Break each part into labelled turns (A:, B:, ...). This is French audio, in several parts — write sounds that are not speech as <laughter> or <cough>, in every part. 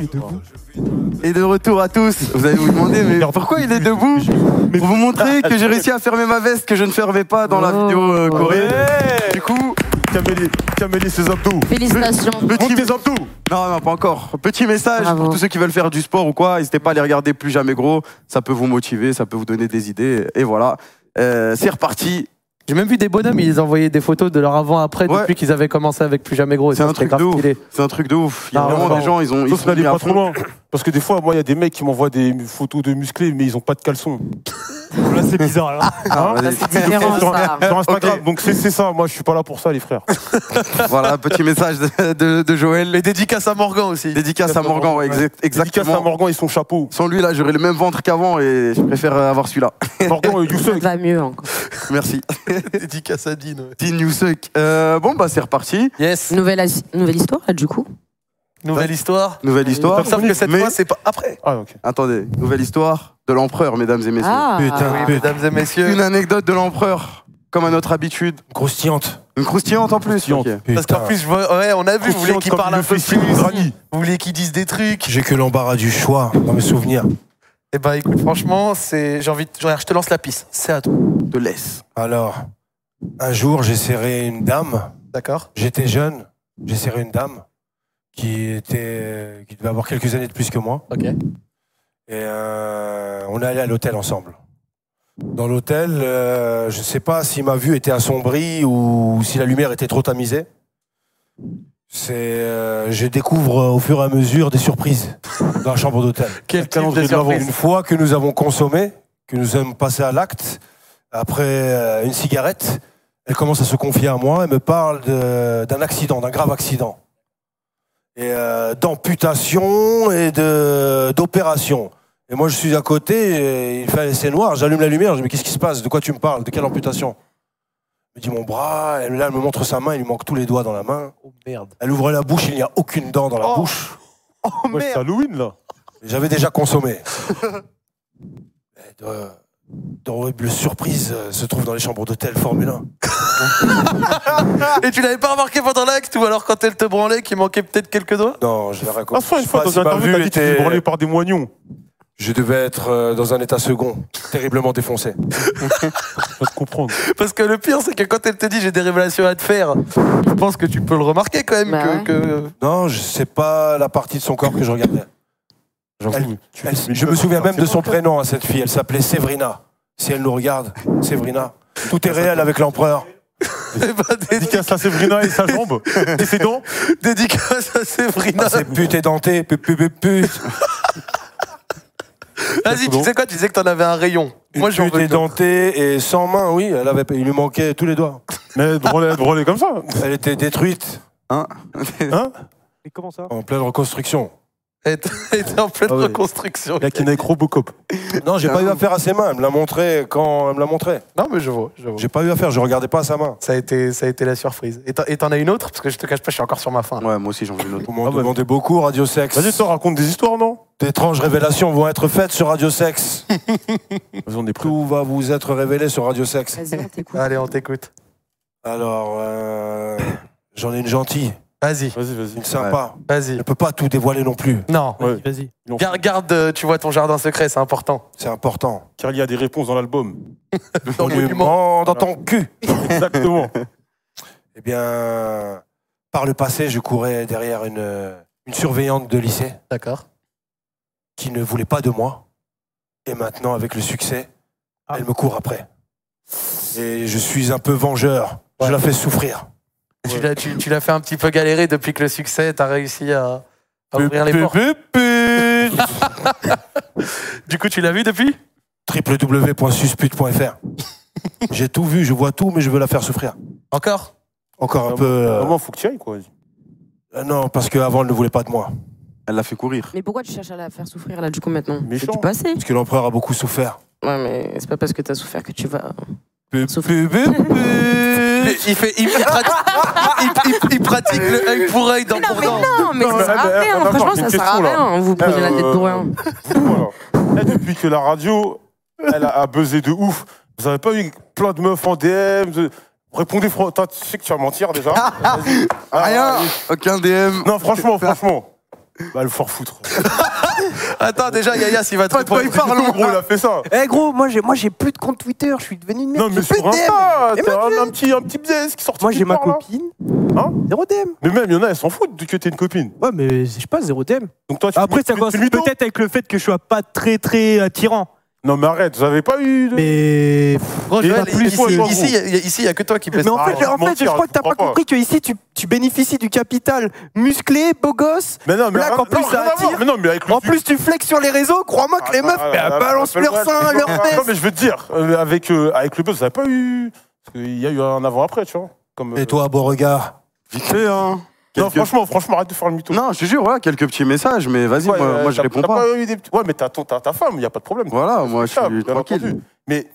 A: est debout
B: Et de retour à tous, vous allez vous demander mais pourquoi il est debout Pour vous montrer que j'ai réussi à fermer ma veste que je ne fermais pas dans la
C: Oh.
B: vidéo euh, Corée. Du coup,
A: Camélie, Camélie, ses abdos.
C: Félicitations.
A: Monte
B: petit,
A: tes abdos.
B: non, non, pas encore. Petit message
C: Bravo.
B: pour tous ceux qui veulent faire du sport ou quoi, n'hésitez pas à les regarder plus jamais gros. Ça peut vous motiver, ça peut vous donner des idées. Et voilà, Euh, c'est reparti.
D: J'ai même vu des bonhommes, ils envoyaient des photos de leur avant-après
B: Ouais.
D: depuis qu'ils avaient commencé avec Plus Jamais Gros. et
B: C'est
D: ça,
B: un
D: c'était
B: truc de ouf.
D: stylé.
B: C'est un truc de ouf. Il y a
D: Ah,
B: vraiment
D: ouais.
B: des gens, ils ont, ils
A: Sauf
B: sont
A: n'allez
B: mis à
A: pas trop
B: fond.
A: loin. Parce que des fois, moi, il y a des mecs qui m'envoient des photos de musclés, mais ils ont pas de caleçon.
E: Là, c'est bizarre. Là.
B: Ah,
A: Hein
B: vas-y.
C: différent,
A: sur,
C: ça.
A: sur Instagram. Donc c'est c'est ça. Moi, je suis pas là pour ça,
E: <laughs>
A: les frères.
B: voilà, petit message de, de- de Joël.
F: Les dédicaces à Morgan aussi.
B: Dédicace à Morgan, ouais, exact-
A: Dédicace à
B: exactement.
A: Morgan et son chapeau.
B: Sans lui, là, j'aurais le même ventre qu'avant et je préfère avoir celui-là.
C: <laughs>
A: Morgan et
C: Ça
A: Youssef.
C: va mieux encore.
B: Merci.
F: Dédicace à Dean. ouais.
B: Dean Newsuck. Euh, bon, bah, c'est reparti.
F: Yes.
C: Nouvelle, as- nouvelle histoire, là, du coup.
F: Nouvelle histoire.
B: Nouvelle histoire.
F: Sauf que cette
B: Mais-
F: fois, c'est pas après.
A: Ah, ok.
B: Attendez, nouvelle histoire de l'empereur, mesdames et messieurs.
C: putain.
F: Ah. Oui, mesdames et messieurs.
B: Une anecdote de l'empereur, comme à notre habitude.
E: Croustillante.
B: Une croustillante en plus.
A: Croustillante.
B: ok.
F: Parce qu'en plus, je vois- ouais, on a vu, vous voulez qu'ils parlent un peu plus. <laughs> Vous voulez qu'ils disent des trucs.
E: J'ai que l'embarras du choix dans mes souvenirs.
F: Eh ben, écoute, franchement, c'est, j'ai envie de, je te lance la piste. C'est à toi.
B: De l'Est.
E: Alors, un jour, j'ai serré une dame.
F: D'accord?
E: J'étais jeune. J'ai serré une dame qui était, qui devait avoir quelques années de plus que moi.
F: Ok.
E: Et euh, on est allé à l'hôtel ensemble. Dans l'hôtel, euh, je ne sais pas si ma vue était assombrie ou si la lumière était trop tamisée. C'est, euh, je découvre euh, au fur et à mesure des
F: <laughs>
E: surprises dans la chambre d'hôtel.
F: Quel type de
A: calendrier de l'avant.
F: surprise.
E: Une fois que nous avons consommé, que nous sommes passés à l'acte, après euh, une cigarette, elle commence à se confier à moi et me parle de- d'un accident, d'un grave accident. Et euh, d'amputation et de- d'opération. Et moi, je suis à côté, et il fait c'est noir, j'allume la lumière, je dis mais qu'est-ce qui se passe De quoi tu me parles De quelle amputation Elle me dit mon bras, et là, elle me montre sa main, il lui manque tous les doigts dans la main.
D: Oh merde.
E: Elle ouvre la bouche, il n'y a aucune dent dans la
F: Oh.
E: bouche.
F: <laughs> Oh
A: Ouais, c'est
F: merde.
A: Halloween, là.
E: J'avais déjà consommé. Eh, de- D'horribles surprises euh, se trouvent dans les chambres d'hôtel Formule 1.
F: Et tu l'avais pas remarqué pendant l'acte ou alors quand elle te branlait qu'il manquait peut-être quelques doigts?
E: Non, je vais
A: Ah,
E: raconter. Je
A: ça, une
E: sais
A: fois,
E: pas
A: dans
E: si
A: un
E: ma
A: interview,
E: vue
A: t'as dit que tu
E: était-
A: te branlais par des moignons.
E: Je devais être euh, dans un état second, terriblement défoncé.
A: Faut se comprendre.
F: Parce que le pire, c'est que quand elle te dit j'ai des révélations à te faire, je pense que tu peux le remarquer quand même.
C: Bah
F: que-
C: ouais.
F: que,
E: Non, je sais pas la partie de son corps que je regardais.
A: J'avoue,
E: Elle-
A: tu-
E: Elle-
A: mais
E: je me
A: ça,
E: souviens
A: ça,
E: même
A: c'est
E: de
A: pas
E: son
A: le cas.
E: prénom à cette fille. Elle s'appelait Séverina. Si elle nous regarde, Séverina. Tout est réel avec l'empereur.
F: Eh ben, dédi-
A: Dédicace à Séverina et sa jambe. Et ses dents.
F: dédicace à Séverina.
E: Ah, c'est pute édentée, pute, pute, pute, pute.
F: Vas-y, tu sais quoi Tu disais que t'en avais un rayon.
E: Une
F: Moi, j'en
E: pute
F: veux deux.
E: édentée et sans main, oui. Elle avait, il lui manquait tous les doigts.
A: Mais branlée, branlée comme ça.
E: Elle était détruite,
A: Hein
D: Mais comment ça
E: en pleine reconstruction.
F: Elle était- elle était en pleine
A: Ah ouais.
F: reconstruction.
A: La Kinaïque Robocop.
E: Non, j'ai pas eu affaire à ses mains. Elle me l'a montré quand elle me l'a montré.
F: Non, mais je vois, je vois.
E: J'ai pas eu affaire, je regardais pas sa main.
F: Ça a été, ça a été la surprise. Et t'en- Et t'en as une autre Parce que je te cache pas, je suis encore sur ma fin.
B: Ouais, moi aussi, j'en veux une autre.
E: Vous m'en
F: bah,
A: Ah ouais.
E: demandez beaucoup, Radio Sex.
A: Vas-y, toi, raconte des histoires, non
E: D'étranges révélations vont être faites sur Radio
A: <laughs>
E: Sex.
A: Vas-y, on est prêts.
E: Tout va vous être révélé sur Radio Sex.
C: Vas-y, on t'écoute.
F: Allez, on t'écoute.
E: Alors, euh, j'en ai une gentille,
F: Vas-y,
A: Vas-y, vas-y.
E: une sympa.
F: vas-y.
E: Je peux pas tout dévoiler non plus.
F: Non.
A: Ouais.
D: Vas-y.
A: Ils l'ont fait.
F: Garde, garde, euh, tu vois ton jardin secret, c'est important.
E: C'est important.
A: Car il y a des réponses dans l'album.
F: Dans le monument.
E: Monument dans ton cul.
A: Exactement.
E: <laughs> Eh bien, par le passé, je courais derrière une, une surveillante de lycée.
F: D'accord.
E: qui ne voulait pas de moi. Et maintenant, avec le succès,
D: Ah.
E: elle me court après. Et je suis un peu vengeur. Je la fais souffrir.
F: Tu l'as- Tu tu l'as fait un petit peu galérer depuis que le succès, t'as réussi à, <laughs> à ouvrir les
A: Pu-
F: portes.
A: pu- pu-
F: Du coup, tu l'as vu depuis
E: www.suspute.fr.
F: <laughs>
E: J'ai tout vu, je vois tout, mais je veux la faire souffrir.
F: Encore
E: Encore un
A: Ah,
E: peu. euh,
A: Vraiment, faut que tu y ailles, quoi.
E: euh, non, parce qu'avant, elle ne voulait pas de moi.
B: Elle l'a fait courir.
C: Mais pourquoi tu cherches à la faire souffrir, là, Bah, du coup, maintenant C'est
A: Méchant.
C: du passé.
E: Parce que l'empereur a beaucoup souffert.
C: Ouais, mais c'est pas parce que t'as souffert que tu
A: <laughs>
C: vas. Souffrir. <laughs>
F: Il il fait, il, il pratique, il, il- il pratique le œil pour œil, dent pour dent.
C: Non, mais
A: Non,
G: Ah,
A: mais
C: ça sert
A: là,
C: à
A: là, on
C: rien.
A: a encore
C: Ah, Franchement, ça
A: une
C: sert à
A: question, là.
C: rien. Vous prenez la tête pour
A: Euh,
C: rien.
F: <laughs>
A: Voilà. Là, depuis que la radio, elle a, a buzzé de ouf, vous avez pas eu plein de meufs en DM de- Répondez, fran-
F: <laughs>
A: toi, tu sais que tu vas mentir déjà. Vas-y. Ah,
B: Rien Aucun DM.
A: Non, franchement, franchement. Bah, le fort foutre.
F: <laughs>
A: Euh,
F: Attends, déjà, Yaya, s'il va te
B: Toi, toi,
F: répondre.
B: il parle,
A: Le gros, il a fait
H: <laughs>
A: ça.
I: Eh gros, moi j'ai moi j'ai plus de compte Twitter, je suis devenu une merde.
A: Non, mais
I: j'ai
A: sur
I: plus de DM.
A: Insta,
I: Et
A: t'as un, un petit, un petit biais qui sort
I: Moi j'ai ma
A: par là.
I: copine.
A: Hein
I: Zéro DM.
A: Mais même, il y en a, elles s'en foutent de que t'es une copine.
H: Ouais, mais je sais pas, zéro thème.
A: Donc toi, tu
H: Après,
A: tu-
H: ça
A: tu
H: commence
A: lui donnes
H: peut-être avec le fait que je sois pas très très euh, attirant.
A: Non, mais arrête, vous avez pas eu. de-
H: Mais.
D: Gros, je
A: Et
D: vais
A: là,
D: appeler-
A: plus
F: Ici,
A: fois,
F: ici, il y a- il y a- ici, il y a que toi qui baisse.
I: Mais en
A: Ah,
I: fait, en fait,
A: mentir,
I: je crois que t'as
A: je comprends
I: pas
A: pas.
I: compris que ici tu, tu bénéficies du capital musclé, beau gosse.
A: Mais non, mais
I: Black,
A: arrête-
I: en plus,
A: non,
I: ça
A: rien à voir.
I: attire.
A: Mais non, mais avec le
I: En plus, tu flexes sur les réseaux. Crois-moi que les meufs
A: Ah,
I: bah,
A: ah,
I: balancent
A: ah,
I: leur
A: ah,
I: sein,
A: ah,
I: leur
A: ah, <laughs> Non,
I: fesses.
A: mais je veux te dire, euh, avec, euh, avec le buzz, ça n'a pas eu. Parce qu'il y a eu un avant-après, tu vois. Comme, euh,
E: Et toi, Beauregard
B: Vite fait, hein.
A: Non,
B: Quelques-
A: franchement, franchement, arrête de faire le mytho.
B: Non, je te jure, ouais, quelques petits messages, mais vas-y,
A: Ouais,
B: moi,
A: euh,
B: moi, je
A: t'as-
B: réponds
A: t'as
B: pas.
A: eu des petits- Ouais, mais t'as ton- t'as ta femme, il n'y a pas de problème.
B: Voilà, moi, je
A: Ah, bien
B: suis tranquille.
A: entendu. Mais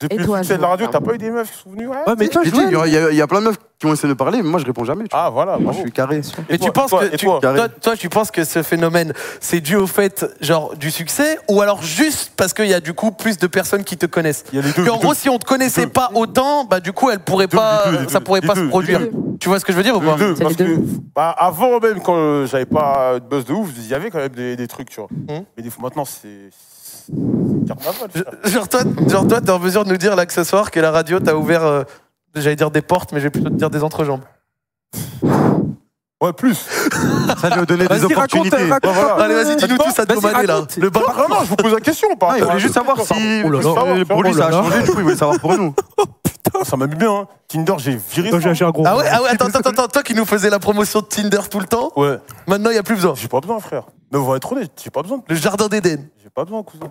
A: depuis
C: Et toi,
A: le succès de la
C: Joël,
A: radio, t'as
C: pardon.
A: pas eu des meufs qui sont venues ouais
H: Ouais, mais toi,
B: J'ai
H: je
B: dit, Il y, a- il y a- il y a plein de meufs qui ont essayé de me parler, mais moi, je réponds jamais. tu vois.
A: Ah, voilà,
B: moi, je
A: bravo.
B: suis carré.
F: Mais
A: Et
F: tu
A: toi,
F: penses
A: toi,
F: que
A: et
F: tu,
A: toi
F: toi, toi, tu penses que ce phénomène c'est dû au fait genre du succès ou alors juste parce qu'il y a du coup plus de personnes qui te connaissent.
A: Il y a les deux.
F: Puis en
A: les
F: gros
A: deux.
F: si on te connaissait
A: deux.
F: pas autant bah du coup elle pourrait
A: Deux,
F: pas
A: les deux, les
F: ça
A: deux,
F: pourrait
A: les
F: pas se
A: deux,
F: produire.
C: les deux.
F: Tu vois ce que je veux dire ou
A: Les
F: pas
A: deux,
C: C'est
A: parce
C: les
A: que,
C: deux.
A: bah, avant même, quand euh, j'avais pas de buzz de ouf, il y avait quand même des, des trucs, tu vois.
C: Hum.
F: Mhm.
A: Mais des fois, maintenant, c'est. c'est Carnaval. frère.
F: Euh, Genre toi genre toi t'es en mesure de nous dire là que ce soir que la radio t'a ouvert euh, j'allais dire des portes mais je vais plutôt te dire des entrejambes.
A: Ouais, plus.
B: <laughs> Ça lui a donné des
H: Vas-y, raconte,
B: opportunités.
H: raconte.
A: Ouais, voilà.
F: Allez vas-y dis-nous tout ça de Comané, là. Le bar-
A: Non, non, je vous pose la question. Par
B: Ah, il
A: rapport à-
B: voulait juste savoir si
A: Oh là là.
B: euh, pour lui
A: Oh
B: ça
A: là
B: a
A: là.
B: changé, du coup il voulait savoir pour
A: <laughs>
B: nous.
A: Ah, Ça m'a mis bien. Hein. Tinder, j'ai viré.
H: Toi,
A: ça.
H: j'ai j'ai un gros.
F: Ah ouais, ah ouais, attends, attends, attends, toi qui nous faisais la promotion de Tinder tout le temps,
A: Ouais.
F: maintenant il y a plus besoin.
A: J'ai pas besoin, frère. Mais on va être honnête, j'ai pas besoin.
F: Le jardin d'Éden,
A: J'ai pas besoin, cousin.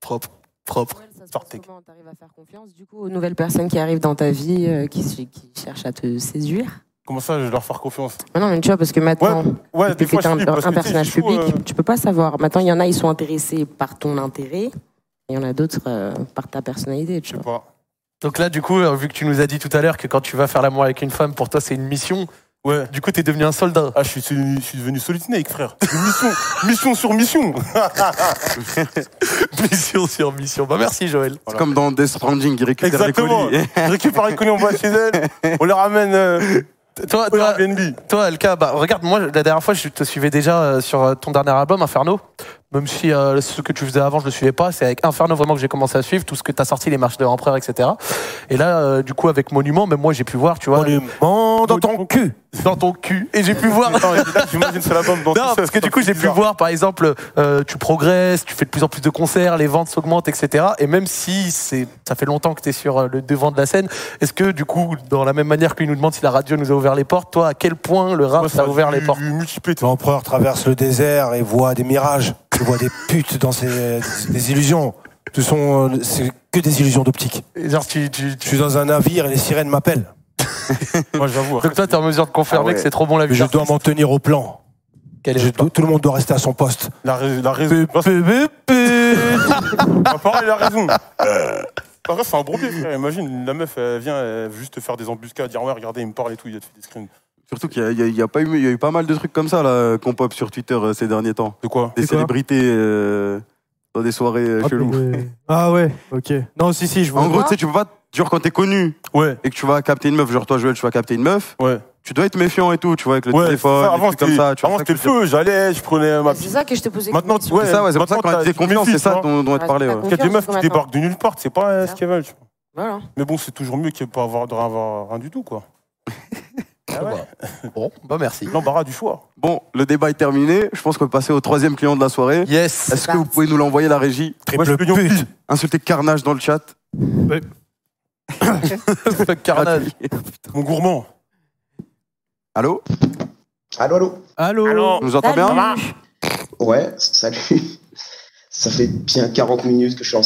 F: propre, propre.
C: Ça se
A: Sortez.
C: passe comment T'arrives à faire confiance du coup aux nouvelles personnes qui arrivent dans ta vie, euh, qui, se- qui cherchent à te séduire
A: Comment ça, je vais leur faire confiance
C: Ah Non, mais tu vois, parce que maintenant,
A: Ouais,
C: depuis que t'es
A: je
C: un,
A: suis, parce
C: un
A: que, tu sais,
C: personnage
A: je suis chaud,
C: public,
A: euh,
C: tu peux pas savoir. Maintenant, il y en a, ils sont intéressés par ton intérêt, et il y en a d'autres euh, par ta personnalité,
A: Je
C: tu
A: sais
C: vois.
A: pas.
F: Donc là, du coup, euh, vu que tu nous as dit tout à l'heure que quand tu vas faire l'amour avec une femme, pour toi, c'est une mission,
A: Ouais.
F: du coup, t'es devenu un soldat.
A: Ah, je suis, je suis devenu Solid Snake, frère. Mission, mission sur <laughs> mission.
F: mission sur mission. Bah merci, Joël.
B: C'est comme dans Death Stranding, il récupère
A: Exactement.
B: des colis.
A: Je récupère les colis, on va chez elle. On les ramène euh,
F: Toi,
A: au
F: toi,
A: Airbnb.
F: toi, Alka, bah, regarde, moi, la dernière fois, je te suivais déjà euh, sur euh, ton dernier album, Inferno. Même si euh, ce que tu faisais avant, je le suivais pas. C'est avec Inferno vraiment que j'ai commencé à suivre tout ce que t'as sorti, les marches de l'empereur, etc. Et là, euh, du coup, avec Monument, mais moi, j'ai pu voir, tu vois,
E: Monument dans ton cul.
F: dans ton cul. Et j'ai pu voir
A: Non, là, J'imagine c'est la bombe dans
F: Non, parce que du coup, j'ai pu voir, par exemple, euh, tu progresses, tu fais de plus en plus de concerts, les ventes s'augmentent, etc. Et même si c'est, ça fait longtemps que tu es sur euh, le devant de la scène, est-ce que, du coup, dans la même manière que lui nous demande si la radio nous a ouvert les portes, toi, à quel point le rap t'a ouvert les portes
A: Multiplié, toi.
E: L'empereur traverse le désert et voit des mirages. Tu vois des putes dans ses, des illusions. Ce sont euh, c'est que des illusions d'optique.
F: Et Genre, tu, tu-
E: Je
F: tu-
E: suis dans un navire et les sirènes
B: <laughs>
E: m'appellent.
A: Moi, j'avoue.
F: Donc, toi, t'es en mesure de confirmer
B: Ah ouais.
F: que c'est trop bon la
E: Mais
F: vie.
E: je dois m'en tenir au plan.
F: Quel est
E: Je-
F: le plan
E: tout, tout le monde doit rester à son poste.
A: La raison. La raison. Ah, pareil, il a raison. Après, c'est un bon pied, frère. Imagine, la meuf, elle vient elle veut juste te faire des embuscades, dire ouais, regardez, il me parle et tout, il a te fait des screens.
B: <laughs> Surtout qu'il y a, il y a- il y a pas eu, il y a eu pas mal de trucs comme ça là qu'on pop sur Twitter euh, ces derniers temps.
A: De quoi
B: Des
H: C'est quoi
B: célébrités euh, dans des soirées euh,
H: Ah,
B: cheloues.
H: mais- Ah ouais, ok. Non, si, si, je vois.
B: En gros, tu sais, tu peux pas, genre quand t'es connu
A: Ouais.
B: et que tu vas capter une meuf, genre toi Joël, tu vas capter une meuf,
A: Ouais.
B: tu dois être méfiant et tout, tu vois, avec le
A: Ouais,
B: téléphone,
A: ça,
B: des
A: avant
B: trucs comme
A: c'était
B: ça. Tu vois,
A: avant,
B: ça
A: c'était le
B: que je veux
A: feu, j'allais, je prenais ma
C: C'est
A: petite.
C: ça que je te posais. comme
A: Maintenant,
C: question.
A: ouais,
B: dire. C'est ça, ouais, c'est pour ça
A: Maintenant,
B: qu'on a
A: t'as-
B: dit confiance,
A: tu
B: c'est ça
A: méfies,
B: dont, dont on te
C: Ouais,
B: parlait.
C: c'est
B: ouais.
A: Il y a des meufs qui
C: Confiance,
A: débarquent de nulle part, c'est pas euh, ce qu'elles veulent. tu vois.
C: Voilà.
A: Mais bon, c'est toujours mieux qu'il n'y ait pas avoir, de avoir rien du tout, quoi. Ah ouais,
F: Bon, bah merci.
A: L'embarras du choix.
B: Bon, le débat est terminé. Je pense qu'on peut passer au troisième client de la soirée.
F: Yes.
B: Est-ce que vous pouvez nous l'envoyer la régie
A: Moi, je
E: Triple
A: suis Lyon
E: pute.
A: Pit.
B: Insulter Carnage dans le chat. <laughs>
F: Fuck Carnage.
A: Mon gourmand.
B: Allô
J: Allô, allô
H: Allô
B: On nous entend bien
C: Salut. Ah,
J: Ouais, salut. Ça fait bien 40 minutes que je suis en...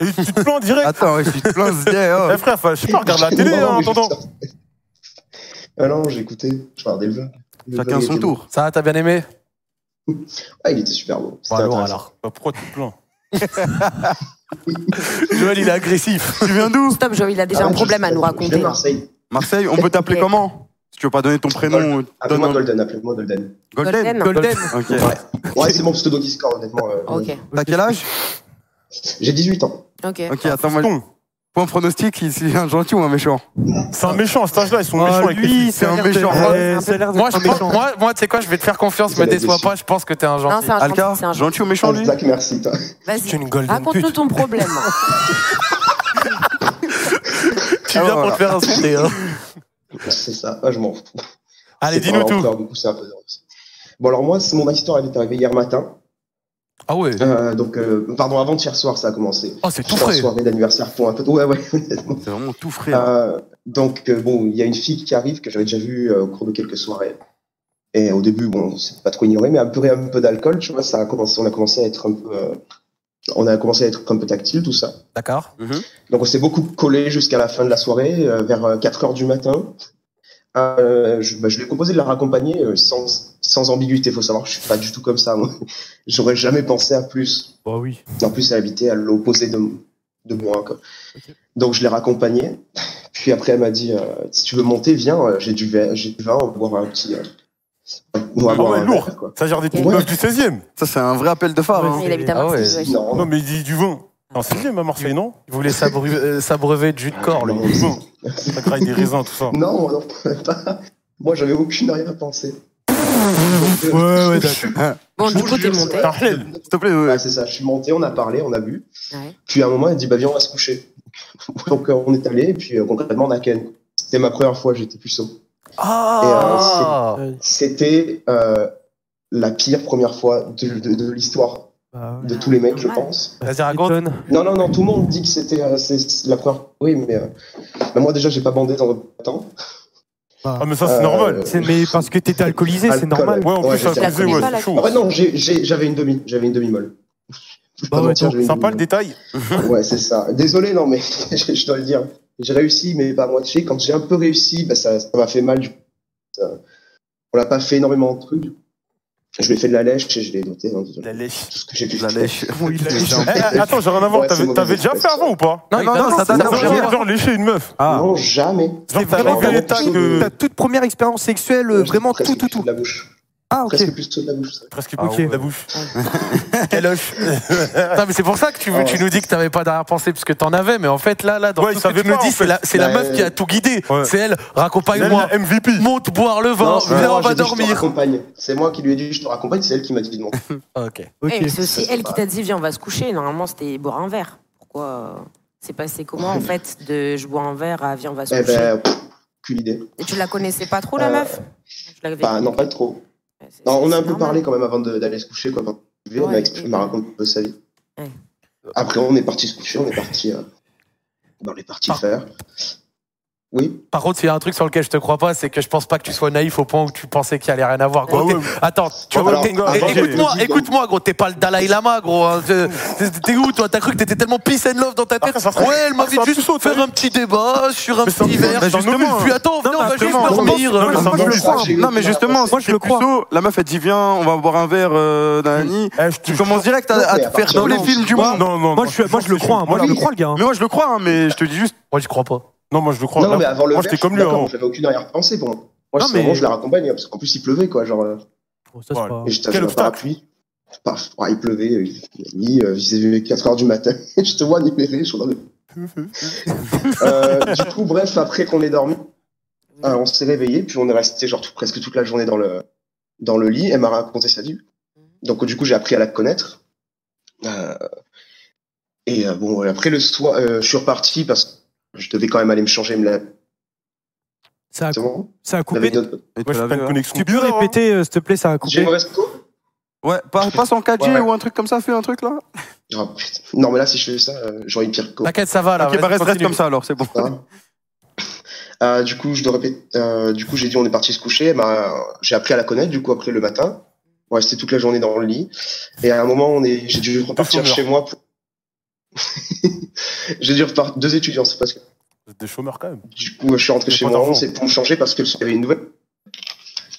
A: Et tu te plains direct.
B: Attends, ouais, je suis plein de
A: Eh
B: idées,
A: frère, faut- je sais pas, regarde la télé
J: Non, non,
A: hein, en
J: mais je
A: attendant.
J: sortais. Ah non, j'ai écouté, je regardais le vœu.
B: oh.
J: Le
B: Chacun
J: vœu, il
B: son
J: était
B: tour.
F: Ça, va, t'as bien aimé
J: beau. Ah, il était super beau. C'était
F: Bon, alors,
J: intéressant.
B: hein.
F: alors.
A: Bah, pourquoi tu te plains
F: Joël, il est agressif.
B: Tu viens d'où
C: Stop, Joe, il a
J: Ah
C: déjà
J: ouais,
C: un
J: je-
C: problème à nous
J: Je viens
C: raconter.
J: de
C: là.
J: Marseille.
B: Marseille, on peut t'appeler
C: Ok.
B: comment Si tu veux pas donner ton prénom, donne
J: Appelez-moi
B: un-
J: Golden, appelez-moi Golden.
B: Golden.
H: Golden.
B: Ok.
J: Ouais, c'est mon pseudo Discord, honnêtement. euh,
C: Ok,
B: T'as quel âge
J: J'ai 18 ans.
C: ok.
B: Ok, attends, moi.
A: Fiston.
B: Pour un pronostic, il- c'est un gentil ou un méchant
A: C'est un méchant, à cet âge-là, ils sont méchants
H: Ah,
A: avec les filles.
H: lui, ça a
B: C'est un
H: l'air d'être-
B: méchant.
H: euh, ça a l'air d'être
F: Moi, je
H: un
F: pense-
H: méchant.
F: moi, moi, tu sais quoi, je vais te faire confiance,
J: C'est
F: me
J: la
F: déçois
J: décision.
F: pas, je pense que t'es un
C: Non,
F: gentil.
C: c'est un
B: Alka,
C: gentil, c'est un gentil.
B: gentil ou méchant lui
J: Black, merci, toi.
E: C'est
C: Vas-y,
E: une golden
C: raconte-nous
E: pute.
C: ton
J: <laughs>
C: problème.
F: Tu
B: Ah,
F: viens pour
B: voilà.
F: te faire insulter. hein.
J: <laughs> C'est ça, ah, je m'en fous.
F: Allez,
J: C'est
F: dis-nous
J: pas
F: tout.
J: encore beaucoup, c'est un peu drôle. Bon, alors moi, c'est- mon histoire, elle est arrivée hier matin.
F: Ah ouais.
J: Euh, donc, euh, pardon, avant de hier soir, ça a commencé.
F: Oh, c'est tout
J: J'étais en
F: frais.
J: soirée d'anniversaire pour un peu. Ouais,
F: <laughs>
J: ouais, honnêtement.
B: C'est vraiment tout frais. hein.
J: Euh, donc, euh, bon, il y a une fille qui arrive que j'avais déjà vue euh, au cours de quelques soirées. Et au début, bon, c'est pas trop ignoré, mais après un peu d'alcool, tu vois, ça a commencé, on a commencé à être un peu, euh, on a commencé à être un peu tactile, tout ça.
F: D'accord.
A: Mhm.
J: Donc on s'est beaucoup collé jusqu'à la fin de la soirée, euh, vers euh, 4 heures du matin. Euh, je, bah, je lui ai proposé de la raccompagner euh, sans, sans ambiguïté. faut savoir, que je suis pas du tout comme ça. Moi. <laughs> J'aurais jamais pensé à plus.
H: Bah oui.
J: En plus, elle habitait à l'opposé de, de moi. quoi. Donc je l'ai raccompagnée. Puis après, elle m'a dit euh, si tu veux monter, viens. euh, J'ai du, vin- j'ai du vin, on va boire un petit. euh, on va
A: Ah
J: boire
A: ouais,
J: un
A: lourd.
J: verre, quoi.
A: Ça gère des petites
J: Ouais.
A: meufs du 16ème.
B: Ça, c'est un vrai appel de phare. hein.
C: Il habite à
F: Ah ouais.
C: Marseille. ouais.
J: Non,
A: Non, mais il dit du vin. Non, 16ème à Marseille, non
F: Il voulait s'abreu- euh, s'abreuver de jus de corps, lui.
J: non,
A: Du vin. Ça graille des raisins, tout ça.
J: non, non, pas. Moi, j'avais aucune arrière-pensée.
H: Ouais, ouais, d'accord.
C: Bon,
J: Je
C: du
J: vous
C: coup, t'es
J: jure,
C: monté.
J: ça-
A: Tarlel.
B: Ah. S'il te plaît, ouais.
J: Ouais, c'est ça. Je suis monté, on a parlé, on a bu.
C: Ouais.
J: Puis à un moment, elle dit bah viens, on va se coucher. <laughs> Donc euh, on est allé, et puis euh, concrètement, on a ken. C'était ma première fois, j'étais puceau.
A: euh,
F: Ah
J: euh, C'était euh, la pire première fois de, de- de l'histoire
B: Ah
H: Bah ouais.
J: de tous les mecs, je pense.
F: Vas-y, raconte.
H: Étonne.
J: Non, non, non, tout le monde dit que c'était euh, c'est- c'est la première. Oui, mais euh, bah, moi déjà, j'ai pas bandé dans le temps.
A: Ah, mais ça, c'est normal.
H: C'est- Mais parce que t'étais alcoolisé, c'est
J: Alcool.
H: normal.
A: Ouais, en
J: Ouais,
A: plus,
J: je
A: ça
J: la
A: faisait,
C: connais
A: ouais,
C: pas,
A: c'est
C: la-
A: chaud.
J: En fait, non, j'ai- j'ai- j'avais une demi, j'avais une demi-molle. Je peux pas
H: Bah ouais,
J: mentir, j'avais une
A: Ah Sympa le
J: demi-molle.
A: détail.
J: <laughs> Ouais, c'est ça. Désolé, non, mais <laughs> je, je dois le dire. J'ai réussi, mais pas à moitié. Quand j'ai un peu réussi, bah, ça ça m'a fait mal. du coup. Ça- on n'a pas fait énormément de trucs. Je lui ai fait de la lèche et je l'ai noté. hein, désolé.
A: La lèche.
J: Tout ce que j'ai pu
B: La
J: faire.
B: lèche.
J: <laughs>
A: Eh, eh, attends, j'ai rien à voir.
J: Ouais, c'est
A: T'avais
J: mauvaise
A: t'avais déjà fait
J: expression.
A: avant ou pas
F: Non,
B: Non, non, non,
F: ça
B: ça
F: n'a
B: n'a rien à
F: rien
A: Genre,
B: voir.
A: genre lécher une meuf.
B: Ah.
J: Non, jamais.
A: Genre, t'avais
H: vraiment
A: fait
H: le
A: l'état
J: truc
A: que.
H: Ta toute première expérience sexuelle, euh, vraiment
J: Presque
H: tout, tout,
J: plus
H: tout.
J: De la bouche.
H: Ah, ok.
J: Presque plus que de la bouche. ça.
A: Presque
B: Ah
A: écouté
B: ouais.
A: la bouche. <laughs>
F: Caloche. <laughs> non, mais c'est pour ça que tu,
J: Ah ouais.
F: tu nous dis que t'avais pas d'arrière-pensée, parce que t'en avais, mais en fait, là, là, dans
A: Ouais,
F: tout
A: il
F: ce que
A: savait
F: tu nous
A: pas, en
F: dis, c'est
A: fait. Bah, euh,
F: la, c'est la
J: Ouais.
F: meuf qui a tout guidé.
A: Ouais.
F: C'est elle,
A: Elle,
F: raccompagne-moi,
A: la MVP.
F: monte boire le vin,
J: Non, c'est
F: viens,
J: moi,
F: on va
J: j'ai dit, je te
F: dormir.
J: raccompagne. C'est moi qui lui ai dit je te raccompagne, c'est elle qui m'a dit non.
F: <laughs> Ok.
H: Ok.
C: Eh, c'est aussi
J: Ça, c'est
C: elle
J: pas-
C: qui t'a dit viens on va se coucher. Normalement c'était boire un verre. Pourquoi euh, c'est passé comment en fait de je bois un verre à viens on va se
J: Eh
C: coucher.
J: ben, pff, aucune idée.
C: Et tu la connaissais pas trop la
J: Euh,
C: meuf Je l'avais-
J: Bah, non, pas trop.
C: Ouais, c'est-
J: Non, on
C: c'est
J: a un peu
C: normal.
J: parlé quand même avant de- d'aller se coucher. Quoi. Enfin, elle
C: Ouais,
J: m'a exprimé-
C: et-
J: elle m'a raconté un peu sa vie.
C: Ouais.
J: Après, on est parti se coucher, on est parti. euh, ben, on est parti
F: Par-
J: faire. Oui,
F: Par contre, il y a un truc sur lequel je te crois pas, c'est que je pense pas que tu sois naïf au point où tu pensais qu'il allait rien avoir. Gros,
A: Ouais,
F: T'es-
A: ouais.
F: Attends, tu
J: Ouais,
F: vois,
J: alors,
F: t'es-
J: avant,
F: eh,
J: j'ai-
F: écoute-moi,
J: j'ai dit, donc-
F: écoute-moi, gros, t'es pas le Dalai Lama, gros. hein. Je- T'es t'es où, toi T'as cru que t'étais tellement peace and love dans ta tête
A: Après, ça serait-
F: Ouais, elle m'a
A: Ah,
F: vu
A: c'est un
F: juste
A: puceau, t'as
F: faire un petit débat sur un
A: Mais c'est un
F: petit
A: puceau,
F: verre.
A: mais
F: Puis
A: justement.
F: attends, venez,
D: Non,
F: on va
D: mais
F: juste
D: justement.
A: Non, mais
F: dormir.
A: ça-
B: Moi, je le crois.
J: J'ai eu
B: Non, mais
J: aucune
B: justement,
J: réponse.
H: Moi, je le crois.
B: Puceau, la meuf, elle dit Viens, on va boire un verre, euh, Nani.
A: Eh, je te-
B: Tu commences direct à, à
J: mais à
B: te faire
J: partir
B: tous
J: de
B: les
J: là,
B: films
J: on-
B: du
A: Non,
B: monde.
A: non, non.
H: Moi, je, moi, je le crois. hein. Moi, je le crois, le gars. hein.
B: Mais moi, je le crois, hein, mais je te dis juste
F: Moi, j'y crois pas.
A: Non, moi, je le crois.
J: non,
A: Là,
J: mais avant le verre,
A: Moi, j'étais
J: je suis
A: comme lui hein.
J: d'accord,
A: avant.
J: J'avais aucune arrière-pensée pour moi. Moi,
H: Non,
J: c'est vraiment,
H: mais-
J: je la raccompagne, parce qu'en plus, il pleuvait, quoi. Genre, euh,
H: Bon, Oh, ça, c'est
A: Ouais.
H: pas-
J: et j'étais
A: Quel
J: avec un
A: obstacle.
J: parapluie. Paf, ah, il pleuvait, euh, il a mis, euh, il faisait 4 heures du matin. <laughs> je te vois libéré, je suis en train de- Euh, Du coup, bref, après qu'on ait dormi, Euh, on s'est réveillé, puis on est resté genre tout- presque toute la journée dans le, dans le lit. Elle m'a raconté sa vie. Donc du coup, j'ai appris à la connaître. Euh, et euh, bon, et après le soir, euh, je suis reparti parce que je devais quand même aller me changer. Me la...
H: Ça a,
J: Exactement.
H: ça a
J: J'avais
H: coupé.
J: une-
B: Et tu
A: Ouais,
B: l'as
A: je
B: vu,
A: fais une
B: hein.
A: connexion.
H: Tu peux
A: bizarre, hein.
H: répéter, euh, s'il te plaît, ça a
J: J'ai une
H: coupé.
J: mauvaise peau
B: Ouais, pas- passe en 4G
J: Ouais.
B: ou un truc comme ça, fais un truc là.
J: Ah, putain. Non, mais là, si je fais ça, euh, j'aurais une pire peau.
F: T'inquiète, ça va, là.
B: Ok,
F: vas-y,
B: bah reste, reste
F: continue.
B: comme ça alors, c'est bon.
J: Hein. <laughs> Euh, du coup, je dois répéter. euh, du coup, j'ai dit on est parti se coucher. Bah, j'ai appris à la connaître. Du coup, après le matin, on est resté toute la journée dans le lit. Et à un moment, on est, j'ai dû repartir
A: chômeurs.
J: chez moi. Pour... <laughs> j'ai dû repartir deux étudiants. C'est parce que
A: Vous êtes Des chômeurs, quand même.
J: du coup, je suis rentré
A: J'ai
J: chez
A: pas
J: moi.
A: d'argent.
J: C'est pour me changer parce que il y avait une nouvelle.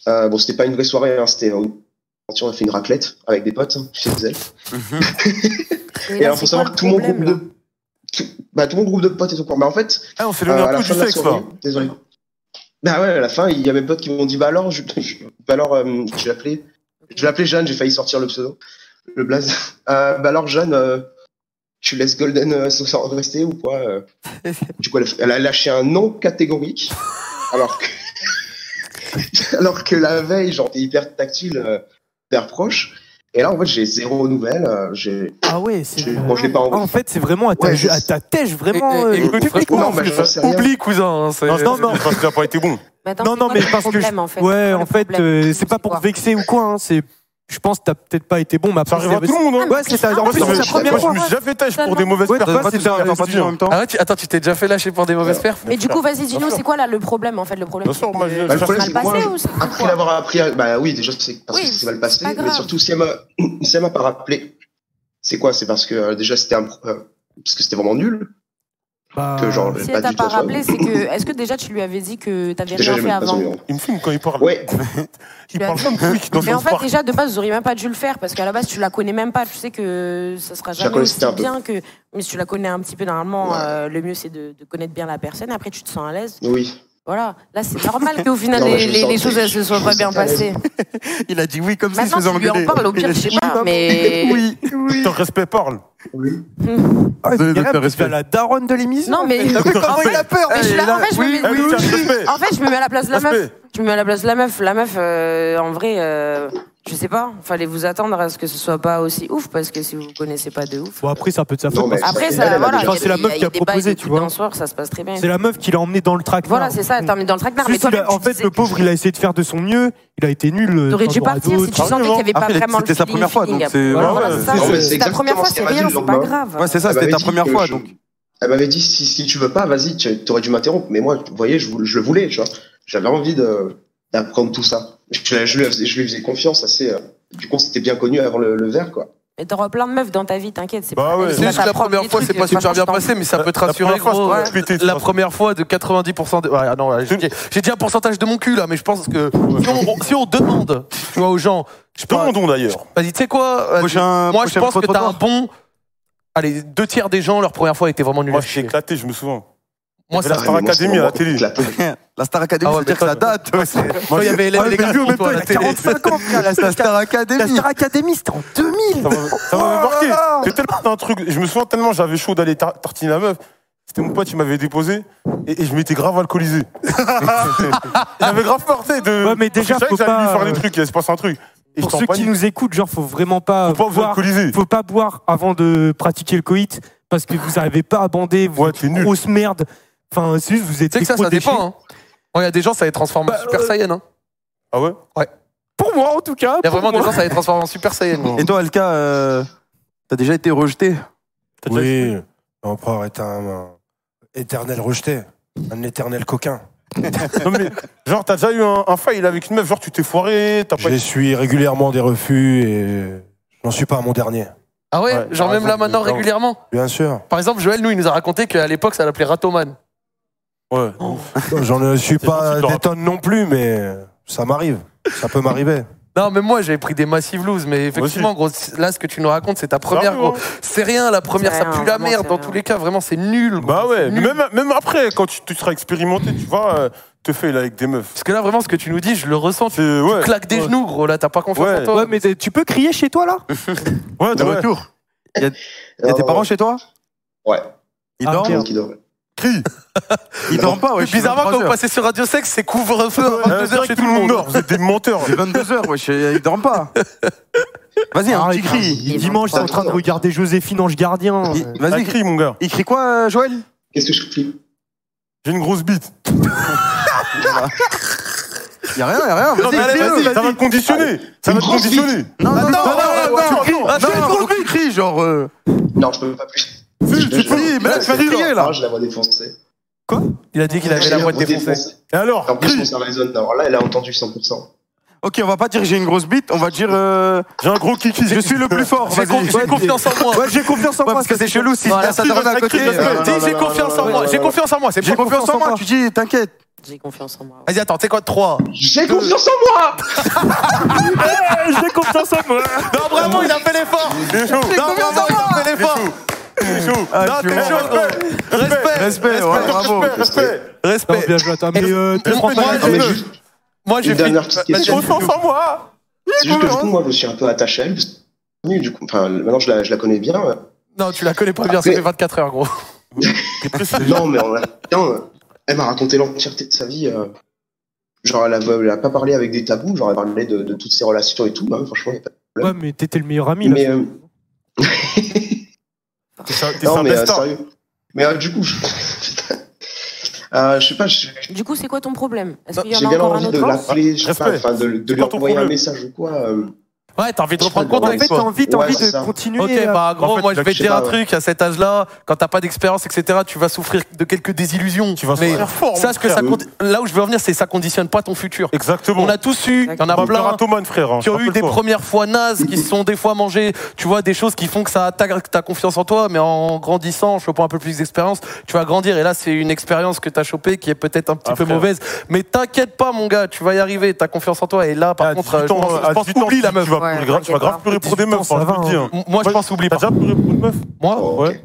J: Euh, bon, c'était pas une vraie soirée. Hein, c'était euh, on a fait une raclette avec des potes hein, chez elle. <laughs> Et,
C: là,
J: alors, faut
C: c'est
J: savoir
C: quoi
J: que
C: le
J: tout mon
C: problème,
J: groupe de, tout- bah, tout mon groupe de potes est au courant. Mais en fait,
A: Eh, on s'est donné
J: euh, à
A: un
J: la
A: peu
J: fin de
A: du
J: la
A: sexe, là.
J: soirée, désolé. Bah ouais, à la fin, il y a mes potes qui m'ont dit Bah alors, je, je- bah alors euh, je vais l'appeler. Je vais l'appeler Jeanne, j'ai failli sortir le pseudo, le blaze. Euh, bah alors, Jeanne, euh, tu laisses Golden euh, se- se- rester ou quoi
H: <laughs>
J: euh. Du coup, elle, elle a lâché un non catégorique, alors que, alors que <laughs> la veille, genre, t'es hyper tactile, euh, hyper proche. Et là, en fait, j'ai zéro nouvelle. euh, J'ai,
H: Ah ouais, c'est.
J: j'ai- bon, je l'ai pas
H: Ah,
J: envoyé.
H: en fait, c'est vraiment à ta,
J: Ouais,
H: ju-
J: je-
H: à ta têche, vraiment.
F: Et- et-
H: euh,
F: et-
H: publiquement,
J: Non,
H: en
J: mais
H: fait.
J: j'en sais rien.
F: Oublie, cousin. hein, c'est-
A: Non, non, parce que ça n'a pas été bon.
C: Mais attends,
H: Non,
C: c'est
H: non,
C: quoi
H: mais
C: le
H: parce que. je-
C: problème, en fait
H: Ouais,
C: Le
H: en fait,
C: problème,
H: euh,
C: c'est
H: c'est pas pour
C: quoi
H: te vexer ou quoi, hein, c'est. Je pense que t'as peut-être pas été bon, mais
A: Ça
H: après.
A: arrive à
H: c'est-
A: tout le monde, hein.
H: Ouais, c'est
C: Ah,
H: ta- en
A: Moi,
H: plus,
A: je me
H: c'est la
A: suis-
H: première
A: moi, je
H: fois.
A: me suis déjà fait tâche pour des mauvaises
H: Ouais,
A: personnes.
B: Pas tout à- pas tout en
A: hein.
B: même temps.
F: Arrête, Ah tu- attends, tu t'es déjà fait lâcher pour des mauvaises perfs
C: Mais du coup, vas-y,
A: Bien
C: dis-nous,
A: sûr.
C: c'est quoi là le problème en fait Le problème,
A: Bien sûr, moi, je-
J: Bah, le
A: Ça
J: problème,
C: mal
J: c'est que moi,
C: passé
J: je-
C: ou c'est
J: après
C: quoi
J: l'avoir appris, à- bah oui, déjà, c'est parce
C: Oui,
J: que c'est mal
C: c'est
J: passé,
C: pas
J: mais
C: grave.
J: surtout, <clears throat> si elle m'a, si elle m'a pas rappelé, c'est quoi C'est parce que euh, déjà, c'était un, pro- euh, parce que c'était vraiment nul. que genre, j'ai
C: Si
J: bah, pas
C: elle t'a
J: dit de
C: pas
J: toute façon.
C: rappelé, c'est que. Est-ce que déjà tu lui avais dit que t'avais
J: Déjà,
C: rien fait
J: j'ai même pas hein.
C: avant
J: son numéro.
A: Il me filme quand il parle. <laughs>
J: Ouais.
A: Il parle
C: <laughs>
A: comme Quick dans
C: Mais en
A: son
C: fait,
A: parc.
C: déjà, de base, vous auriez même pas dû le faire parce qu'à la base, tu la connais même pas. Tu sais que ça sera
J: Je la
C: jamais
J: connaissais
C: aussi
J: un peu.
C: bien que. Mais si tu la connais un petit peu, normalement,
J: Ouais.
C: euh, le mieux, c'est de, de connaître bien la personne. Après, tu te sens à l'aise.
J: <clears throat> Oui.
C: Voilà. Là, c'est normal
J: <laughs>
C: qu'au final,
J: Non,
C: les,
J: bah, je me
C: les-
J: sens-
C: les choses, elles se soient
J: je
C: pas
J: me
C: bien
J: sens à l'aise.
C: passées.
B: Il a dit oui comme s'il se
C: Maintenant,
B: faisait
C: tu lui en
B: engueuler.
C: parles, au pire, je sais
H: bah,
C: pas, mais.
B: Oui, oui.
A: Ton respect parle.
H: Ah, je
B: Désolé,
H: dirais,
B: docteur,
H: putain,
B: respect.
H: la daronne de l'émission.
C: Non, mais. <laughs>
B: Comment il a peur
C: Mais je suis là- en fait, je me
A: Eh oui,
C: mets-
A: t'as le respect.
C: En fait, je me mets à la place de la meuf.
A: Respect.
C: Je me mets à la place de la meuf. La meuf, euh, en vrai, euh, je sais pas. Fallait vous attendre à ce que ce soit pas aussi ouf parce que si vous connaissez pas de ouf.
H: Bon, après, c'est un peu de sa faute.
J: Non, mais-
H: parce que
C: Après,
J: Elle,
C: ça,
J: elle a
C: voilà.
J: des-
C: il y a
H: c'est la
C: des-
H: meuf
C: il y a
H: qui a
C: des bails
H: proposé,
C: de
H: tu
C: coups
H: vois.
C: d'un soir, ça se passe très bien.
H: C'est la meuf qui l'a emmené dans le track.
C: hein. Voilà, c'est ça. T'as mis dans le traquenard. Mais
H: Juste,
C: toi,
H: il a- en fait, le pauvre, il a essayé de faire de son mieux. Il a été nul. euh,
C: T'aurais dû
H: par rapport à
C: partir si
H: d'autres.
C: tu sentais qu'il y avait pas
B: Après,
C: vraiment le
B: c'était sa
C: feeling,
B: première fois,
C: feeling.
B: donc c'est-
C: Voilà,
A: ouais,
C: voilà,
A: ouais,
C: c'est ça,
A: c'est-
C: c'est-
A: c'est
C: c'est ta
J: exactement
C: première fois,
J: ce
C: c'est
J: qu'elle m'a dit
C: rien,
J: le
C: c'est pas
J: lendemain.
C: grave.
B: Ouais, c'est ça,
J: Elle
B: c'était
J: m'avait
B: ta
J: dit
B: première
J: que
B: fois,
J: je-
B: donc.
J: Elle m'avait dit si, si tu veux pas, vas-y, tu aurais dû m'interrompre. Mais moi, vous voyez, je, vou- je le voulais, tu vois. J'avais envie de- d'apprendre tout ça. Je, la- je lui faisais, je lui faisais confiance assez. euh, du coup, c'était bien connu avant le, le verre, quoi.
C: Mais t'auras plein de meufs dans ta vie, t'inquiète. C'est
A: Bah
C: pas
A: ouais.
C: c'est
F: C'est
C: pas
F: juste
C: ta
F: que la
C: propre
F: première fois,
C: truc,
F: c'est pas
C: tu vois,
F: super bien
C: franchement,
F: passé, mais ça peut te
A: La
F: rassurer,
A: première fois,
F: gros.
A: c'est
F: Ouais.
A: pas pété, de
F: La
A: toute
F: première fois de 90% de. Ouais, ah non, là, j'ai j'ai dit un pourcentage de mon cul là, mais je pense que si on, si on demande, tu vois, aux gens, je
A: façon.
F: pense.
A: Demandons d'ailleurs.
F: Vas-y, tu sais quoi vas-y.
B: Prochain-
F: Moi, je
B: prochain
F: pense que t'as
B: trottoir.
F: un bon. Allez, deux tiers des gens, leur première fois était vraiment nulle.
A: Moi,
F: à
A: je suis
F: chier.
A: éclaté, je me souviens.
F: Moi, ça.
A: j'avais la Star
J: Vraiment, ce
A: Academy à la
J: moment,
A: télé.
J: clapet.
B: La Star Academy,
F: Ah ouais,
B: ça veut dire que
F: mais
B: ça date. ouais, c'est-
F: Toi, il y avait
B: Ah,
F: les
B: mais
F: gars
B: lui, au
F: pour
B: même
F: toi
B: temps,
F: à
B: il
F: la
B: a
F: télé.
H: 45 ans,
B: La
H: frère. <laughs> La Star,
B: Star Academy.
H: la Star Academy, c'était en 2000.
A: Ça m'a- ça m'avait marqué. J'ai tellement fait un truc. Je me souviens tellement, j'avais chaud d'aller tar- tartiner la meuf. C'était mon pote qui m'avait déposé et, et je m'étais grave <laughs> alcoolisé. j'avais grave peur, tu sais, de.
H: Ouais, mais
A: parce que
H: déjà,
A: je savais
H: faut
A: que j'allais lui
H: pas,
A: faire
H: euh,
A: des trucs, il allait se passer un truc. Et
H: Pour
A: j'étais en
H: ceux qui
A: panique.
H: nous écoutent, genre, faut vraiment pas,
A: Faut pas vous
H: boire.
A: alcooliser.
H: Faut pas boire avant de pratiquer le coït parce que vous arrivez pas à bander. Vous
A: Ouais,
H: êtes
A: t'es
H: une
A: nul.
H: grosse merde. Enfin, c'est juste, vous êtes
F: Tu sais que ça, ça
H: des gros déchets.
F: dépend. hein. Moi, Il y a des gens, ça les transforme en Super Saiyan. hein.
A: Ah ouais
H: Pour moi, en tout cas.
F: Il y a
H: pour
F: vraiment des
H: moi.
F: gens, ça les transforme en Super
B: <laughs>
F: Saiyan.
B: Et toi, Alka, euh, t'as déjà été rejeté
A: T'as déjà-
E: Oui, l'empereur est un, un éternel rejeté, un éternel
A: <laughs>
E: coquin.
A: Non, mais, Genre, t'as déjà eu un, un fail avec une meuf, genre, tu t'es foiré, t'as pas.
E: Je suis régulièrement des refus et je n'en suis pas à mon dernier.
F: Ah ouais,
A: Ouais,
F: Genre
A: par
F: même là
A: exemple,
F: maintenant
A: genre-
F: régulièrement
E: Bien sûr.
F: Par exemple, Joël, nous, il nous a raconté qu'à l'époque, ça l'appelait Ratoman.
A: Ouais.
E: J'en ne suis
A: C'est gentil
E: pas
A: de le
E: des tonnes non plus, mais ça m'arrive. Ça peut m'arriver.
F: Non, mais moi, j'avais pris des massives looses, mais effectivement, gros, là, ce que tu nous racontes, c'est ta première,
A: arrive,
F: gros.
A: hein.
F: C'est rien, la première,
C: C'est
F: ça
C: rien,
F: pue la
C: vraiment,
F: merde.
C: c'est
F: Dans
C: rien.
F: tous les cas, vraiment, c'est nul. gros.
A: Bah ouais,
F: C'est
A: mais
F: nul.
A: même, même après, quand tu, tu seras expérimenté, tu vas euh, te faire là avec des meufs.
F: Parce que là, vraiment, ce que tu nous dis, je le ressens. Tu
A: C'est. Ouais.
F: claques des
A: Ouais.
F: genoux, gros, là, t'as pas confiance
A: Ouais.
F: en toi.
H: Ouais, mais tu peux crier chez
A: <laughs>
H: toi, là
A: Ouais,
B: De
A: ouais.
B: retour. Il y a, il y a
J: Non,
B: tes
J: non,
B: parents
J: non.
B: chez toi
J: euh, Ouais.
B: Ils
H: Ah,
J: Tout
B: dorment
J: le monde qui dort.
F: <laughs>
B: Ils dorment pas, ouais.
F: Plus bizarrement, quand vous passez sur Radio Sex, c'est couvre-feu à
A: Euh,
F: 22h
A: direct,
F: chez
A: tout le monde dort, vous êtes des menteurs.
B: 22h, wesh, ils dorment pas. Vas-y, un petit
H: Arrête,
B: cri.
C: Il-
H: Dimanche, t'es en train de regarder Joséphine Ange Gardien. Euh,
B: Il-
A: Vas-y,
B: Vas-y, crie.
A: crie, mon gars.
B: Il crie quoi, euh, Joël
J: Qu'est-ce que je crie
A: J'ai une
B: <laughs>
A: grosse bite.
B: Y'a rien, y'a rien.
A: Non,
B: Vas-y,
A: mais allez,
B: crie-le.
A: vas-y, ça va te conditionner. Ça va te
J: grosse bite.
A: conditionner.
B: Non, non, non,
A: non, non,
B: non,
A: tu
B: non,
A: cries.
B: non,
A: Ah,
B: non, non, tu cries, genre. euh,
J: Non, je peux pas plus.
A: Si,
J: Je te
A: tu
J: jure.
A: cries, mais là, tu vas crier, là.
J: Ah, je la vois défoncer.
F: Il a dit qu'il avait
J: Je
F: la voix défoncée.
J: défoncée.
A: Et alors
J: En plus, bon, ça résonne. Alors là, elle a entendu 100%.
B: Ok, on va pas dire j'ai une grosse bite, on va dire euh,
A: J'ai un gros kiki.
B: je suis le plus fort.
F: J'ai con-
B: vas-y.
F: j'ai confiance en moi.
B: Ouais, j'ai confiance en
H: Ouais,
B: moi. Parce que c'est chelou si ça
A: crie,
B: donne à
A: vas-y,
B: côté.
A: crie, vas-y.
B: euh,
F: Dis, j'ai confiance en moi. J'ai confiance en moi. C'est
B: J'ai
F: pas-
B: confiance en moi, tu dis, t'inquiète.
C: J'ai confiance en moi.
F: Vas-y, attends, tu sais quoi, 3.
J: J'ai confiance en moi
G: <laughs> Eh,
H: J'ai confiance en moi.
F: Non, vraiment, il a fait l'effort. Non,
B: confiance
F: vraiment,
B: en
F: il a fait l'effort.
B: Ah,
F: Non,
B: tu
F: t'es
B: vois,
F: chaud,
B: ouais.
F: gros. Respect.
B: Respect, ouais, bravo.
A: Respect, respect.
H: Non,
F: Respect.
H: bien joué, attends, mais euh, t'es
F: Moi,
H: français.
J: Non, mais
F: je-
J: juste,
F: Moi, j'ai
J: Une
F: fait.
J: dernière petite question.
A: Confiance en moi.
J: C'est juste que du coup, moi, je me suis un peu attaché à elle. parce que, du coup, enfin, maintenant, je la, je la connais bien.
F: Non, tu la connais pas bien, ça
J: Après-
F: fait 24 heures, gros.
J: <laughs> non, mais en vrai, putain, elle m'a raconté l'entièreté de sa vie. euh, genre, elle a, elle a pas parlé avec des tabous, genre, elle parlait de, de toutes ses relations et tout. Bah, ouais, franchement, y a pas...
H: Ouais, mais t'étais le meilleur ami, là.
J: Mais. euh,
A: T'es sa- t'es
J: non,
A: sa
J: mais euh,
A: best star.
J: sérieux. Mais euh, du coup, je. putain. Euh, je sais pas, je-
C: Du coup, c'est quoi ton problème Est-ce qu'il y
J: j'ai
C: en a
J: bien
C: encore un
J: envie de
C: autre en
J: l'appeler, je sais pas,
A: Respect.
J: enfin, de, de lui
A: pas ton
J: envoyer un
A: problème.
J: message ou quoi. euh,
F: Ouais, t'as envie de reprendre
J: En
I: En fait,
F: contact,
I: t'as
F: quoi.
I: envie, t'as
J: Ouais,
I: envie
J: c'est
I: de
J: ça.
I: continuer.
F: Ok,
I: euh,
F: bah gros,
A: fait,
F: moi je vais
J: je
F: te
J: sais
F: dire
J: pas,
F: un
J: ouais.
F: truc, à cet âge-là, quand t'as pas d'expérience, etc., tu vas souffrir de quelques désillusions.
A: Tu vas
F: mais
A: souffrir fort,
F: sache
A: mon
F: que ça
A: frère.
F: condi- là où je veux en venir, c'est que ça conditionne pas ton futur.
A: Exactement.
F: On a tous eu, il y en a
A: Bah,
F: plein
A: Marathonman, frère. hein,
F: qui ont eu des
A: rappelle-toi.
F: premières fois nazes, qui se sont des fois mangés, tu vois, des choses qui font que ça attaque ta confiance en toi, mais en grandissant, en chopant un peu plus d'expérience, tu vas grandir. Et là, c'est une expérience que t'as chopée qui est peut-être un petit
A: Ah,
F: peu
A: frère.
F: mauvaise. Mais t'inquiète pas, mon gars, tu vas y arriver, t'as confiance en toi. Et là, par
A: À
F: contre, euh,
A: 18
F: je
A: ans,
F: pense-
A: à
F: je pense
A: 18 ans,
F: oublie la
A: tu-
F: meuf.
A: Tu vas,
C: Ouais,
A: gra- tu vas grave pleurer pour des meufs,
H: ça
A: hein, je
H: va,
A: te le dis. hein.
F: M- Moi, je
A: Ouais,
F: pense oublie
A: T'as
F: pas.
A: déjà pleuré pour une meuf
F: Moi,
J: ok.
A: Ouais.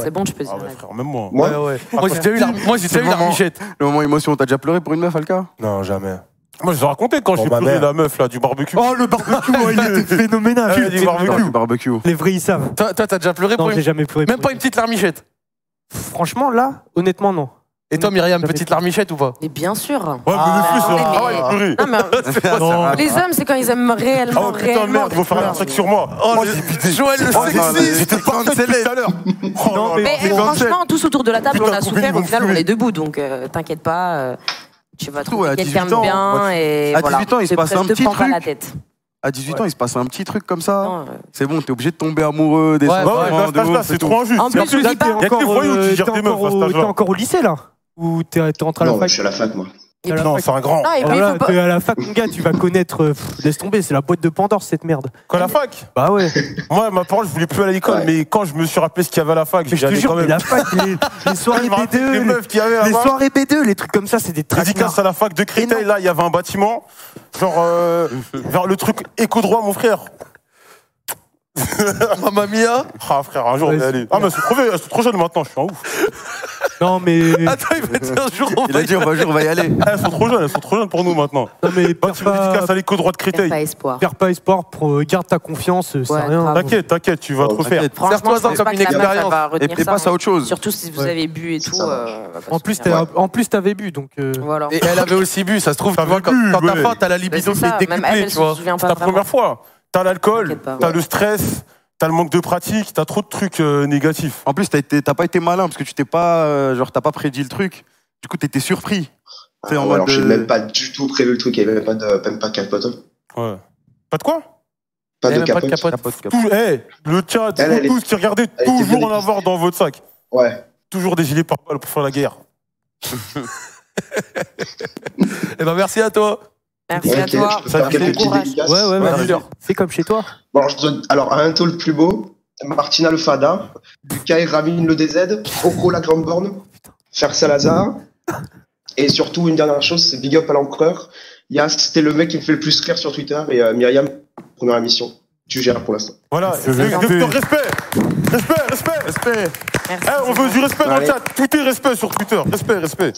C: C'est bon, je peux dire.
A: Ah ouais, frère, même moi.
J: Moi,
F: Ouais, ouais. Moi, j'ai déjà eu la, moi, j'ai
B: C'est
F: déjà eu
B: le
F: la
B: moment.
F: michette.
B: Le moment émotion, t'as déjà pleuré pour une meuf, Alka
E: Non, jamais.
A: Moi, je vous ai raconté quand
E: Oh,
A: j'ai
E: ma
A: pleuré
E: mère.
A: la meuf là du barbecue.
H: Oh,
A: <laughs>
H: le barbecue, ouais, il était
A: Ah,
H: phénoménal.
A: il y a du barbecue.
B: Du barbecue.
H: Les vrais, ils savent.
F: Toi, toi, t'as déjà pleuré
H: Non,
F: pour
H: j'ai
F: une...
H: jamais pleuré.
F: Même
H: pour
F: pas une petite larmichette.
H: une- Franchement, là, honnêtement, non.
F: Et toi, Myriam, petite larmichette ou pas
C: Mais bien sûr. bah,
A: Ouais, mais le feu, c'est
C: mais-
A: Ah ouais, il a pleuré.
C: Non, mais
B: Non.
C: les hommes, c'est quand ils aiment réellement.
A: Ah ouais, putain,
C: réellement
A: merde, ils vont faire un
C: leur
A: truc sur moi. Oh, j'ai pité.
F: Joël le
A: Oh, non, mais
F: sexiste
A: J'étais pas tout à l'heure. Oh, là, là.
C: Mais eh, franchement, tous autour de la table,
A: Putain,
C: on a
A: combien ils
C: souffert.
A: vont
C: Au final, on
A: fumer.
C: est debout, donc euh, t'inquiète pas. euh, tu vas
B: Surtout, à
C: trouver
B: 18
C: quelqu'un
B: ans,
C: de bien
B: moi,
C: et
B: à
C: voilà.
B: 18 ans, il se
C: Te-
B: passe un
C: te
B: petit
C: prends pas
B: truc.
C: la tête.
B: À 18 ans, il se passe un petit truc comme ça.
C: Non, euh,
B: C'est bon, t'es obligé de tomber amoureux des
F: Ouais,
A: Ah ouais,
B: sentiments,
A: mais à cet
B: de ouf,
A: âge-là, c'est trop injuste.
C: En
A: Et
C: plus,
A: après,
C: je dis pas-
A: y a que les voyous qui
H: euh,
A: gèrent
H: t'es
A: des meufs
H: encore
A: à cet
H: au- t'es
A: âge-là.
H: encore au lycée, là Ou t'es t'es rentré à la
J: non,
H: fac
J: je suis à la fac, moi.
C: Et puis-
A: Non, c'est un grand.
C: Non, et puis, il
H: Voilà,
C: faut pas-
H: t'es euh, à la fac, mon gars, tu vas connaître. euh, pff, laisse tomber, c'est la boîte de Pandore, cette
A: <laughs>
H: merde.
A: Quand la fac
H: Bah ouais.
A: Moi, ma parole, je voulais plus aller à l'école,
J: Ouais.
A: mais quand je me suis rappelé ce qu'il y avait à la fac,
H: Mais je
A: j'ai
H: te
A: allé
H: jure,
A: quand
H: mais
A: même.
H: la fac, les,
A: <laughs>
H: les soirées
A: Je me rappelle
H: BDE,
A: des
H: les,
A: meufs qu'il y avait
H: les
A: là-bas.
H: soirées BDE, les trucs comme ça, c'est des
A: Dédicace
H: traquenards.
A: à la fac de Créteil, là, il y avait un bâtiment, genre, euh, vers le truc éco-droit, mon frère.
F: <laughs> Mamma mia
A: Ah, frère, un jour, on
H: Ouais,
A: est allé. Ah, mais c'est trop, vieille, je suis trop jeune maintenant, je suis un ouf.
H: Non, mais.
F: Attends, il va dire un jour, on
B: Il
F: va
B: a
F: y
B: dit, on va, on va y aller.
A: Ah, Elles sont trop jeunes, elles sont trop jeunes pour nous maintenant.
H: Non, mais
A: Bah,
H: perds
A: tu me dédicaces
H: pas,
A: à l'éco-droit de
C: Fais
A: Créteil.
C: pas espoir.
H: Ah, perds pas espoir, pro- garde ta confiance, euh, c'est
C: Ouais,
H: rien.
C: grave.
A: T'inquiète, t'inquiète, tu vas te
J: Oh,
A: refaire.
C: Franchement,
F: Serre-toi
C: je
F: ça
C: pense
F: comme
C: pas
F: une
C: que la meuf, elle va
B: Et,
F: expérience.
C: retenir
B: et
C: ça,
B: passe
C: hein.
B: à autre chose.
C: Surtout si vous
H: Ouais.
C: avez bu et tout.
J: ça.
C: euh, on va pas
H: En
C: se
H: plus, t'es-
C: souvenir.
H: en plus, t'avais bu, donc. euh,
C: Voilà.
F: Et elle avait aussi bu, ça se trouve, tu
A: T'avais
F: vois, quand,
A: bu,
F: quand t'as
A: ouais.
F: faim, t'as la
C: Mais
F: libido
C: c'est
F: qui est
C: ça, même elle,
F: décuplée,
C: elle
F: tu
C: se
F: vois.
C: souvient
A: C'est
C: pas.
A: ta
C: vraiment.
A: première fois. T'as l'alcool,
C: T'inquiète pas.
A: t'as le stress, t'as le manque de pratique, t'as trop de trucs euh, négatifs.
B: En plus, t'as été- t'as pas été malin parce que tu t'es pas, euh, genre, t'as pas prédit le truc. Du coup, t'étais surpris. C'est
J: Ah,
B: en
J: ouais,
B: mode,
J: alors, j'ai
B: euh,
J: même pas du tout prévu le truc, il y avait même pas de, même pas de capote.
A: Ouais. Pas de quoi
J: Pas
F: Elle
J: de
F: avait pas de
J: capote.
F: capote.
B: Capote, capote.
A: Tout- Eh, le chat,
J: Elle,
A: vous
J: elle est-
A: tous qui regardez,
J: elle était
A: toujours
J: bien
A: en avoir dans votre sac.
J: Ouais.
A: Toujours des gilets pare-balles pour faire la guerre.
F: Eh ben, merci à toi.
C: <laughs> Merci à
J: Ok,
C: toi.
J: je peux
A: Ça
J: faire
A: fait
J: quelques petites
C: courage.
J: dédicaces.
H: Ouais, ouais,
A: Ouais,
H: vas-y.
A: sûr.
H: C'est comme chez toi.
J: Bon, alors, je donne- alors, à un taux le plus beau, Martina le Fada, Lucas et Ravine le DZ, Oko la Grande Borne, Fer Salazar. Et surtout, une dernière chose, c'est Big Up à l'Empereur. Il y a, c'était le mec qui me fait le plus rire sur Twitter et euh, Myriam, première émission. Tu gères pour l'instant.
A: Voilà,
C: C'est
A: le
C: ça.
A: le- respect Respect, respect Respect
C: Merci.
A: Eh, On veut du respect dans le
J: Allez.
A: chat. Tweetez respect sur Twitter. Respect, respect.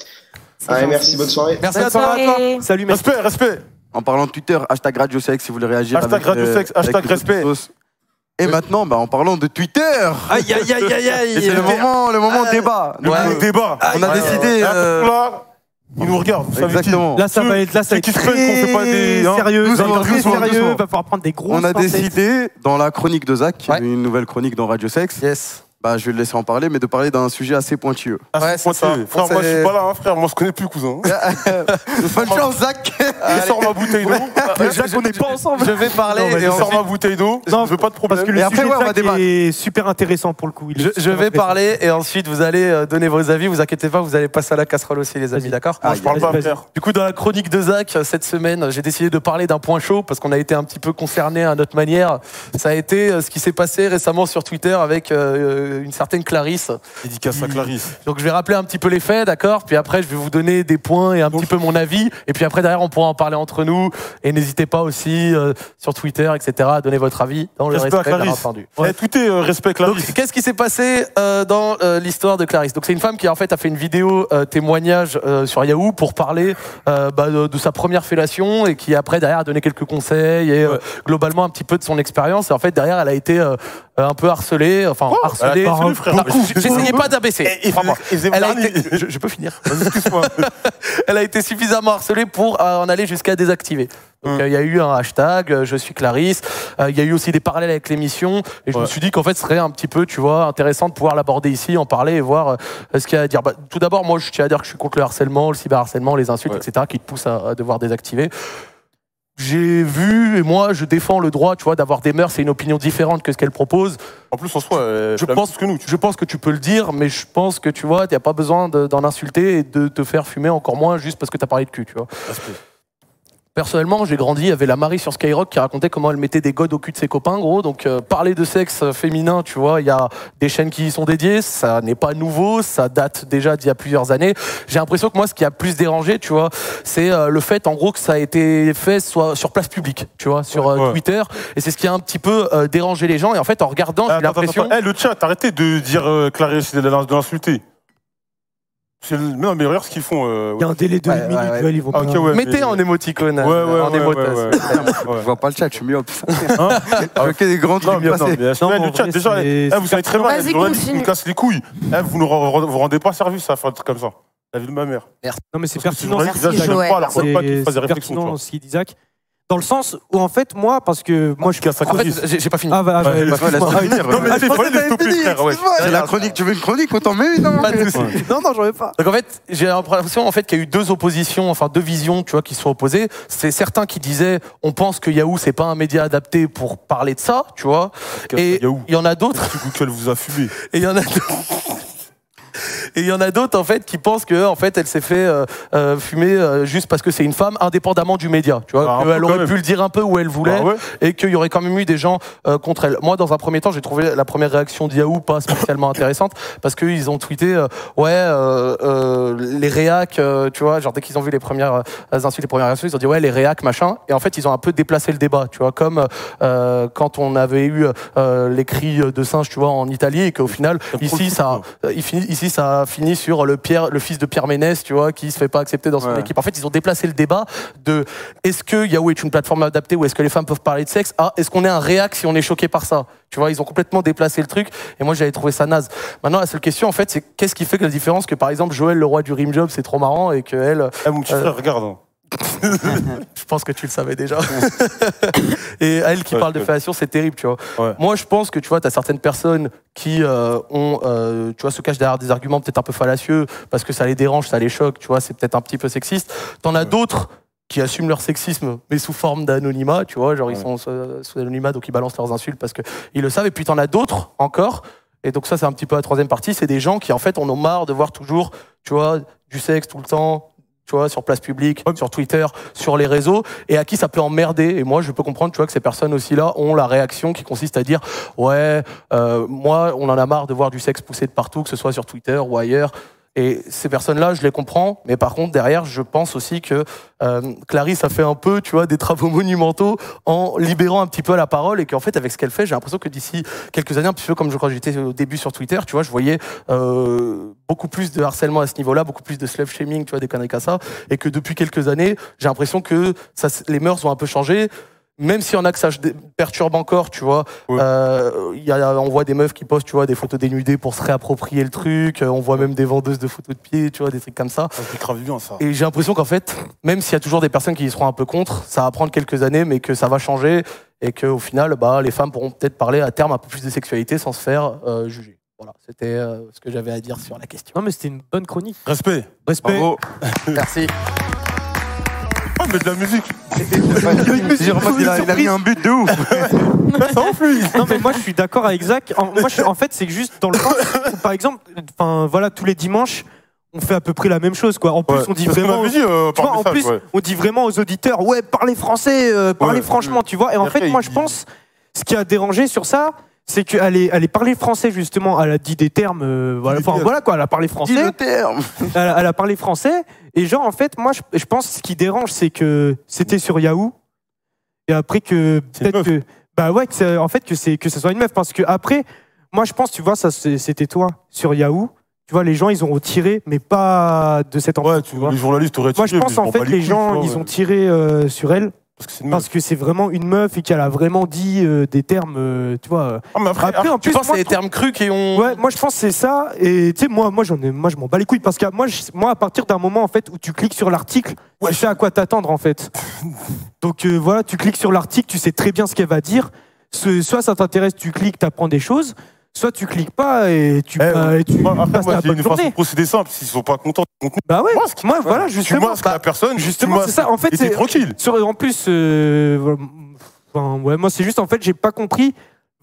C: C'est
J: Allez,
C: gentil.
J: merci, bonne soirée.
F: Merci
C: Bonne
F: à toi.
C: soirée.
H: Salut, mec.
A: Respect, respect.
B: En parlant de Twitter, hashtag Radio Sexe si vous voulez réagir.
A: Hashtag
B: avec, euh,
A: Radio Sexe, hashtag
B: avec les
A: respect.
B: autres sauces. Et maintenant, bah, en parlant de Twitter,
I: Aïe, aïe, aïe, aïe,
B: <laughs>
I: aïe.
B: c'est le moment, le
H: Euh,
B: moment débat.
A: Le
B: Ouais.
A: gros débat.
B: On a décidé.
A: Et
B: euh,
A: attention, là, il nous regarde. vous savez qui.
B: exactement.
H: Là, ça
A: Ceux-
H: va être, là, ça
A: ceux
H: va être
A: qui se
H: très
A: plaignent qu'on fait pas des- hein.
H: sérieux.
B: Nous,
H: ça va
B: on
H: être très
B: doucement,
H: sérieux.
B: doucement.
H: Va falloir prendre des gros.
B: On a décidé, dans la chronique de Zach,
F: Ouais.
B: une nouvelle chronique dans Radio Sexe,
F: Yes.
B: bah, je vais le laisser en parler, mais de parler d'un sujet assez pointilleux.
A: Ah,
F: Ouais, c'est
A: c'est
F: ça.
A: pointu. Frère, moi, je
F: C'est-
A: suis pas là, hein, frère. Moi, je connais plus, cousin.
B: Bonne chance, Zach
A: Je sors ma bouteille d'eau.
H: on n'est pas ensemble.
F: Je vais parler
H: Non, mais
F: et
A: Je
F: on-
A: sors ma bouteille d'eau. Je
H: Non,
A: veux pas de
H: Parce
A: problème.
H: que le
B: Et après,
H: sujet
B: ouais, on
H: de
B: va
H: ça qui
B: débattre.
H: est super intéressant pour le coup. Il est
F: Je, je
H: super
F: vais
H: intéressant.
F: parler et ensuite vous allez euh, donner vos avis. Vous inquiétez pas, vous allez passer à la casserole aussi, les amis,
H: Vas-y.
F: d'accord
A: Moi, je parle
H: Vas-y,
A: pas,
H: vas-y.
A: frère.
F: Du coup, dans la chronique de Zach, euh, cette semaine, euh, j'ai décidé de parler d'un point chaud parce qu'on a été un petit peu concerné à notre manière. Ça a été euh, ce qui s'est passé récemment sur Twitter avec euh, une certaine Clarisse.
A: Dédicace à Clarisse.
F: Donc, je vais rappeler un petit peu les faits, d'accord Puis après, je vais vous donner des points et un petit peu mon avis. Et puis après, derrière, on pourra en parler entre nous. Et n'hésitez pas aussi euh, sur Twitter, etc., à donner votre avis dans le
A: Respect à
F: respect, bien
A: Clarisse.
F: entendu.
A: Eh, tout est euh, respect,
F: Donc,
A: Clarisse.
F: qu'est-ce qui s'est passé euh, dans euh, l'histoire de Clarisse Donc, c'est une femme qui en fait a fait une vidéo euh, témoignage euh, sur Yahoo pour parler euh, bah, de, de sa première fellation et qui après derrière a donné quelques conseils et euh, globalement un petit peu de son expérience. Et en fait derrière elle a été euh, euh, un peu harcelée, enfin
A: Oh,
F: harcelée.
A: Par un coup.
F: J'essayais pas d'abaisser.
A: Ah, Et- et-
F: Crois-moi.
A: et Zemmour-
F: Elle a été- je, je peux finir. <laughs> Elle a été suffisamment harcelée pour euh, en aller jusqu'à désactiver. Donc
A: Mm.
F: euh, il y a eu un hashtag, euh, je suis Clarisse. Euh, Il y a eu aussi des parallèles avec l'émission. Et je me
A: Ouais.
F: suis dit qu'en fait, ce serait un petit peu, tu vois, intéressant de pouvoir l'aborder ici, en parler et voir euh, ce qu'il y a à dire. Bah, tout d'abord, moi, je tiens à dire que je suis contre le harcèlement, le cyberharcèlement, les insultes,
A: Ouais.
F: etc., qui te poussent à, à devoir désactiver. J'ai vu, et moi, je défends le droit, tu vois, d'avoir des mœurs et une opinion différente que ce qu'elle propose.
A: En plus, en soi, euh,
F: Je
A: la-
F: pense que nous. Je pense que tu peux le dire, mais je pense que tu vois, t'as pas besoin de- d'en insulter et de te faire fumer encore moins juste parce que t'as parlé de cul, tu vois. Personnellement, j'ai grandi avec la Marie sur Skyrock qui racontait comment elle mettait des godes au cul de ses copains, gros. Donc, euh, parler de sexe féminin, tu vois, il y a des chaînes qui y sont dédiées, ça n'est pas nouveau, ça date déjà d'il y a plusieurs années. J'ai l'impression que moi, ce qui a plus dérangé, tu vois, c'est euh, le fait, en gros, que ça a été fait soit sur place publique, tu vois, sur euh,
A: Ouais.
F: Twitter. Et c'est ce qui a un petit peu euh, dérangé les gens. Et en fait, en regardant, j'ai
A: Attends, attends,
F: l'impression.
A: attends. Eh, le chat, arrêtez de dire euh, Clarisse et de l'in- de l'insulter. C'est le- Non, mais regarde ce qu'ils font. euh,
H: Il y a un délai de
B: Ouais,
H: 8
B: ouais,
H: minutes,
B: ouais.
H: Val, ils vont
A: Ah,
H: pas-
A: ok, ouais, mais-
F: Mettez en émoticône,
A: Ouais, ouais,
F: en
A: ouais,
F: émote.
A: ouais, ouais.
B: Je vois pas le chat, je suis myope.
A: Hein
B: Je vois que des grands
A: Non,
B: trucs
A: mais attends,
B: passer.
A: mais
H: Non,
A: eh,
H: mais en
A: le chat,
H: vrai,
A: déjà,
H: c'est-
A: eh, vous savez très mal,
C: Vas-y,
A: les journalistes
C: continue.
A: nous cassent les couilles. Eh, vous ne vous rendez pas service à faire un truc comme ça. La vie de ma mère.
H: Non, mais c'est
A: Parce que ces
H: pertinent.
A: journalistes,
C: Merci,
A: déjà, j'aime
C: Joël.
A: pas, alors,
H: C'est
A: faut pas qu'ils fassent des
H: c'est
A: réflexions. tu
H: pertinent
A: vois.
H: ce qu'il dit, Zach. Dans le sens où, en fait, moi, parce que moi, je
A: Casse la
F: En fait,
A: codice.
F: j'ai j'ai pas fini.
H: Ah, bah, ah,
A: Ouais,
H: bah,
B: laisse-moi
H: excuse-moi.
B: finir.
A: Non, mais
B: Ah,
A: c'est fallait les stopper, frère. ouais.
B: C'est la chronique, tu veux une chronique, autant mais non.
F: Pas de soucis. <laughs>
I: Non, non, j'en veux pas.
F: Donc en fait, j'ai l'impression en fait qu'il y a eu deux oppositions, enfin deux visions, tu vois, qui se sont opposées. C'est certains qui disaient, on pense que Yahoo c'est pas un média adapté pour parler de ça, tu vois. Et
A: Yahoo.
F: il y en a d'autres,
A: Google vous a fumé.
F: <laughs> et il y en a d'autres. <laughs> Et il y en a d'autres en fait qui pensent que en fait elle s'est fait euh, euh, fumer euh, juste parce que c'est une femme, indépendamment du média, tu vois.
A: Ah, un peu
F: elle
A: quand
F: aurait
A: même.
F: pu le dire un peu où elle voulait.
A: Ah ouais
F: et qu'il y aurait quand même eu des gens euh, contre elle. Moi, dans un premier temps, j'ai trouvé la première réaction de Yahoo pas spécialement intéressante parce qu'ils ont tweeté euh, ouais euh, euh, les réacs, euh, tu vois, genre dès qu'ils ont vu les premières euh, insultes, les premières réactions, ils ont dit ouais les réacs machin. Et en fait, ils ont un peu déplacé le débat, tu vois, comme euh, quand on avait eu euh, les cris de singe, tu vois, en Italie et qu'au final ici ça, il finit- ici ça a fini sur le Pierre, le fils de Pierre Ménès, tu vois, qui se fait pas accepter dans son
B: Ouais.
F: équipe. En fait, ils ont déplacé le débat de est-ce que Yahoo est une plateforme adaptée où est-ce que les femmes peuvent parler de sexe Ah, est-ce qu'on est un réac si on est choqué par ça Tu vois, ils ont complètement déplacé le truc et moi j'avais trouvé ça naze. Maintenant, la seule question en fait, c'est qu'est-ce qui fait que la différence que par exemple Joël, le roi du rim job, c'est trop marrant et que elle,
A: Eh, mon petit
F: Euh,
A: frère, regarde. hein.
F: je pense que tu le savais déjà. et elle qui
A: Ouais,
F: parle de
A: ouais.
F: fellation, c'est terrible, tu vois.
A: Ouais.
F: Moi, je pense que tu vois, t'as certaines personnes qui euh, ont, euh, tu vois, se cachent derrière des arguments peut-être un peu fallacieux parce que ça les dérange, ça les choque, tu vois, c'est peut-être un petit peu sexiste. T'en as d'autres qui assument leur sexisme, mais sous forme d'anonymat, tu vois, genre ils sont
A: Ouais.
F: euh, sous anonymat, donc ils balancent leurs insultes parce que ils le savent. Et puis t'en as d'autres encore. Et donc ça, c'est un petit peu la troisième partie. C'est des gens qui, en fait, on en marre de voir toujours, tu vois, du sexe tout le temps, tu vois, sur place publique, sur Twitter, sur les réseaux, et à qui ça peut emmerder. Et moi, je peux comprendre, tu vois, que ces personnes aussi là ont la réaction qui consiste à dire, ouais, euh, moi, on en a marre de voir du sexe pousser de partout, que ce soit sur Twitter ou ailleurs. Et ces personnes-là, je les comprends, mais par contre, derrière, je pense aussi que euh, Clarisse a fait un peu, tu vois, des travaux <laughs> monumentaux en libérant un petit peu la parole et qu'en fait, avec ce qu'elle fait, j'ai l'impression que d'ici quelques années, un petit peu comme je crois que j'étais au début sur Twitter, tu vois, je voyais euh, beaucoup plus de harcèlement à ce niveau-là, beaucoup plus de slave shaming, tu vois, des conneries comme ça, et que depuis quelques années, j'ai l'impression que ça, s- les mœurs ont un peu changé. Même si on a que ça je dé- perturbe encore, tu vois,
A: Ouais.
F: Euh, il y a, on voit des meufs qui postent, tu vois, des photos dénudées pour se réapproprier le truc. euh, On voit même des vendeuses de photos de pieds, tu vois, des trucs comme ça.
A: Ça, c'est grave bien, ça.
F: Et j'ai l'impression qu'en fait, même s'il y a toujours des personnes qui y seront un peu contre, ça va prendre quelques années, mais que ça va changer et qu'au final, bah, les femmes pourront peut-être parler à terme un peu plus de sexualité sans se faire euh, juger. Voilà, c'était euh, ce que j'avais à dire sur la question.
H: Non, mais c'était une bonne chronique.
A: Respect.
H: Respect. <laughs>
F: Merci.
A: Ah, mais de
B: <laughs>
A: la musique.
B: J'ai remarqué, il a- il a mis un but de
A: <laughs>
B: ouf.
A: Bah,
H: Non mais moi je suis d'accord avec Zach. En, moi je suis- en fait c'est que juste dans le sens où, par exemple, enfin voilà tous les dimanches on fait à peu près la même chose quoi. En plus
A: Ouais.
H: on dit
A: Parce qu'on
H: vraiment,
A: m'avait
H: aux,
A: dit, euh,
H: tu
A: par
H: vois, en
A: message,
H: plus
A: ouais.
H: on dit vraiment aux auditeurs ouais parlez français, euh, parlez
A: Ouais.
H: franchement tu vois. Et en
A: Après,
H: fait moi
A: il-
H: je pense ce qui a dérangé sur ça c'est qu'elle est, elle est parlé français justement. Elle a dit des termes euh, voilà,
A: Des
H: enfin,
A: termes.
H: voilà quoi. Elle a parlé
B: Dis
H: français.
B: le terme.
H: <laughs> Elle a, elle a parlé français. Et genre, en fait, moi, je, je pense que ce qui dérange, c'est que c'était sur Yahoo. Et après que
A: C'est une
H: peut-être que bah ouais, que ça- en fait que c'est que ça soit une meuf, parce que après, moi, je pense, tu vois, ça c'est- c'était toi sur Yahoo. Tu vois, les gens, ils ont retiré, mais pas de cette enfant.
A: Ouais, tu-
H: vois.
A: les journalistes auraient
H: Moi,
A: tué,
H: je
A: mais
H: pense en
A: m'en bats
H: fait,
A: les
H: les
A: couilles,
H: gens,
A: tu vois,
H: ils
A: ouais.
H: ont tiré euh, sur elle
A: Parce que c'est une meuf.
H: Parce que c'est vraiment une meuf et qu'elle a vraiment dit euh, des termes, euh, tu vois. euh.
A: Ah, mais après,
H: Après, en
F: Tu
H: plus,
F: penses
H: moi,
F: à des termes crus qui ont.
H: Ouais, moi je pense que c'est ça. Et tu sais, moi, moi j'en ai, moi je m'en bats les couilles parce que moi, je- moi à partir d'un moment en fait où tu cliques sur l'article, tu sais à quoi t'attendre en fait. Donc euh, voilà, tu cliques sur l'article, tu sais très bien ce qu'elle va dire. Ce- soit ça t'intéresse, tu cliques, t'apprends des choses. Soit tu cliques pas et tu,
A: Eh,
H: bah, et tu
A: moi, après,
H: passes
A: moi,
H: ta
A: j'ai
H: bonne
A: une façon
H: journée.
A: de procéder simple. S'ils sont pas contents du contenu,
H: Bah ouais.
A: masque.
H: Moi voilà
A: tu
H: justement.
A: masques la personne.
H: Justement, c'est ça. En fait,
A: Et t'es
H: c'est
A: tranquille.
H: sur- en plus, euh, voilà, enfin, ouais, moi c'est juste en fait, j'ai pas compris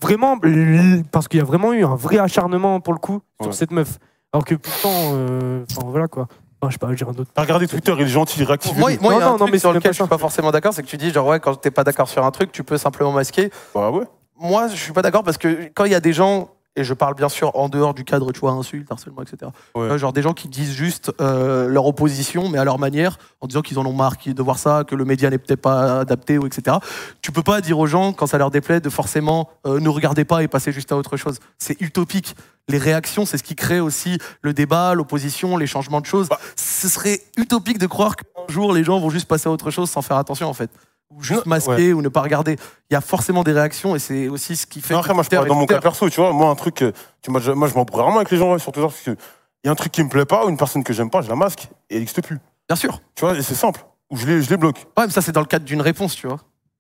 H: vraiment l- parce qu'il y a vraiment eu un vrai acharnement pour le coup
A: Ouais.
H: sur cette meuf. Alors que pourtant, euh, enfin voilà quoi. Enfin, je sais pas, j'ai un autre.
A: T'as regardé Twitter, il est gentil, réactive.
F: Moi, moi, il y a
H: Non,
F: un
H: non,
F: truc
H: mais
F: sur
H: c'est
F: lequel
H: pas
F: je suis pas forcément d'accord, c'est que tu dis genre ouais quand t'es pas d'accord sur un truc, tu peux simplement masquer.
A: Bah ouais.
F: Moi, je suis pas d'accord parce que quand il y a des gens et je parle bien sûr en dehors du cadre, tu vois, insultes, harcèlement, etc.
A: Ouais.
F: Euh, Genre des gens qui disent juste euh, leur opposition, mais à leur manière, en disant qu'ils en ont marre qu'ils- de voir ça, que le média n'est peut-être pas adapté, ou etc. Tu peux pas dire aux gens, quand ça leur déplaît, de forcément euh, ne regardez pas et passer juste à autre chose. C'est utopique. Les réactions, c'est ce qui crée aussi le débat, l'opposition, les changements de
H: Bah.
F: choses. Ce serait utopique de croire qu'un jour, les gens vont juste passer à autre chose sans faire attention, en fait. Ou juste
A: Non,
F: masquer, ou ne pas regarder. Il y a forcément des réactions, et c'est aussi ce qui fait...
A: Non, après,
F: que
A: moi, je
F: Twitter
A: parle
F: est
A: dans mon
F: Twitter.
A: cas perso, tu vois. Moi, un truc, euh, tu m'as déjà- moi, je m'embrouille rarement avec les gens ouais, sur Twitter parce que il y a un truc qui me plaît pas ou une personne que j'aime pas, je la masque et elle n'existe plus.
F: Bien sûr.
A: Tu vois, et c'est simple. Ou je les, je les bloque.
F: Ouais, mais ça, c'est dans le cadre d'une réponse, tu vois.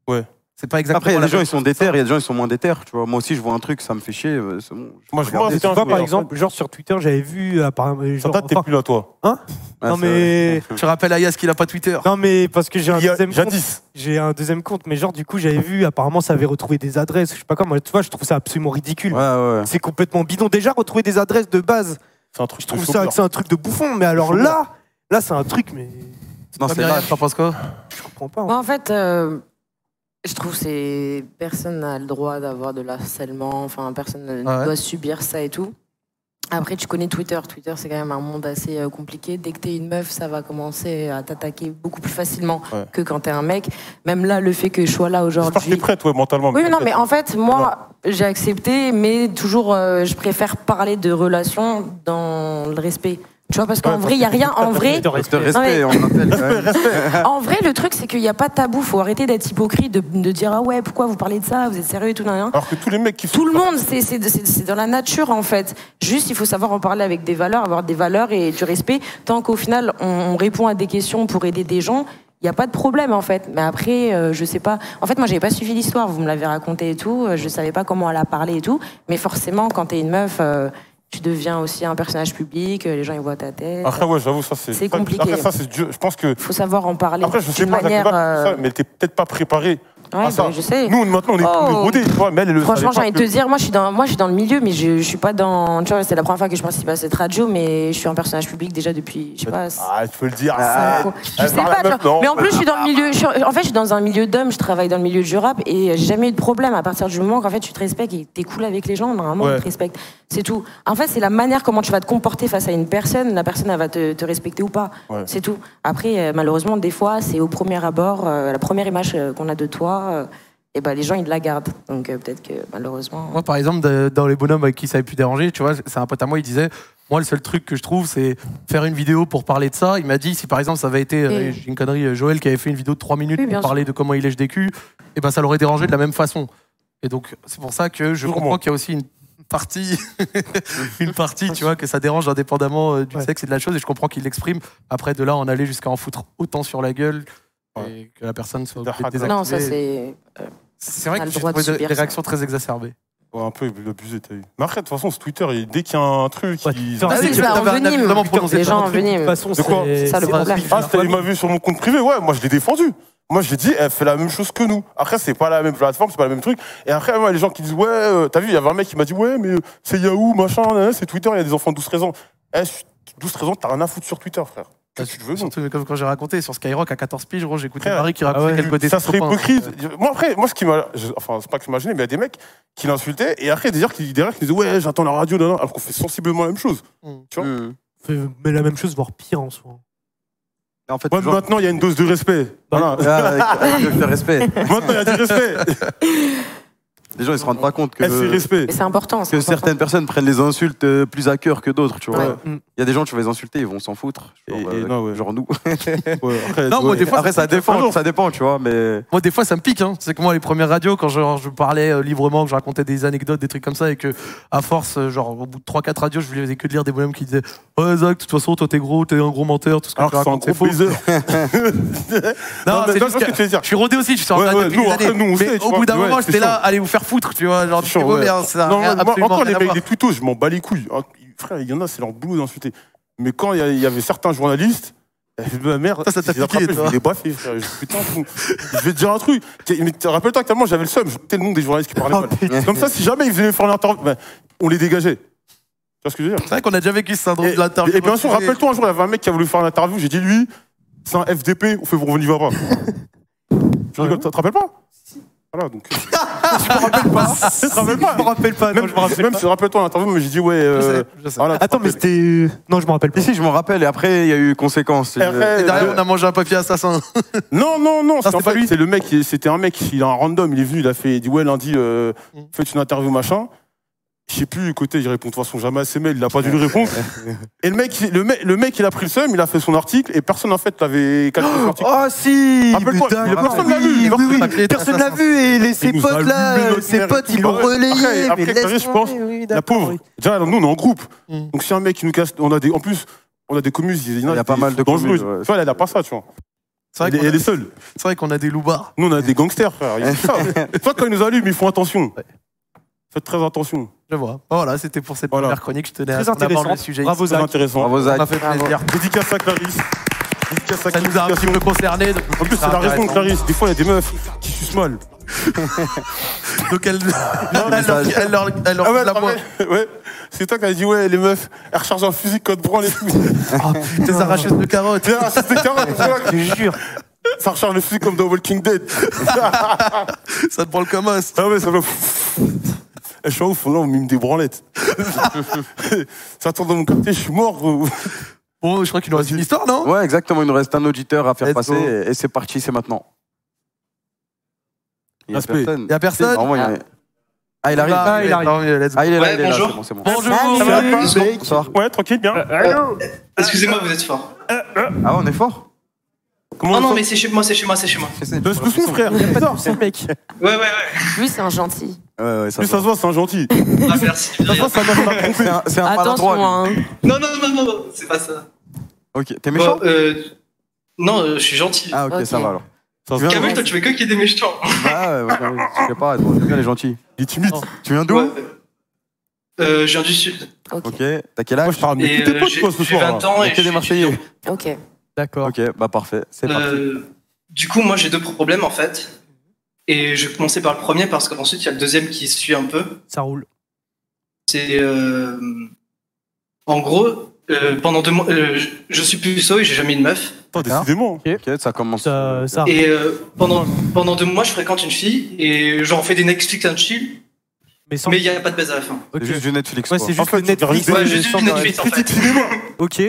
A: Ouais.
F: C'est pas exactement.
B: Après, il y a
F: la
B: des gens,
F: même
B: ils sont déter, il y a des gens, ils sont moins déter. Tu vois, moi aussi, je vois un truc, ça me fait chier. euh, c'est bon,
A: Moi, je
B: vais regarder.
A: m'en-
H: Tu vois, par
A: mais-
H: exemple, genre sur Twitter, j'avais vu apparemment.
A: Ça
H: Genre,
A: date, t'es
H: enfin, Hein
A: plus là, toi. Ah,
B: Ouais,
H: non
B: c'est
H: mais.
B: vrai.
F: chose. Tu rappelles à Yas qu'il a pas Twitter.
H: Non mais parce que j'ai un
A: Il y a-
H: deuxième compte,
A: Jadis.
H: j'ai un deuxième compte, mais genre du coup j'avais vu apparemment ça avait retrouvé des adresses, je sais pas quoi, moi tu vois je trouve ça absolument ridicule.
B: Ouais, ouais. ouais.
H: C'est complètement bidon. Déjà retrouver des adresses de base,
A: C'est un truc
H: je trouve
A: de
H: ça
A: chauffeur.
H: que c'est un truc de bouffon, mais alors
A: Chauffeur.
H: là, là c'est un truc mais
B: Non,
F: Toi,
B: c'est
F: Myriam,
B: lâche.
F: t'en penses quoi
H: je comprends pas. en
C: Moi, en fait, euh, je trouve que c'est- personne n'a le droit d'avoir de l'harcèlement, enfin, personne ne
F: Ah ouais.
C: doit subir ça et tout. Après, tu connais Twitter. Twitter, c'est quand même un monde assez euh, compliqué. Dès que t'es une meuf, ça va commencer à t'attaquer beaucoup plus facilement
A: Ouais.
C: que quand t'es un mec. Même là, le fait que je sois là
A: J'espère que t'es
C: aujourd'hui.
A: prête, ouais, mentalement.
C: Oui, mais non, mais en fait, moi, j'ai accepté, mais toujours, euh, je préfère parler de relations dans le respect. Tu vois, parce qu'en vrai, il n'y a rien. En vrai,
B: Docteur
C: Non, mais-
B: Respect, on l'appelle quand même.
C: en vrai, le truc, c'est qu'il n'y a pas de tabou. faut arrêter d'être hypocrite, de, de dire Ah ouais, pourquoi vous parlez de ça Vous êtes sérieux et tout, nan, nan.
A: Alors que tous les mecs qui font.
C: Tout le monde, c'est- c'est c'est- c'est dans la nature en fait. Juste, il faut savoir en parler avec des valeurs, avoir des valeurs et du respect. Tant qu'au final, on, on répond à des questions pour aider des gens, il n'y a pas de problème en fait. Mais après, euh, je sais pas. En fait, moi, j'avais pas suivi l'histoire. Vous me l'avez raconté et tout. euh, Je savais pas comment elle a parlé et tout. Mais forcément, quand t'es une meuf, euh, tu deviens aussi un personnage public. euh, Les gens ils voient ta tête.
A: Après, ouais, j'avoue, ça, c'est.
C: C'est compliqué.
A: Après, ça, c'est. Dieu. Je pense que.
C: Faut savoir en parler.
A: Après, je sais
C: d'une
A: pas,
C: manière,
A: d'accord avec
C: euh,
A: ça, mais t'es peut-être pas préparé.
C: ouais,
A: à Ah, ça.
C: bah, je sais.
A: Nous, maintenant, on est
C: Oh.
A: on est rodés, tu vois, mais elle, elle le
C: Franchement, j'ai
A: savait
C: envie
A: pas
C: de te dire, moi je suis dans, moi je suis dans le milieu, mais je, je suis pas dans. Tu vois, c'est la première fois que je participe à cette radio, mais je suis un personnage public déjà depuis, je sais pas.
A: que- Ah, tu peux le dire.
C: cinq ans. ah, je
A: elle
C: sais
A: parle à
C: pas,
A: la
C: tu
A: meuf,
C: vois.
A: non. Ah, bah.
C: mais en plus je suis dans le milieu, je suis- en fait je suis dans un milieu d'hommes, je travaille dans le milieu du rap et j'ai jamais eu de problème à partir du moment qu'en fait tu te respectes et que t'es cool avec les gens, normalement
A: Ouais.
C: ils te respectent, c'est tout. En fait c'est la manière comment tu vas te comporter face à une personne, la personne elle va te, te respecter ou pas,
A: Ouais.
C: c'est tout. Après euh, malheureusement des fois c'est au premier abord, euh, la première image euh, qu'on a de toi, et ben les gens ils la gardent, donc euh, peut-être que malheureusement.
F: Moi, par exemple, de- dans les bonhommes avec qui ça avait pu déranger, tu vois, c'est un pote à moi, il disait Moi, le seul truc que je trouve, c'est faire une vidéo pour parler de ça. Il m'a dit Si par exemple, ça avait été, euh,
C: Oui.
F: j'ai une connerie, euh, Joël qui avait fait une vidéo de 3 minutes
C: Oui, bien
F: pour parler de comment il lèche des culs, et ben ça l'aurait dérangé de la même façon. Et donc, c'est pour ça que je
A: Toujours
F: comprends
A: moi.
F: qu'il y a aussi une
A: <laughs>
F: partie, une partie, tu vois, que ça dérange indépendamment euh, du
H: Ouais.
F: sexe et de la chose, et je comprends qu'il l'exprime. Après, de là, on allait jusqu'à en foutre autant sur la gueule.
A: Ouais.
F: Et que la personne soit
A: D'accord.
F: désactivée.
C: Non, ça c'est. euh,
F: C'est vrai
C: On a
F: que
C: le
F: j'ai
C: droit de
F: trouvé des
C: subir
F: des
C: ça.
F: réactions très exacerbées.
A: Ouais, un peu abusé, t'as eu. Mais après, de toute façon, ce Twitter, il- dès qu'il y a un truc,
H: Ouais,
A: ils-
H: Twitter,
F: Ah,
C: Ah,
F: c'est
C: oui,
F: que
C: ça
F: t'avais un
C: envenime.
F: abonnement prononcé
C: Les
F: sur un
C: gens
F: truc.
H: De toute
C: enveniment.
H: façon,
A: De quoi
C: C'est ça le
H: c'est-
C: problème.
A: Ah, t'as eu ma vue sur mon compte privé, ouais, moi je l'ai défendu. Moi je l'ai dit, elle fait la même chose que nous. Après, c'est pas la même plateforme, c'est pas le même truc. Et après, ouais, les gens qui disent, ouais, euh, t'as vu, il y avait un mec qui m'a dit, ouais, mais euh, c'est Yahoo, machin, nanana, c'est Twitter, il y a des enfants de 12-13 ans. Eh, 12-13 ans, t'as rien à foutre sur Twitter, frère. Que tu veux, bon.
F: Surtout comme quand j'ai raconté sur Skyrock à 14 piges, gros, j'écoutais
A: Frère,
F: Marie qui racontait quelques
A: Ah Ça
F: détails.
A: serait hypocrite. Moi, après, moi, ce qui m'a. je- Enfin, c'est pas que j'imaginais, mais il y a des mecs qui l'insultaient et après, des gens qui, derrière, qui disaient, ouais, j'attends la radio, non, non, alors qu'on fait sensiblement la même chose.
B: Hum.
H: fait- mais la même chose, voire pire en soi.
B: En fait,
A: Ouais, mais
B: toujours-
A: maintenant, il y a une dose de respect. Voilà.
B: Ah, avec- avec le respect.
A: maintenant, il y a du respect.
B: <laughs> Les gens, ils se rendent pas compte que,
A: Eh, c'est respect.
C: Mais c'est important. c'est
B: que
C: important.
B: certaines personnes prennent les insultes euh, plus à cœur que d'autres, tu vois. Il
C: Ouais.
B: y a des gens, tu vas les insulter, ils vont s'en foutre. Genre,
A: Et- et
B: euh,
A: non, ouais.
B: genre nous.
A: Ouais, après,
F: Non, moi,
A: ouais.
F: des fois,
B: Après, ça dépend, ça dépend, tu vois, mais.
F: Moi, des fois, ça me pique. Hein. C'est que moi, les premières radios, quand je, je parlais euh, librement, que je racontais des anecdotes, des trucs comme ça, et que, à force, euh, genre, au bout de 3-4 radios, je voulais que de lire des bonhommes qui disaient Ouais, Zach, de toute façon, toi, t'es gros, t'es un gros menteur, tout ce que
A: Alors
F: tu
A: que c'est un
F: racontes, c'est
A: gros
F: faux. <laughs> Non, c'est
A: baiser. Non, mais toi,
F: juste
A: je vois ce que
F: que.
A: tu veux dire.
F: Je suis rodé aussi, je suis en
A: Ouais,
F: date
A: ouais,
F: Ah, depuis
A: nous,
F: des
A: après,
F: années.
A: nous, on
F: Mais
A: sait, tu
F: au
A: vois,
F: bout d'un
A: ouais,
F: moment,
A: c'est
F: j'étais là,
A: chaud.
F: allez vous faire foutre, tu vois. Genre,
A: C'est chaud,
F: c'est beau,
A: ouais.
F: mais, hein, ça a
A: Non,
F: rien-
A: moi,
F: absolument
A: encore
F: rien
A: les
F: à
A: mecs
F: voir.
A: des twittos, je m'en bats les couilles. Ah, Frère, il y en a, c'est leur boulot d'insulter. Mais quand il y a- il y avait certains journalistes, eh, ma mère,
F: Ça, ça t'a
A: je les ai
F: piqué,
A: attrapés,
F: toi.
A: je les ai baffés, frère. Je- Putain, fou. je vais te dire un truc. T'es- mais t'es- Rappelle-toi que tellement j'avais le seum, je mettais le nom des journalistes qui
F: Oh,
A: parlaient mal. Comme ça, si jamais ils venaient faire une interview, ben, on les dégageait. Tu vois ce que je veux dire
F: C'est vrai qu'on a déjà vécu ce syndrome
A: et,
F: de l'interview.
A: et bien sûr, rappelle-toi un jour, il y avait un mec qui a voulu faire une interview, j'ai dit lui, c'est un FDP, on fait on n'y
F: <laughs>
A: va pas. Je rigole, tu te rappelles pas Voilà, donc. euh, je me <laughs> rappelle pas. te rappelles pas
H: Je me rappelle pas. non,
A: même,
H: je me rappelle
A: même
H: pas.
A: si je rappelle toi l'interview, mais j'ai dit ouais. euh,
I: <laughs>
A: voilà, tu
H: Attends, mais
A: rappelles.
H: c'était. euh, Non, je me rappelle pas.
B: Si, je m'en rappelle, et après, il y a eu conséquences.
A: Eh,
B: Euh,
A: eh,
F: Et derrière,
A: euh,
F: on a mangé un papier assassin.
A: Non, non, non, c'est
F: c'était
A: en
F: pas
A: fait,
F: lui.
A: c'est le mec, il- c'était un mec, il a un random, il est venu, il a fait, il dit ouais, lundi, euh,
I: Mm.
A: faites une interview, machin. Je sais plus, côté, il répond de toute façon jamais à ses mails, il a pas
I: <laughs>
A: dû lui répondre. Et le mec, il- le mec, le mec, il a pris le seum, il a fait son article, et personne, en fait, l'avait calculé son article.
I: <gasps> Oh si
A: Rappelle-toi,
I: putain,
A: mais personne
I: oui,
A: l'a vu,
I: oui, oui.
F: Papier
I: Personne
F: assassin.
I: l'a vu et les- ses
A: Il nous a
I: potes là,
A: allumé
I: euh,
A: notre
I: ses
A: merde.
I: potes ils l'ont
A: Après,
I: relayé.
A: après,
I: mais
A: t'as vu,
I: laisse
A: je pense,
I: tomber, oui,
A: La
I: d'accord,
A: pauvre.
I: oui.
A: Déjà, nous, on est en groupe.
F: Mm.
A: Donc, si un mec qui nous casse, on a des, en plus, on a des communes, il y en
B: Il y a pas
A: des
B: mal de
A: dangereuses.
B: communes, ouais.
A: Tu vois, elle, elle a pas ça, tu vois.
F: C'est vrai
A: Elle, est-
F: qu'on
A: elle est
F: a-
A: seule.
F: c'est vrai qu'on a des loupards.
A: Nous, on a des gangsters, frère. Ils font
B: <laughs>
A: ça. Toi, quand ils nous allument, ils font attention.
F: Ouais.
A: Faites très attention.
F: Je vois. Voilà, c'était pour cette
A: Voilà.
F: première chronique. Je tenais à
H: Très
F: qu'on aborde le
H: intéressante.
F: sujet.
H: Bravo,
A: Très
H: Zach.
A: intéressant.
B: Bravo,
F: Ça
B: Zach.
F: m'a fait plaisir.
A: Dédicace à Clarisse. Dédicace à
F: Ça nous a un petit peu concernés. donc
A: En plus, c'est la raison,
F: intéressant.
A: Clarisse. Des fois, il y a des meufs qui sucent mal.
F: <laughs> Donc
A: <laughs>
F: elle, elle, leur,
B: ça-
F: elle leur- elle leur
A: Ah ouais,
F: la
A: ah
F: voix.
A: ouais, ouais. C'est toi qui as dit, ouais, les meufs, elles rechargent un fusil, code branle et tout.
G: Ah,
F: Des arracheuses de carottes.
A: Bien,
F: <laughs>
A: c'était carré, tu vois.
H: Je te jure.
A: Ça recharge le fusil comme dans Walking Dead.
F: Ça te prend le comos.
A: Ah ouais, ça va. Je suis en ouf, là, on mime
F: <laughs>
A: des branlettes. ça tourne dans mon quartier, je suis mort. gros.
F: Bon, je crois qu'il nous reste une histoire, non
B: Ouais, exactement, il nous reste un auditeur à faire
F: Let's
B: passer,
F: go.
B: et, et c'est parti, c'est maintenant. Il y a
A: Respect.
B: personne.
F: Y'a personne
B: Normalement, il y a- Ah, il arrive.
F: Ah, il arrive. Tant mieux, let's go.
B: Ah, il est là,
K: Ouais,
B: il est là,
K: bonjour.
B: c'est bon, c'est bon.
F: Bonjour.
B: Bonsoir.
A: Ouais, tranquille, bien.
K: Euh,
A: Euh,
K: Excusez-moi, vous êtes fort.
B: Ah, on est fort
A: Comment
K: Oh non,
A: on
K: mais c'est chez moi, c'est chez moi, c'est chez moi.
A: Le soupçon, frère. Lui,
H: C'est le mec.
K: Ouais, ouais, ouais.
C: Lui, c'est un gentil.
B: Ouais, ouais, ça
A: ça se
B: va.
A: voit, c'est un gentil.
K: <laughs> Ah, merci.
A: Ça se voit, ça m'a trompé.
B: C'est un- C'est un
C: Attention,
B: maladroit. lui.
C: hein.
K: Non, non, non, non, non, c'est pas ça.
B: Ok, t'es méchant
K: Bon, euh, non, euh, je suis gentil.
B: Ah, ok,
C: Ok.
B: ça va alors.
A: Ça se
B: Tu
A: voit.
B: viens
K: Camille,
B: d'où
K: toi, tu veux que qu'il y ait des méchants.
B: Ah, ouais, ouais, ouais, je sais pas, bon, j'aime bien les gentils.
A: Il est timide.
B: Tu viens d'où
K: Ouais. Euh, je viens du sud.
C: Ok.
B: Ok, t'as quel âge
A: Moi, je te ramène
K: Et
A: tous tes
K: euh,
A: potes,
K: j'ai
A: toi, ce
K: j'ai
A: soir.
K: 20
A: là.
K: ans
B: Il y a
K: et
B: que
K: je
B: des
K: suis
B: Marseillais.
K: étudiant.
C: Ok.
D: D'accord.
B: Ok, bah parfait, c'est parti.
K: Euh, du coup, moi, j'ai deux problèmes en fait. Et je vais commencer par le premier parce qu'ensuite, il y a le deuxième qui suit un peu.
H: Ça roule.
K: C'est. euh, en gros, euh, pendant deux mois, euh, je, je suis puceau et j'ai jamais eu de meuf.
A: Attends, décidément.
B: Ok, ça commence.
H: Ça, ça
K: Et euh, pendant, pendant deux mois, je fréquente une fille et genre on fait des Netflix and chill,
H: Mais sans.
K: mais il n'y a pas de baise à la fin.
H: Ok.
B: C'est juste du Netflix.
H: Ouais,
B: quoi.
H: c'est
A: En
H: juste
A: fait,
H: le
A: tu veux dire
H: Netflix.
A: une
K: Ouais, juste
H: sans-
K: une Netflix en fait.
H: Ok.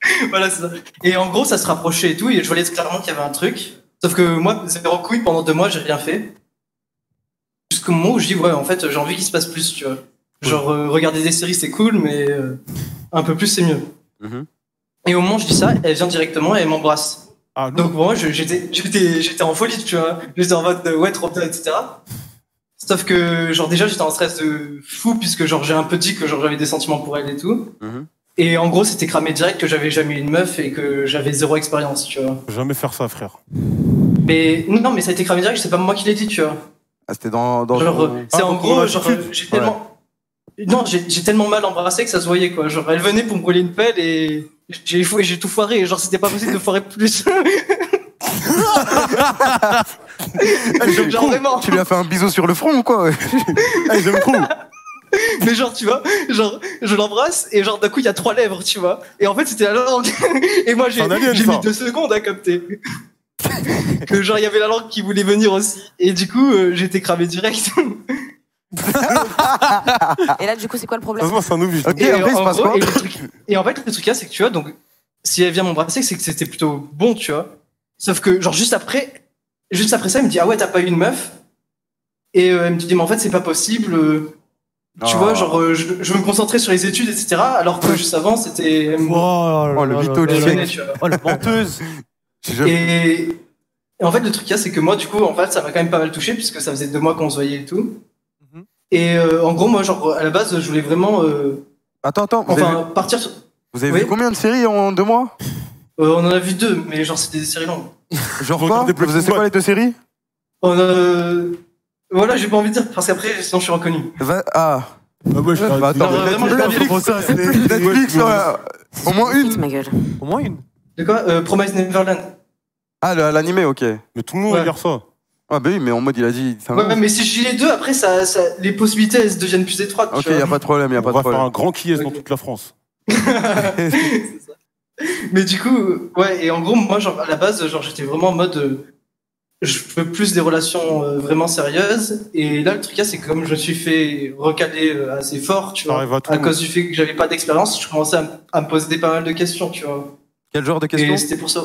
K: <laughs> voilà, c'est ça. Et en gros, ça se rapprochait et tout, et je voyais clairement qu'il y avait un truc. Sauf que moi, zéro couille, pendant deux mois, j'ai rien fait. Jusqu'au moment où je dis, ouais, en fait, j'ai envie qu'il se passe plus, tu vois. Genre, euh, regarder des séries, c'est cool, mais euh, un peu plus, c'est mieux.
B: Mhm.
K: Et au moment où je dis ça, elle vient directement et elle m'embrasse.
A: Ah,
K: Donc moi, je- j'étais, j'étais, j'étais en folie, tu vois. J'étais en mode euh, ouais, trop bien, etc. Sauf que genre déjà, j'étais en stress de fou puisque genre j'ai un peu dit que genre j'avais des sentiments pour elle et tout.
B: Mhm.
K: Et en gros, c'était cramé direct que j'avais jamais eu une meuf et que j'avais zéro expérience, tu vois.
A: faut jamais faire ça, frère.
K: Mais non, mais ça a été cramé direct. C'est pas moi qui l'ai dit, tu vois.
B: Ah, c'était dans. dans
K: Genre, euh, c'est
A: Ah,
K: en
A: donc,
K: gros,
A: on a
K: genre
A: tout de
K: euh, j'ai tellement, non, j'ai, j'ai tellement mal embrassé que ça se voyait quoi. Genre elle venait pour me brûler une pelle et j'ai, fou- j'ai tout foiré. Genre c'était pas possible de foirer
A: <laughs>
K: plus. <laughs>
B: j'aime
K: genre
B: trop.
K: vraiment.
B: Tu lui as fait un bisou sur le front ou
K: <laughs>
B: quoi
A: Eh, j'aime trop.
K: Mais genre, tu vois, genre, je l'embrasse et genre, d'un coup, il y a trois lèvres, tu vois. Et en fait, c'était la langue. <laughs> Et moi, j'ai
A: C'est un alien,
K: j'ai
A: ça.
K: mis deux secondes à capter. que genre, il y avait la langue qui voulait venir aussi. Et du coup, euh, j'étais cramé direct. <laughs>
C: Et là, du coup, Ah, c'est quoi le
A: Ça se
C: problème
A: voit, c'est un novice.
B: Ok,
K: euh,
B: après, il se
K: en
B: passe
K: gros,
B: quoi
K: et, le truc- et en fait, le truc là, c'est que tu vois, donc, si elle vient m'embrasser, c'est que c'était plutôt bon, tu vois. Sauf que, genre, juste après, juste après ça, il me dit, ah ouais, t'as pas eu une meuf. Et euh, elle me dit, mais en fait, c'est pas possible. euh, Tu
B: Ah.
K: vois, genre, euh, je, je veux me concentrer sur les études, etc. Alors que juste avant, c'était. euh,
B: Oh, le mytho du siècle.
K: Oh, la
B: <laughs>
K: menteuse et, et en fait, le truc qu'il y a, c'est que moi, du coup, en fait, ça m'a quand même pas mal touché, puisque ça faisait deux mois qu'on se voyait et tout.
B: Mhm.
K: Et euh, en gros, moi, genre, à la base, je voulais vraiment. euh,
B: Attends, attends, vous
K: Enfin,
B: avez
K: partir sur.
B: Vous avez vu combien de séries en deux mois
K: Euh, on en a vu deux, mais genre, c'était des séries longues.
B: <laughs> Genre quoi Vous avez c'est quoi les deux séries
K: On a- Voilà, j'ai pas envie de dire, parce qu'après, sinon, je suis reconnu.
B: Va- Ah.
A: Ah ouais, je
K: t'arrête de dire.
B: Netflix,
K: Non, vraiment, je
B: Netflix,
K: comprends ça, c'est-
B: Netflix,
K: Ouais,
B: voilà. Au moins une.
C: Ma gueule.
K: Au moins une. De quoi euh, Promise Neverland.
B: Ah, le- l'animé, ok.
A: Mais tout le monde
K: Ouais.
A: regarde ça.
B: Ah, bah oui, mais en mode, il a dit. ça
K: Ouais,
B: va.
K: mais si je dis les deux, après, ça, ça, les possibilités, elles se deviennent plus étroites.
B: Ok,
K: tu vois.
B: y a pas de problème, y a pas de
A: va
B: problème.
A: faire un grand qui dans toute la France.
K: <laughs>
A: <laughs>
K: Mais du coup, euh, ouais, et en gros, moi, genre, à la base, genre, j'étais vraiment en mode. euh, je veux plus des relations euh, vraiment sérieuses. Et là, le truc, là, c'est que comme je me suis fait recaler euh, assez fort, tu
A: Ça
K: vois,
A: arrive à tout
K: à
A: le
K: cause
A: monde.
K: du fait que j'avais pas d'expérience, je commençais à, m- à me poser pas mal de questions, tu vois.
B: Quel genre de
K: Et c'était pour ça.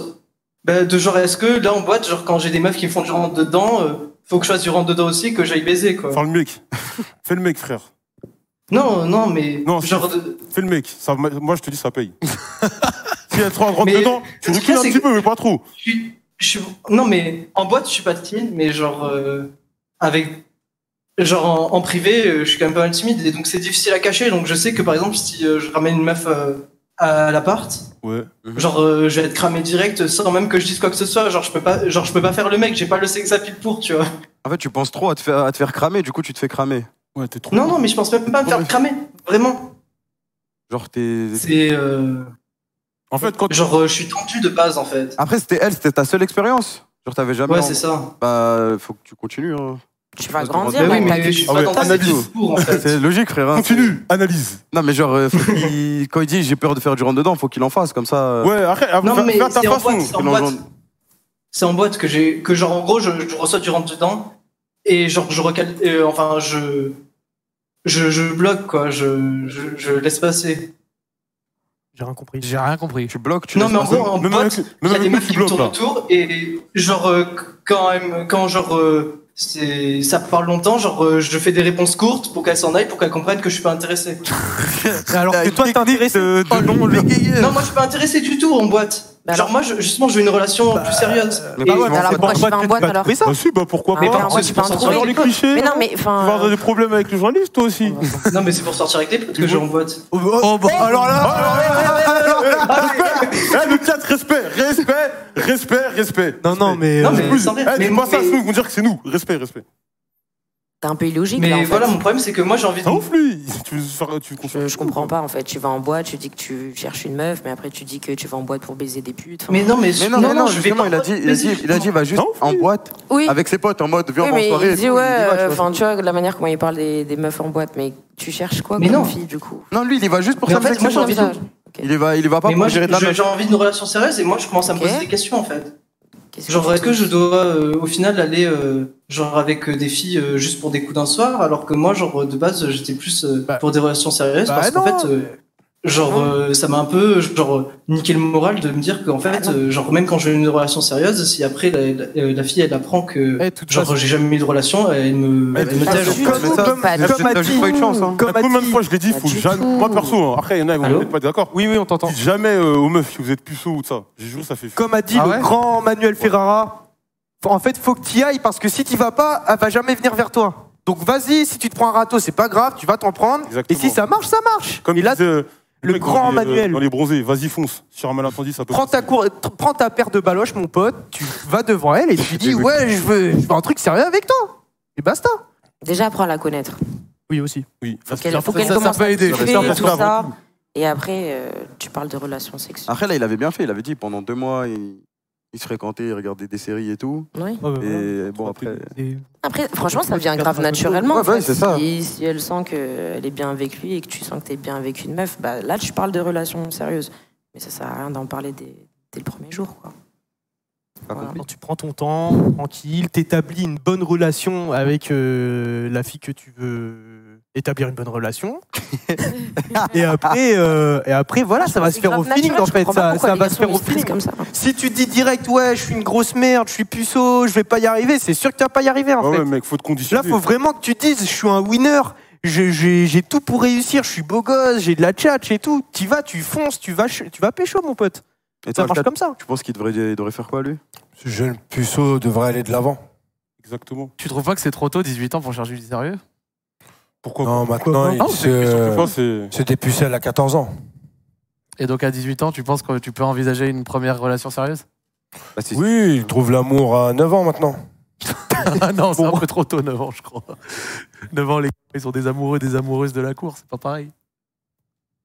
K: Bah, de genre, est-ce que là, en boîte, genre, quand j'ai des meufs qui me font du rentre dedans, euh, faut que je fasse du rentre dedans aussi, que j'aille baiser, quoi.
A: Fais le mec. Fais le mec, frère.
K: Non, non, mais.
A: Non, si, fais le mec. Ça, moi, je te dis,
F: <laughs>
A: ça paye. si elle trop rentre dedans, tu
K: le truc,
A: recules un
K: c'est
A: petit
K: que-
A: peu, mais pas trop.
K: Je suis- je suis- non, mais en boîte, je suis pas timide, mais genre, euh, avec. Genre, en, en privé, euh, je suis quand même pas mal timide, et donc c'est difficile à cacher. Donc, je sais que par exemple, si euh, je ramène une meuf euh, à l'appart,
A: Ouais.
K: genre, euh, je vais être cramé direct sans même que je dise quoi que ce soit. Genre, je peux pas, genre, je peux pas faire le mec, j'ai pas le sex appeal pour, tu vois.
B: En fait, tu penses trop à te faire, à te faire cramer, du coup, tu te fais cramer.
A: Ouais, t'es trop.
K: Non, non, mais je pense même pas me faire cramer, vraiment.
B: Genre, t'es.
K: C'est. euh,
A: En fait, quand.
K: Genre, euh, je suis tendu de base, en fait.
B: Après, c'était elle, c'était ta seule expérience. Genre, t'avais jamais.
K: Ouais,
B: en-
K: c'est ça.
B: Bah, faut que tu continues. Hein.
C: Tu vas
K: grandir, Mais oui, mais mais je suis pas dans un discours, en fait.
B: C'est logique, frère. hein.
A: Continue, analyse.
B: Non, mais genre, euh, faut qu'il- quand il dit j'ai peur de faire du rentre dedans, faut qu'il en fasse, comme ça. euh,
A: Ouais, arrête, avant
K: Non,
A: de
K: mais
A: faire ta
K: c'est en
A: façon.
K: boîte, c'est en
B: qu'il
K: boîte.
B: engendre-
K: C'est en boîte que j'ai que genre en gros je, je reçois du rentre dedans et genre je recal euh, enfin je je, je bloque quoi, je, je, je laisse passer.
H: J'ai rien compris.
F: J'ai rien compris.
B: Tu bloques, tu
K: non
B: laisses
K: mais en
B: passer.
K: gros en
A: Même
K: boîte,
A: avec-
K: il
A: même
K: y a
A: avec
K: des
A: nous,
K: meufs
A: tu
K: qui me
A: bloques,
K: tournent
A: là.
K: autour et genre euh, quand elle me- quand genre euh, c'est ça parle longtemps, genre euh, je fais des réponses courtes pour qu'elle s'en aille pour qu'elle comprenne que je suis pas
A: <laughs>
K: intéressé.
H: Alors que toi, t'es intéressé.
B: Oh, non, le-
K: non, moi je suis pas intéressé du tout en boîte.
C: Bah
K: genre moi je- justement je veux une relation plus sérieuse.
B: mais
K: Et-
B: bah ouais,
C: Alors pourquoi je suis pas en boîte alors
H: Mais ça,
A: Bah, si, bah pourquoi
C: Mais
A: pas
C: par contre, je peux Ah, en trouver.
A: Genre les clichés.
C: Mais non,
A: non
C: mais
A: Tu vas avoir
C: enfin.
A: des problèmes avec le journaliste, toi aussi. Oh, bah,
K: non mais c'est pour sortir avec des potes que j'ai en boîte.
B: Alors là,
A: <laughs> Eh, le chat, respect, respect, respect, respect.
H: Non, non, mais.
K: Non,
H: euh,
K: mais-
A: Plus,
K: sans rire.
A: eh,
K: Mais-
A: dis pas ça,
K: mais-
A: sinon ils vont dire que c'est nous. Respect, respect.
C: T'es un peu illogique
K: Mais
C: là en
K: voilà,
C: fait.
K: mon problème, c'est que moi, j'ai envie de.
A: Ça ouf, lui. Ah, Tu veux faire, tu veux qu'on
C: Je, je comprends pas en fait. Tu vas en boîte, tu dis que tu cherches une meuf, mais après tu dis que tu vas en boîte pour baiser des putes. Enfin,
K: Mais non, mais,
B: Mais non, mais non, justement, il a dit, il a dit, il a dit, va juste
A: Non,
B: en boîte
C: Oui.
B: avec ses potes en mode, viens,
C: oui,
B: on va en
C: mais
B: soirée. et
C: il dit
B: tout,
C: ouais,
B: y va, tu
C: euh,
B: vois.
C: enfin tu vois la manière comment il parle des, des meufs en boîte, mais tu cherches quoi
K: Mais
C: comme
K: non.
C: fille du coup
B: Non, lui, il y va juste pour
K: Mais
B: ça.
K: en fait, moi, j'ai envie de.
B: Il y va, il y va pas
K: Mais
B: pour
K: moi,
B: gérer de la
K: j'ai
B: meuf.
K: j'ai envie d'une relation sérieuse et moi, je commence à me
C: Ok.
K: poser des questions, en fait.
C: Qu'est-ce
K: Genre,
C: tu
K: est-ce que je dois, euh, au final, aller, euh, genre, avec euh, des filles euh, juste pour des coups d'un soir, alors que moi, genre, de base, j'étais plus euh, pour des relations sérieuses,
F: bah
K: parce qu'en
F: non.
K: fait. euh, Genre, euh, ça m'a un peu genre, niqué le moral de me dire
C: Bah
K: qu'en fait, euh, genre, même quand j'ai une relation sérieuse, si après la, la- euh, la fille elle apprend que
F: Eh, de toute
K: genre
F: façon-
K: j'ai jamais eu de relation, elle me, elle me
B: Ah,
K: tège.
B: c'est
C: du
B: comme-
C: tout,
B: ça,
C: pas
B: mais
C: du
B: t'as juste pas eu de chance, hein.
A: La combien de fois je l'ai dit,
C: Pas
A: faut
C: du
A: jamais.
C: tout.
A: Moi perso, hein. après il y en a, ils vont
K: Allô
A: peut-être pas être d'accord.
H: Oui, oui, on t'entend.
A: Dites jamais euh, aux meufs que vous êtes puceaux ou de ça. J'ai jure, ça fait. f-
H: Comme a dit
F: Ah
H: le
F: ouais
H: grand Manuel Ferrara, faut- en fait, faut que tu ailles parce que si tu vas pas, elle va jamais venir vers toi. Donc vas-y, si tu te prends un râteau, c'est pas grave, tu vas t'en prendre.
A: Exactement.
H: Et si ça marche, ça marche.
A: Comme
H: et là,
A: disait, euh,
H: le
A: mec
H: grand
A: dans les, euh,
H: Manuel.
A: Dans les bronzés, vas-y fonce. Sur un malentendu, ça peut.
H: prends ta, cour- t- prends ta paire de baloches, mon pote, tu vas devant elle
B: <laughs>
H: et tu dis Ouais, je veux, je veux un truc sérieux avec toi. Et basta.
C: Déjà apprends à la connaître.
H: Oui, aussi.
A: Oui.
C: Faut qu'elle
F: ça,
C: faut
F: ça,
C: qu'elle
F: ça
C: commence
F: peut
C: à
F: aider.
C: kiffer,
A: Ça, ça peut
C: tout
A: aider.
C: ça. Et après euh, tu parles de relations sexuelles.
B: Après, là, il avait bien fait. Il avait dit pendant deux mois, il, il se fréquentait, il regardait des séries et tout.
C: Oui.
B: Et bon, après.
C: Après, franchement, ça vient grave naturellement.
B: Ouais,
C: en fait.
B: ouais, c'est ça.
C: Si, si elle sent qu'elle est bien avec lui et que tu sens que t'es bien avec une meuf, bah, là, tu parles de relations sérieuses. Mais ça sert à rien d'en parler dès, dès le premier jour.
I: <laughs>
C: Quoi. <laughs>
B: pas
C: Voilà.
B: compris.
H: Quand tu prends ton temps, tranquille, t'établis une bonne relation avec euh, la fille que tu veux établir une
C: <laughs>
H: bonne relation. et après, euh, et après voilà, ça va
C: C'est
H: se faire au
C: grave
H: feeling
I: euh,
C: naturel,
H: en
C: je
H: fait.
C: comprends pas
H: Ça,
C: pourquoi
H: ça
C: les
H: va
C: garçons,
H: se faire
C: ils
H: au
C: stressent
H: feeling.
C: comme ça.
I: Si tu dis direct, ouais, je suis une grosse merde, je suis puceau, je vais pas y arriver, c'est sûr que tu vas pas y arriver en
A: Ouais,
I: fait.
A: ouais, mec, faut te conditionner.
I: Là, faut vraiment que tu dises, je suis un winner. je- J'ai j'ai tout pour réussir, je suis beau gosse, j'ai de la tchatch et tout. Tu vas, tu fonces, tu vas, ch- tu vas pécho, mon pote.
B: Et
I: ça
B: toi,
I: marche
B: Alcat,
I: comme ça.
B: Tu penses qu'il devrait, il devrait faire quoi, lui
E: <laughs> Ce jeune puceau devrait aller de l'avant.
A: Exactement.
F: Tu trouves pas que c'est trop tôt, 18 ans, pour chercher du sérieux Ah,
A: Pourquoi
E: Non, maintenant,
A: Ah,
E: il se- se dépucelle à 14 ans.
F: Et donc à 18 ans, tu penses que tu peux envisager une première relation sérieuse
E: Oui, il trouve l'amour à 9 ans maintenant.
F: Ah non, c'est un peu trop tôt, 9 ans, je crois. 9 ans, les gars, ils sont des amoureux, des amoureuses de la cour, c'est pas pareil.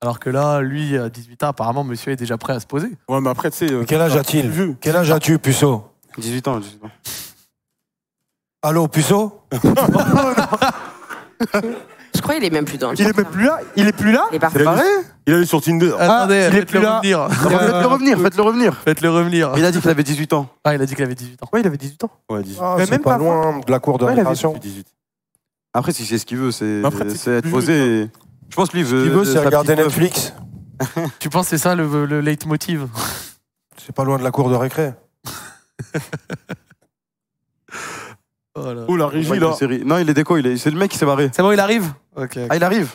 F: Alors que là, lui, à 18 ans, apparemment, monsieur est déjà prêt à se poser.
A: Ouais, mais après, tu sais.
E: Quel âge a-t-il Quel âge as-tu, puceau
B: 18 ans, 18 ans.
E: Allô, puceau
C: Je crois qu'il est même plus dans le hein.
I: Il est même plus là Il est plus là
C: Il est parti.
A: Il a dit- Il allait sur Tinder.
H: Ah,
F: Attendez,
B: il est plus
F: faites-le
B: là.
F: revenir.
H: <laughs>
B: Faites-le Ah, revenir, faites-le revenir.
F: Faites-le revenir.
B: Il a dit qu'il avait 18 ans.
F: Ah, il a dit qu'il avait 18 ans.
I: Ouais, il avait 18 ans.
A: Ouais, 18.
E: Ah,
I: Mais
E: C'est
I: même pas
E: pas loin de la cour de
I: Ouais, il avait
E: récréation.
A: 18.
B: Après, si c'est ce qu'il veut, c'est
A: Mais après, tu sais,
B: c'est être
A: tu-
B: posé.
F: hein.
B: et- Je pense que lui, il
E: Ce
B: veut.
E: qu'il veut, c'est
B: Euh, sa
E: regarder
B: petite meuf.
E: Netflix.
F: Tu penses que c'est ça le, le leitmotiv
E: C'est pas loin de la cour de récré.
F: Oh là.
A: Oh, la
B: Pas
A: régie,
B: une
A: là.
B: série. Non, il est déco, il est- c'est le mec qui s'est barré.
F: C'est bon, il arrive Ok.
B: Ah, il arrive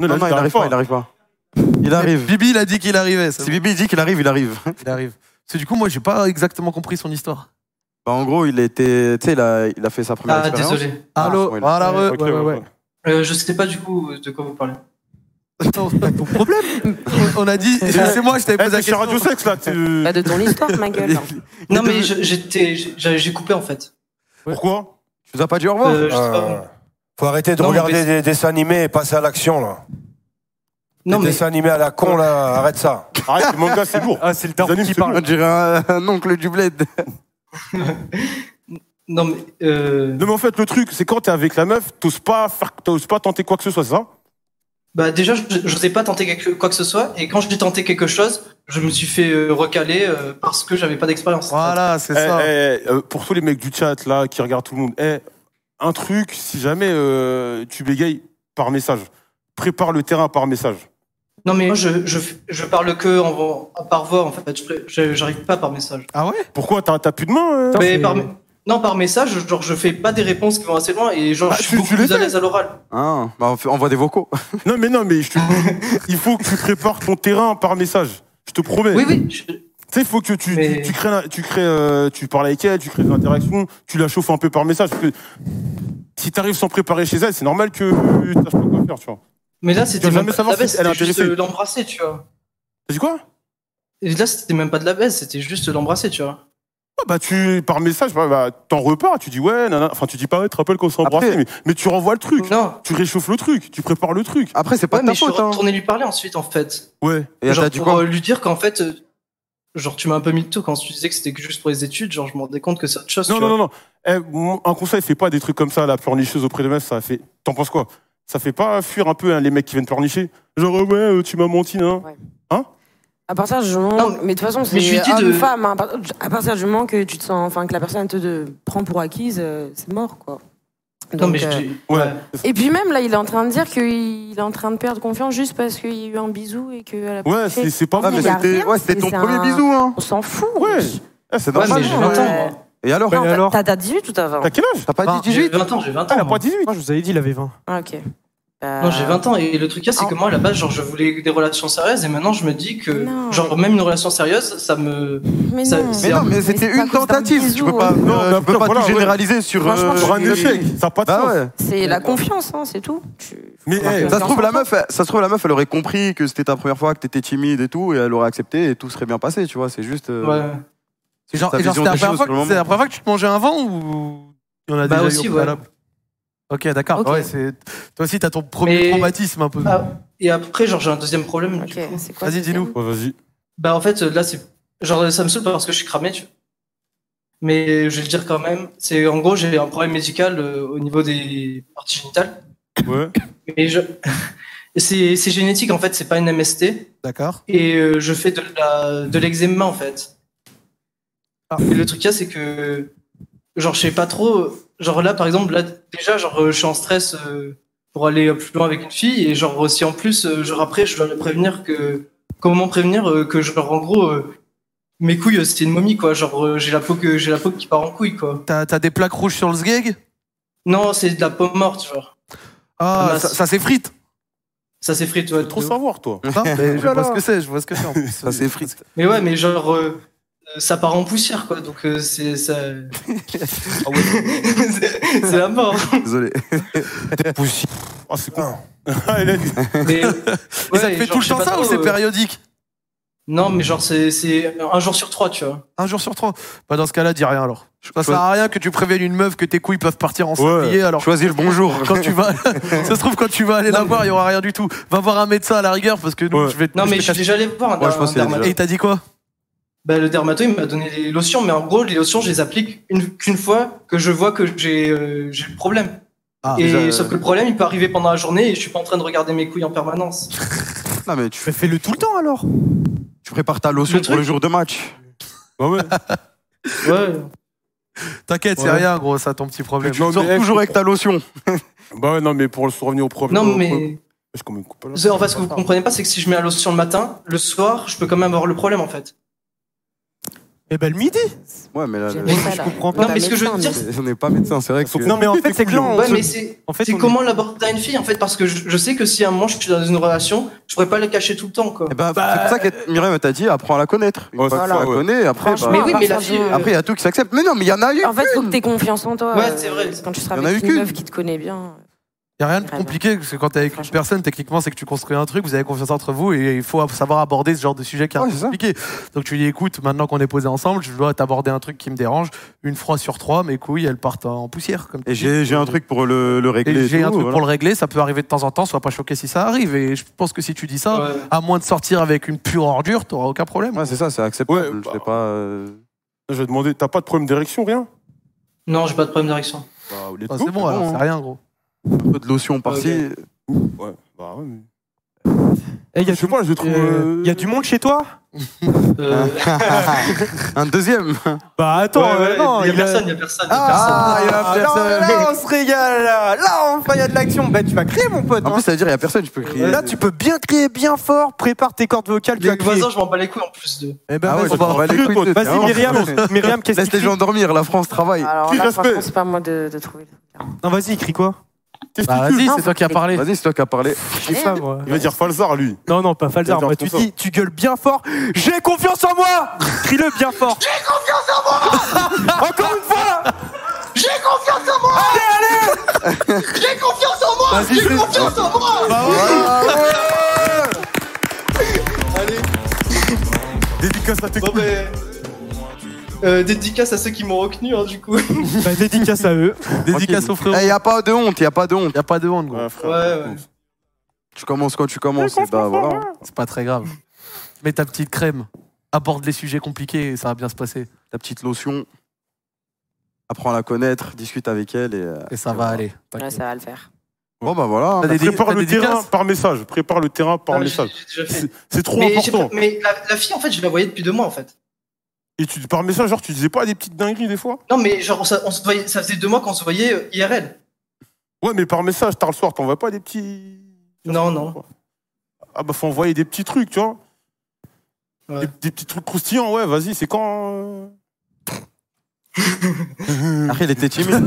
A: Non,
B: Non, non, il arrive pas, il arrive pas. Il arrive.
F: Bibi, il a dit qu'il arrivait. c'est
B: Si Bibi dit qu'il arrive, il arrive.
F: Il arrive. Parce que du coup, moi, j'ai pas exactement compris son histoire.
B: Bah, en gros, il était. Tu sais, il a, il a fait sa première
K: Ah,
B: expérience.
K: désolé.
B: Ah,
F: Allô
B: ouais,
F: Voilà, re.
A: Ok,
D: Ouais, ouais, ouais.
K: Euh, je sais pas du coup de quoi vous parlez.
F: On
K: <laughs>
F: a dit, c'est moi, je t'avais posé la
A: Eh, t'es chez
F: question.
A: Radio Sex, là. tu-
F: <laughs>
C: Pas de hein. ton histoire,
I: <laughs>
C: ma gueule.
K: Non, mais je- j'étais, j'ai j'ai coupé en fait.
A: Pourquoi
B: Tu nous as pas dit au revoir
K: Euh, je sais
E: Euh,
K: pas.
E: Faut arrêter de
K: Non,
E: regarder
K: mais-
E: des dessins animés et passer à l'action, là.
K: Non,
E: des
K: mais
E: dessins animés à la con, là, arrête ça.
A: Arrête, les mangas, c'est lourd.
H: Ah, c'est le daron
A: Les animes,
H: qui
A: c'est
H: parle.
B: On dirait un, un oncle du bled.
K: non mais euh,
A: Non, mais en fait, le truc, c'est quand t'es avec la meuf, t'oses pas, faire... t'oses pas tenter quoi que ce soit, c'est ça
K: bah déjà je n'osais pas tenter quelque- quoi que ce soit et quand j'ai tenté quelque chose, je me suis fait euh, recaler euh, parce que j'avais pas d'expérience.
H: Ah
F: Voilà, c'est
A: Eh,
F: ça.
A: eh, euh, pour tous les mecs du chat là qui regardent tout le monde, eh, un truc, si jamais euh, tu bégayes par message, prépare le terrain par message.
K: Non mais je je, je parle que en, en- par voix en fait. Je- je- J'arrive pas par message.
F: Ah ouais
A: Pourquoi T'as t'as plus de main euh
K: Mais
H: c'est-
K: par non par message, genre je fais pas des réponses qui vont assez loin et genre
A: Ah,
K: je suis
A: tu-
K: beaucoup
A: tu les
K: plus à
A: fais
K: l'aise à
A: Ah.
K: l'oral.
B: Hein, bah, on fait- on voit
K: <laughs>
B: des vocaux.
A: Non, mais non, mais je te... il faut que tu prépares ton terrain par message. Je te promets.
K: Oui oui. je-
A: Tu sais, il faut que tu,
K: Mais-
A: tu, tu crées, la- tu, crées euh, tu parles avec elle, tu crées des interactions, tu la chauffes un peu par message. Parce que si t'arrives sans préparer chez elle, c'est normal que tu saches pas quoi faire, tu vois.
K: Mais là c'était
A: vas
K: même pas
A: jamais
K: de
A: savoir
K: la
A: si
K: baisse,
A: elle est
K: c'était juste
A: intéressée.
K: euh, l'embrasser tu vois.
A: T'as dit quoi
K: Et là c'était même pas de la baisse, c'était juste l'embrasser tu vois.
A: Ouais, bah tu par message bah, bah, t'en repars tu dis ouais nanana. enfin tu dis pas ouais, tu te rappelles qu'on s'est embrassé
B: Après-
A: mais, mais tu renvoies le truc
K: Non.
A: tu réchauffes le truc tu prépares le truc
B: Après, c'est pas
K: Ouais,
B: de ta
K: mais je suis
B: faute. Hein.
K: retourné lui parler ensuite, en fait.
A: ouais
B: Et elle
K: genre,
B: t'a dit
K: pour
B: quoi
K: euh, lui dire qu'en fait, euh, genre, tu m'as un peu mis le tout quand tu disais que c'était que juste pour les études, genre, je me rendais compte que c'est autre chose.
A: non
K: tu
A: non
K: vois.
A: non non Eh, mon- un conseil fais pas des trucs comme ça la pleurnicheuse auprès de meufs ça fait t'en penses quoi ça fait pas fuir un peu hein, les mecs qui viennent pleurnicher genre ouais euh, tu m'as menti hein.
C: À partir du
K: Non,
C: moment,
K: mais-
C: mais de toute façon,
K: mais je lui
C: c'est
K: dis
C: homme,
K: de-
C: femme. hein. À partir du moment que tu te sens, enfin que la personne te de- prend pour acquise, euh, c'est mort, quoi.
K: Non,
C: Donc,
K: mais je
C: euh,
K: dis-
A: ouais,
K: ouais.
C: Et puis même là, il est en train de dire qu'il est en train de perdre confiance juste parce qu'il y a eu un bisou et que. elle a-
A: ouais c'est c'est pas
B: Ah,
A: bon
B: mais
C: y a
B: c'était
C: rien,
B: ouais, c'était ton
C: c'est
B: premier
C: un-
B: bisou. Hein.
C: On s'en fout.
A: Ouais. Eh,
B: C'est
A: c'est
K: Ouais,
B: normal.
K: mais j'ai 20 ans, moi.
B: Et alors hein,
C: Non,
H: Et
C: t'as-
H: alors Ah,
C: t'as t'as 18 ou t'as 20
A: t'as quel âge
B: T'as pas dit 18
K: J'ai 20 ans, j'ai 20
A: elle a
K: ans.
A: pas 18
H: Moi, je vous avais dit, il avait 20
C: Ah, ok. Bah,
K: Non, j'ai 20 ans. Et le truc, là, c'est que
C: Ah.
K: moi, à la base, genre, je voulais des relations sérieuses et maintenant, je me dis que,
C: Non.
K: genre, même une relation sérieuse, ça me.
C: Mais
K: Ça-
C: non.
K: c'est
B: Mais non, mais
C: c'est
B: c'était
C: pas
B: une
C: cause d'un
B: tentative. Tu
C: bisou,
B: peux pas,
C: hein.
A: Non,
B: euh,
A: mais
B: tu peux
A: après,
B: pas
A: voilà,
B: tout
A: ouais.
B: généraliser sur.
C: Franchement,
A: sur un
B: euh,
A: échec ça a pas de
B: Bah
A: sens
B: ouais.
C: C'est la confiance, hein, c'est tout. Tu-
A: mais
C: Ouais.
A: eh,
B: Ça se trouve la meuf, elle- ça se trouve la meuf, elle aurait compris que c'était ta première fois, que t'étais timide et tout, et elle aurait accepté et tout serait bien passé, tu vois. C'est juste. euh,
K: Ouais.
B: c'est
F: Genre,
B: ta
F: et genre,
B: vision
F: c'était la,
B: des
F: première
B: choses
F: fois
B: sur le
F: que- c'est la
B: moment.
F: première fois que tu te mangeais un vent ou il y en a
K: Bah
F: déjà
K: aussi,
F: eu au
K: ouais.
F: préalable Ok, d'accord.
C: Ok.
F: Ouais, c'est- Toi aussi, t'as ton premier
K: Mais-
F: traumatisme un peu.
K: Ah, et après, genre, j'ai un deuxième problème. du
C: Ok,
K: coup.
C: c'est quoi
F: Vas-y,
C: ce
F: dis-nous.
C: thème
A: Ouais, vas-y
K: Bah, en fait, là, c'est. Genre, ça me saoule parce que je suis cramé, tu vois. Mais je vais le dire quand même. C'est, en gros, j'ai un problème médical euh, au niveau des parties génitales.
A: ouais
K: Mais je... <laughs> c'est c'est génétique en fait, c'est pas une MST.
F: D'accord.
K: Et euh, je fais de la- de l'eczéma en fait.
F: Ah.
K: Et le truc là, c'est que genre je sais pas trop. Genre là par exemple, là déjà genre euh, je suis en stress euh, pour aller euh, plus loin avec une fille et genre aussi en plus euh, genre après je dois la prévenir que comment prévenir euh, que genre en gros euh, mes couilles, c'était une momie, quoi. Genre, euh, j'ai la peau que j'ai la peau qui part en couille, quoi.
F: T'as t'as des plaques rouges sur le sgeg
K: Non, c'est de la peau morte, genre.
F: Ah,
K: Ah,
F: ça,
K: mince.
F: ça s'effrite.
K: Ça s'effrite, ouais.
A: Trop
K: de ouf.
A: savoir, toi.
F: Ah,
A: <laughs>
F: mais je
K: Voilà.
F: vois ce que c'est, je vois ce que c'est en plus.
B: Ça s'effrite.
K: Mais ouais, mais genre, euh, euh, ça part en poussière, quoi. Donc, euh, c'est
F: <laughs>
K: ça.
A: Ah
K: <laughs> c'est c'est la mort.
B: Désolé.
E: Poussière.
A: Oh, c'est con. <laughs> Ah, Hélène,
K: Mais,
F: <laughs>
K: ouais,
F: Et ça te fait
K: genre, je
F: tout le
K: sais
F: temps
K: pas
F: ça
K: trop,
F: ou c'est
K: euh,
F: périodique
K: Non, mais genre, c'est- c'est un jour sur trois, tu vois.
F: Un jour sur trois Bah dans ce cas-là, dis rien alors. Ça sert à rien que tu préviennes une meuf que tes couilles peuvent partir en sablier alors.
B: Choisis le bonjour.
F: Quand
B: <laughs>
F: tu vas, ça se trouve quand tu vas aller la voir, il y aura rien du tout. Va voir un médecin à la rigueur parce que nous,
A: Ouais.
F: je vais.
K: Non,
F: je
K: mais
F: vais
K: je suis déjà allé voir un,
B: Ouais, je pense
K: un
B: qu'il y a
K: dermato.
F: t'acheter- Et il t'a dit quoi
K: Bah, le dermato, il m'a donné les lotions, mais en gros, les lotions, je les applique une- qu'une fois que je vois que j'ai euh, j'ai le problème.
B: Ah,
K: et
B: déjà, euh,
K: sauf que le problème, il peut arriver pendant la journée et je suis pas en train de regarder mes couilles en
B: <laughs>
K: permanence.
B: Non, mais tu,
H: Mais fais-le tout le temps alors.
B: tu prépares ta lotion
K: Le
B: pour
K: truc-
B: le jour de match.
H: Bah
K: <laughs> Ouais.
F: T'inquiète, c'est
A: Ouais.
F: rien, gros, ça ton petit problème.
A: Tu- Non,
B: Tu sors
A: mais, eh,
B: toujours avec ta lotion.
A: <laughs> Bah ouais, non, mais pour le survenir au problème. euh,
K: Non,
A: au-
K: mais
A: Je comme une coupe là.
K: en fait, ce que vous comprenez pas, c'est que si je mets la lotion le matin, le soir, je peux quand même avoir le problème, en fait.
H: Eh ben le midi.
B: Ouais, mais là, le-
C: J'aime pas, là.
H: comprends
K: pas. Non, mais ce que je veux dire,
B: on n'est pas médecin, c'est vrai que.
H: Non mais en fait c'est que là on
K: Ouais,
H: se-
K: mais c'est
H: en fait,
K: c'est
H: on est-
K: comment l'aborder à une fille, en fait, parce que je, je sais que si à un moment je suis dans une relation, je pourrais pas la cacher tout le temps, quoi.
B: Eh ben,
A: Bah,
B: c'est pour ça que Myriam t'a dit, apprends à la connaître. Une
A: Ouais,
B: fois
A: c'est
B: que tu
A: ça,
B: la
A: ouais.
B: connais, après,
C: Franchement,
K: mais
B: bah,
K: oui,
C: à
K: mais la
C: partir
K: fille,
C: de-
K: euh,
B: après, il y a tout qui s'accepte. Mais non, mais il y en a eu.
C: En fait, faut que t'aies confiance en toi.
K: Ouais,
C: euh,
K: c'est vrai.
C: Quand tu seras
B: Il y en a
C: avec
B: eu
C: une
B: qu'une.
C: meuf qui te connaît bien.
F: Y a rien de compliqué parce que quand t'es avec une
C: Franchement.
F: personne, techniquement, c'est que tu construis un truc, vous avez confiance entre vous et il faut savoir aborder ce genre de sujet qui est un
B: Ouais,
F: peu
B: c'est ça.
F: compliqué. Donc tu dis, écoute, maintenant qu'on est posé ensemble, je dois t'aborder un truc qui me dérange. Une fois sur trois, mes couilles, elles partent en poussière. Comme tu
B: Et
F: dis.
B: j'ai j'ai un truc pour le, le
F: Et
B: régler.
F: j'ai
B: et
F: un
B: tout,
F: truc
B: voilà.
F: pour le régler, ça peut arriver de temps en temps, sois pas choqué si ça arrive. Et je pense que si tu dis ça,
K: Ouais.
F: à moins de sortir avec une pure ordure, t'auras aucun problème.
B: Ouais, c'est ça, c'est acceptable.
A: Ouais, bah.
B: Je sais pas. euh,
A: Je vais demander, t'as pas de problème d'érection, rien
K: Non, j'ai pas de problème d'érection.
A: Bah, let's
F: Ah,
A: go.
F: c'est bon, alors,
B: hein.
F: c'est rien, gros.
B: Un peu de
K: Ah,
B: lotion par-ci.
A: Ouais, bah ouais. mais-
H: Eh, il y a
A: Je sais
H: du-
A: pas, je le trouve.
H: euh,
A: euh,
H: il y a du monde chez toi
K: Euh,
B: <laughs> Un
H: <laughs>
B: deuxième.
H: Bah attends,
K: ouais, ouais,
H: euh, non,
K: y a
H: il a-
K: personne, y a personne. y a
B: Ah, il y a
I: Là,
B: personne.
I: on se régale. Là, là enfin, il y a de l'action. Ben, tu vas crier, mon pote.
B: En plus, ça veut dire, il y a personne, je peux crier.
I: Là, tu peux bien crier, bien fort. Prépare tes cordes vocales. Tu
K: personne.
I: vas
K: Les
I: crier.
K: voisins, je m'en bats les couilles en plus de.
F: Eh ben,
B: Ah ouais,
F: vas-y,
B: je
F: bah,
B: t'en bats les couilles de-
H: Vas-y
B: Hein,
H: Myriam,
B: <laughs>
H: Myriam qu'est-ce
B: Laisse
H: qu'il
B: les gens
H: crie
B: dormir, la France travaille.
C: Alors
A: Qui
C: là, franchement,
A: respecte
C: c'est pas à moi de, de trouver.
H: Non vas-y, il crie quoi
F: bah,
A: Testicule.
F: vas-y, c'est toi qui as parlé.
B: Vas-y, c'est toi qui as parlé.
H: Je sais pas moi.
A: Il va dire Falzar, lui.
H: Non non, pas Falzar,
A: Il y a
H: moi,
A: des
H: tu
A: enfants.
H: dis tu gueules bien fort. J'ai confiance en moi. Crie-le bien fort. J'ai
I: <laughs>
H: confiance en moi. Encore une fois
K: J'ai confiance en moi
B: Vas-y, c'est-
K: confiance en moi
G: Bah
A: Dédicace à tes
K: Bon,
A: couilles.
K: ben, euh, dédicace à ceux qui m'ont reconnu, hein, du coup. ouais,
H: Bah
K: <laughs>
H: dédicace à eux.
F: Dédicace au frérot.
B: Il n'y Eh, a pas de honte, il n'y a pas de honte.
F: Y a pas de honte, gros.
A: Ouais, frère.
K: ouais.
B: Tu commences quand tu commences. et Bah, voilà.
F: C'est pas très grave. Mets ta petite crème. Aborde les sujets compliqués et ça va bien se passer.
B: Ta petite lotion. Apprends à la connaître, discute avec elle et. euh,
F: Et ça va aller.
C: Là, ça va le faire.
B: Bon, bah voilà.
F: T'as des-
A: Prépare
F: t'as
A: le
F: des
A: terrain
F: dédicaces
A: par message. Prépare le terrain par
K: Ah, j'ai-
A: message.
K: j'ai déjà fait.
A: C'est trop
K: Mais, j'ai
A: important.
K: pas- mais la, la fille, en fait, je la voyais depuis deux mois, en fait.
A: Et tu, par message, genre, tu disais pas des petites dingueries des <laughs> fois
K: Non, mais genre, on, s'a- on se voyait, ça faisait deux mois qu'on se voyait euh, IRL.
A: Ouais, mais par message, tard le soir, t'envoies pas des petits.
K: Non, non.
A: Ah bah, faut envoyer des petits trucs, tu vois.
K: Ouais.
A: Des, des petits trucs croustillants, ouais, vas-y, c'est quand. euh,
K: <laughs>
B: Après, il était timide.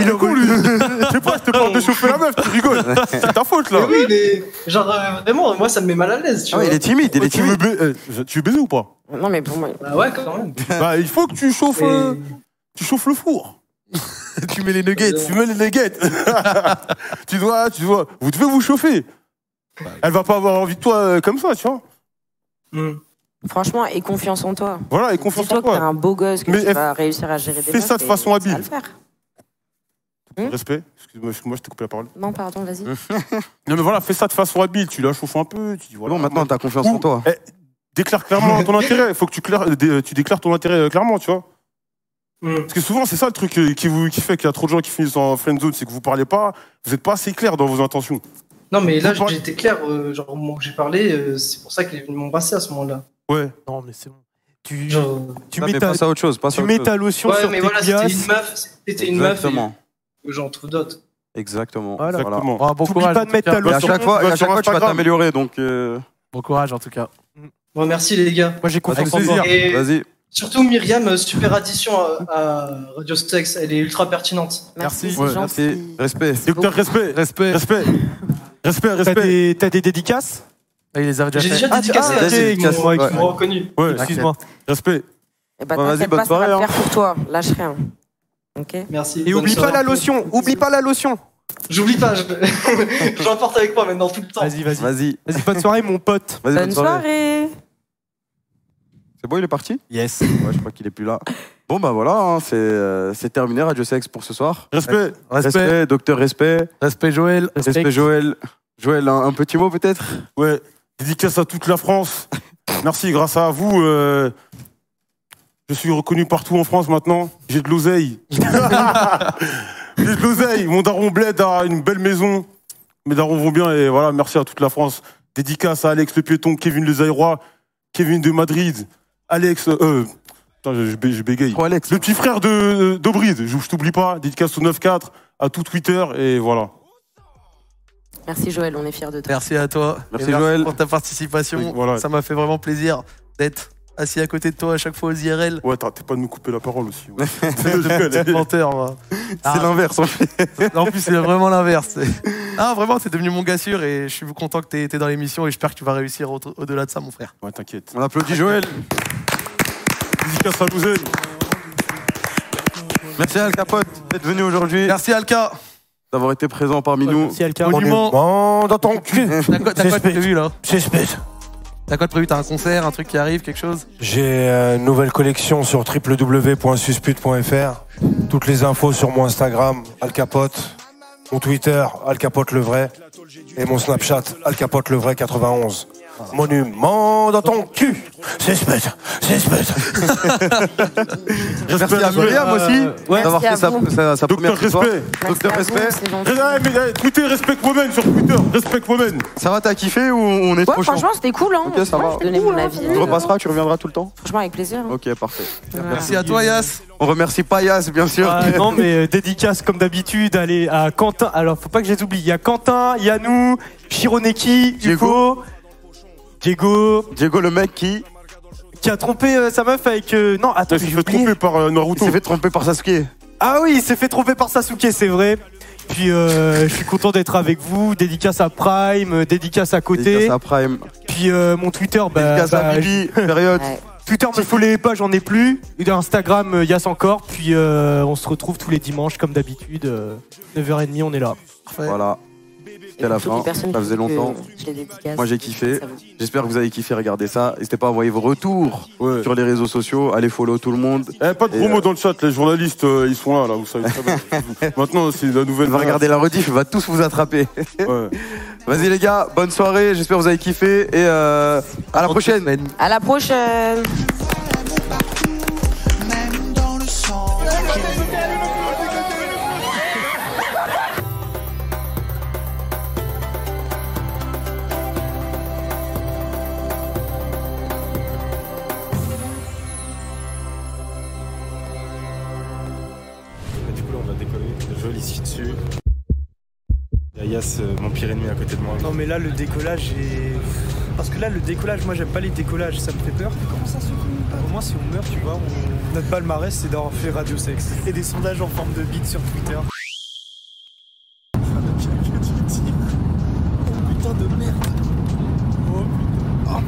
A: Il est con, lui Je sais pas, je te parle de chauffer la meuf, tu rigoles C'est ta faute, là
K: Mais oui, mais genre, euh, vraiment, moi, ça me met mal à l'aise, tu
B: Ah ouais, il
K: vois.
B: est timide, il est
A: tu veux,
B: timide.
A: ba- euh, je- tu veux baiser
B: <laughs>
A: ou pas
C: Non, mais pour moi.
K: Bah ouais, quand même.
A: Bah, il faut que tu chauffes, euh, tu chauffes
B: <laughs>
A: le four.
F: tu mets les nuggets.
A: Tu mets les nuggets. <laughs> tu dois, tu dois. Vous devez vous chauffer. Elle va pas avoir envie de toi euh, comme ça, tu vois.
K: Hmm.
C: Franchement, et confiance en toi.
A: Voilà, et confiance en
C: Dis-toi que t'es
A: toi.
C: un beau gosse, que
A: Mais
C: tu
A: elle-
C: vas réussir à gérer des
A: fais
C: meufs
A: ça de
C: et
A: façon
C: Ça va
A: habile.
C: le faire.
A: Respect. Excuse-moi, je- moi je t'ai coupé la parole.
C: Non, pardon, vas-y.
A: <laughs> Non mais voilà, fais ça de façon habile. Tu la chauffes un peu. Tu dis voilà.
B: Bon, maintenant, t'as confiance
A: Ou-
B: en toi.
A: eh, déclare clairement ton intérêt. Faut que tu, claires- dé- tu déclares ton intérêt euh, clairement, tu vois.
K: Hmm.
A: Parce que souvent, c'est ça le truc euh, qui, vous, qui fait qu'il y a trop de gens qui finissent en friendzone, c'est que vous parlez pas, vous n'êtes pas assez clair dans vos intentions.
K: Non, mais là,
A: Vous parlez-
K: j'étais clair, euh, genre, au moment que j'ai parlé, euh, c'est pour ça qu'il est venu m'embrasser à ce moment-là.
A: Ouais.
H: Non mais c'est bon. Tu
K: Genre,
H: tu
B: Non,
H: mets
B: mais
H: ta
B: passe à autre chose. Passe à
H: tu
B: autre
H: mets
B: chose.
H: ta lotion
K: ouais,
H: sur
K: mais
H: tes
K: voilà, c'était une
H: glaces.
K: meuf, c'était une meuf, et
B: Exactement.
K: j'en trouve d'autres.
B: Exactement.
H: Voilà.
B: Voilà.
A: Exactement.
F: Bon, bon
H: T'oublies
F: courage.
H: pas
F: en
H: de
F: tout
H: mettre
F: cas.
H: ta
B: Et à
H: lotion.
B: chaque fois, et
A: va
B: à chaque
A: sur
B: fois tu vas
A: Instagram.
B: t'améliorer. Donc, euh,
F: Bon courage en tout cas.
K: Bon, merci les gars.
I: Moi j'ai confiance
K: Avec
I: en
K: plaisir.
I: toi.
K: Et-
B: Vas-y.
K: Surtout Myriam, euh, super addition à, à Radio Stex, elle est ultra pertinente.
B: Merci. Ouais, merci. Respect.
A: Docteur, respect.
F: Respect.
A: Respect. Respect,
H: T'as des, t'as des dédicaces
F: Il les a déjà
K: J'ai
F: fait.
K: déjà
H: Ah,
K: dédicacé
H: ah,
K: à
H: vas-y,
K: Jay, ils m'ont-
H: dédicace-moi,
K: ils m'ont
H: excuse-moi.
K: reconnu.
A: Ouais,
B: excuse-moi.
A: Respect.
C: Eh ben,
B: Bon, vas-y,
C: t'inquiète
B: bonne
C: pas, ça va
B: soirée,
C: le
B: hein.
C: faire pour toi. Lâche rien. Ok
K: Merci.
I: Et
K: bonne
I: oublie pas
K: soirée.
I: la lotion, oublie pas la lotion.
K: J'oublie pas, je, <laughs> je l'emporte avec moi maintenant tout le temps.
H: Vas-y, vas-y.
B: Vas-y.
H: Vas-y, bonne soirée, mon pote.
B: Vas-y,
C: Bonne soirée.
B: C'est bon, il est parti
I: Yes.
B: Ouais, je crois qu'il est plus là. Bon, bah voilà, hein, c'est euh, c'est terminé Radio Sex pour ce soir.
A: Respect.
F: Respect.
B: docteur Respect.
F: Respect, Joël.
B: Respect, Joël. Joël, un, un petit mot peut-être
A: Ouais. Dédicace à toute la France. Merci, grâce à vous. euh, Je suis reconnu partout en France maintenant. J'ai de l'oseille. <laughs> J'ai de l'oseille. Mon daron Bled a une belle maison. Mes darons vont bien et voilà, merci à toute la France. Dédicace à Alex le piéton, Kevin le Zaïrois, Kevin de Madrid, Alex. Euh, putain, je, je bé- je bégaye.
B: Pro Alex.
A: Le petit frère de d'Obride, je, je t'oublie pas. Dédicace au 9-4, à tout Twitter et voilà.
C: Merci Joël, on est fiers de toi.
F: Merci à toi.
B: Merci,
F: Et
B: Joël.
F: pour ta participation.
A: Oui, voilà.
F: Ça m'a fait vraiment plaisir d'être assis à côté de toi à chaque fois aux IRL.
A: Ouais, t'arrêtes pas de me couper la parole aussi.
F: <laughs>
A: ouais. <laughs>
H: <laughs>
F: Petit menteur, moi. Ah.
B: C'est l'inverse, en fait.
F: En plus, c'est vraiment l'inverse. Ah, vraiment, t'es devenu mon gars sûr et je suis content que t'aies été dans l'émission et j'espère que tu vas réussir au- au-delà de ça, mon frère.
A: Ouais, t'inquiète.
B: On applaudit Joël.
A: Dédicace à l'oseille.
B: Merci à Al Capote d'être venu aujourd'hui,
F: Merci, Alka.
B: d'avoir été présent parmi nous.
H: Merci Alka.
F: Monument.
E: Bon, dans ton cul,
F: T'as quoi, t'as quoi de
E: J'espère.
F: prévu, là
E: j'espère.
F: T'as quoi de prévu T'as un concert, un truc qui arrive, quelque chose
E: J'ai euh, une nouvelle collection sur www.suspute.fr. Toutes les infos sur mon Instagram, Al Capote, mon Twitter, Al Capote le vrai, et mon Snapchat, Al Capote le vrai 91. Monument dans ton cul, suspect, suspect.
B: Merci à Myriam aussi d'avoir
C: Merci à
B: fait sa,
C: vous.
B: sa, sa
A: Docteur
B: première histoire.
A: Respect.
C: Merci à
B: Docteur
C: vous,
B: Respect.
C: c'est gentil.
A: Eh, eh, eh, Twitter, respect women sur Twitter, respect women.
B: Ça va, t'as kiffé ou on est
C: Ouais,
B: trop chaud
C: franchement, c'était cool. Hein.
B: Ok, ça
C: Ouais,
B: va.
C: Je donnais mon avis.
B: Tu repasseras, tu reviendras tout le temps
C: Franchement, avec plaisir. hein.
B: Ok, parfait.
C: Voilà.
F: Merci à toi, Yas.
B: On remercie Payas, bien sûr.
H: Ah, non mais euh, dédicace comme d'habitude allez à Quentin alors faut pas que je les oublie il y a Quentin il y a nous Shironeki Hugo Diego
B: Diego, le mec qui
H: qui a trompé euh, sa meuf avec euh, non
A: Putain,
H: attends
A: Je
H: j'ai
A: me fais
H: oublié.
A: tromper par euh,
B: il
A: Naruto.
B: s'est fait tromper par Sasuke.
H: ah oui il s'est fait tromper par Sasuke c'est vrai puis euh, je suis content d'être avec vous dédicace à Prime euh, dédicace à côté
B: Dédicace à Prime.
H: puis euh, mon Twitter bah,
B: Dédicace
H: bah,
B: à Bibi,
H: <laughs>
B: période.
C: Ouais.
H: Twitter me followez pas j'en ai plus Et Instagram euh, Yass encore puis euh, on se retrouve tous les dimanches comme d'habitude euh, 9h30 on est là
B: Voilà.
C: Et
B: C'était la
C: pour toutes
B: fin.
C: les personnes
B: Ça
C: qui
B: faisait
C: disent que
B: longtemps.
C: Je les dédicace.
B: Moi j'ai kiffé.
C: Ça vous-
B: J'espère que vous avez kiffé regarder ça. N'hésitez pas à envoyer vos retours
A: Ouais.
B: sur les réseaux sociaux. Allez follow tout le monde.
A: Eh, pas de
B: Et,
A: promo
B: euh,
A: dans le chat, les journalistes euh, ils sont là, là, vous savez très bien.
B: <laughs>
A: Maintenant c'est la nouvelle.
B: On va regarder la rediff, on va tous vous attraper.
A: Ouais.
B: <laughs> Vas-y les gars, bonne soirée. J'espère que vous avez kiffé et euh, à la prochaine.
C: À la prochaine.
L: Du coup, là, on va décoller. Joël, il se dessus. Il y a Yass, euh, mon pire ennemi, à côté de moi.
H: Non mais là le décollage est... Parce que là le décollage, moi j'aime pas les décollages, ça me fait peur. Comment ça se Au moins si on meurt, tu vois, on- notre palmarès c'est d'avoir fait Radio Sex. Et des sondages en forme de bite sur Twitter. Oh, Ah,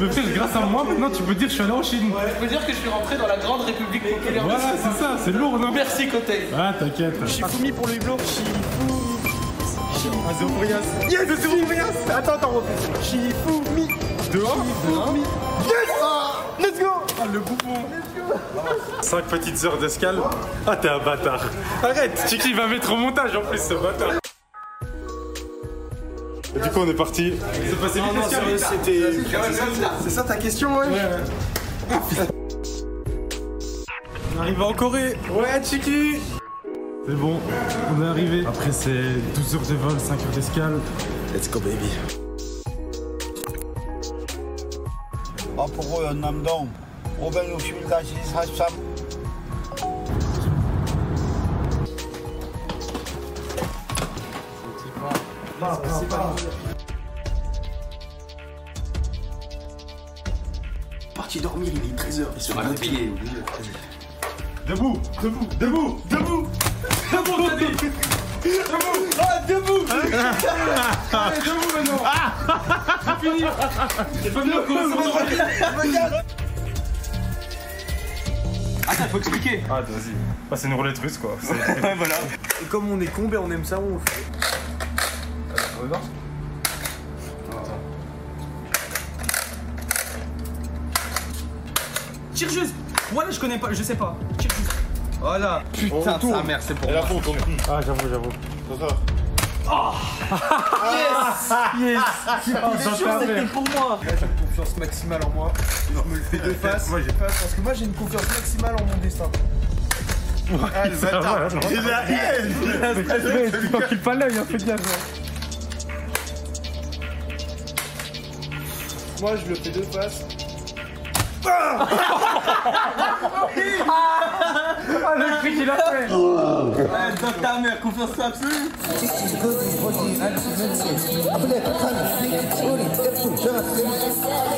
L: Mais putain, grâce à moi, maintenant, tu peux dire je suis allé en Chine.
K: Je peux dire que je suis rentré dans la grande République populaire.
L: Voilà, c'est ça, c'est lourd, non
K: Merci Côté.
L: Ah, t'inquiète.
H: Shifumi pour le hublot. Shifumi. Ah, zéro pour Yas. Yes, zéro pour Yas. Attends, attends, repère. Shifumi. Dehors Shifumi. Yes Let's go
L: Ah, le bouffon. 5 petites heures d'escale. Ah, t'es un bâtard. Arrête, Chiki va mettre au montage en plus, ce bâtard. Et du coup, on est parti. C'est passé vite l'escale
B: C'est ça ta question, ouais <laughs>
H: On arrive en Corée.
L: Ouais, Chiki C'est bon, on est arrivé. Après, c'est 12 heures de vol, 5 heures d'escale. Let's go, baby.
J: 마포구 연남동 561-43
H: Bah,
M: Parti dormir, il est 13h. Il sera levé, il est obligé.
H: Debout, debout, debout, debout Debout, Tony Debout Ah, debout Allez, debout maintenant C'est fini C'est pas bien qu'on se retrouve Attends, faut expliquer Ah, vas-y. Bah, c'est une roulette russe, quoi. voilà.
G: Et comme on est con, ben, on aime ça, on fait.
H: On va voir
G: Tire juste Voilà, je connais pas, je sais pas. Tire juste.
H: Voilà
G: Putain, sa mère, c'est pour
H: Et la
G: moi.
H: peau, tourne. Ah, j'avoue, j'avoue. C'est ça. Ah.
G: Yes Yes
H: Les choses, c'était
G: pour moi Là, j'ai une confiance maximale en moi. Non, me le fais de face. moi, j'ai pas. Parce que moi, j'ai une confiance maximale en mon destin.
H: Ah, le bâtard Il a haine Tu t'encules pas l'œil, hein, fais gaffe
G: <laughs> Moi, je le fais de face.
H: Ah, le cri qu'il a fait Oh.
G: Dans ta mère, confiance absolue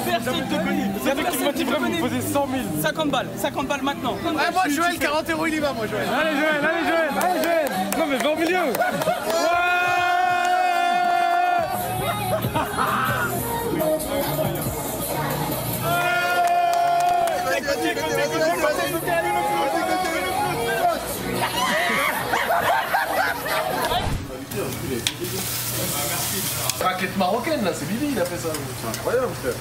G: Personne te connaît
H: C'est toi qui me motive vraiment, vous posez 100 000
G: 50 balles, 50 balles maintenant
H: Ouais, moi, Joël, 40
G: euros, il y va, moi, Joël
H: Allez Joël, allez Joël, allez Joël Non mais va au milieu
A: Raclette marocaine, là, c'est Bibi, il a fait ça. C'est incroyable, frère.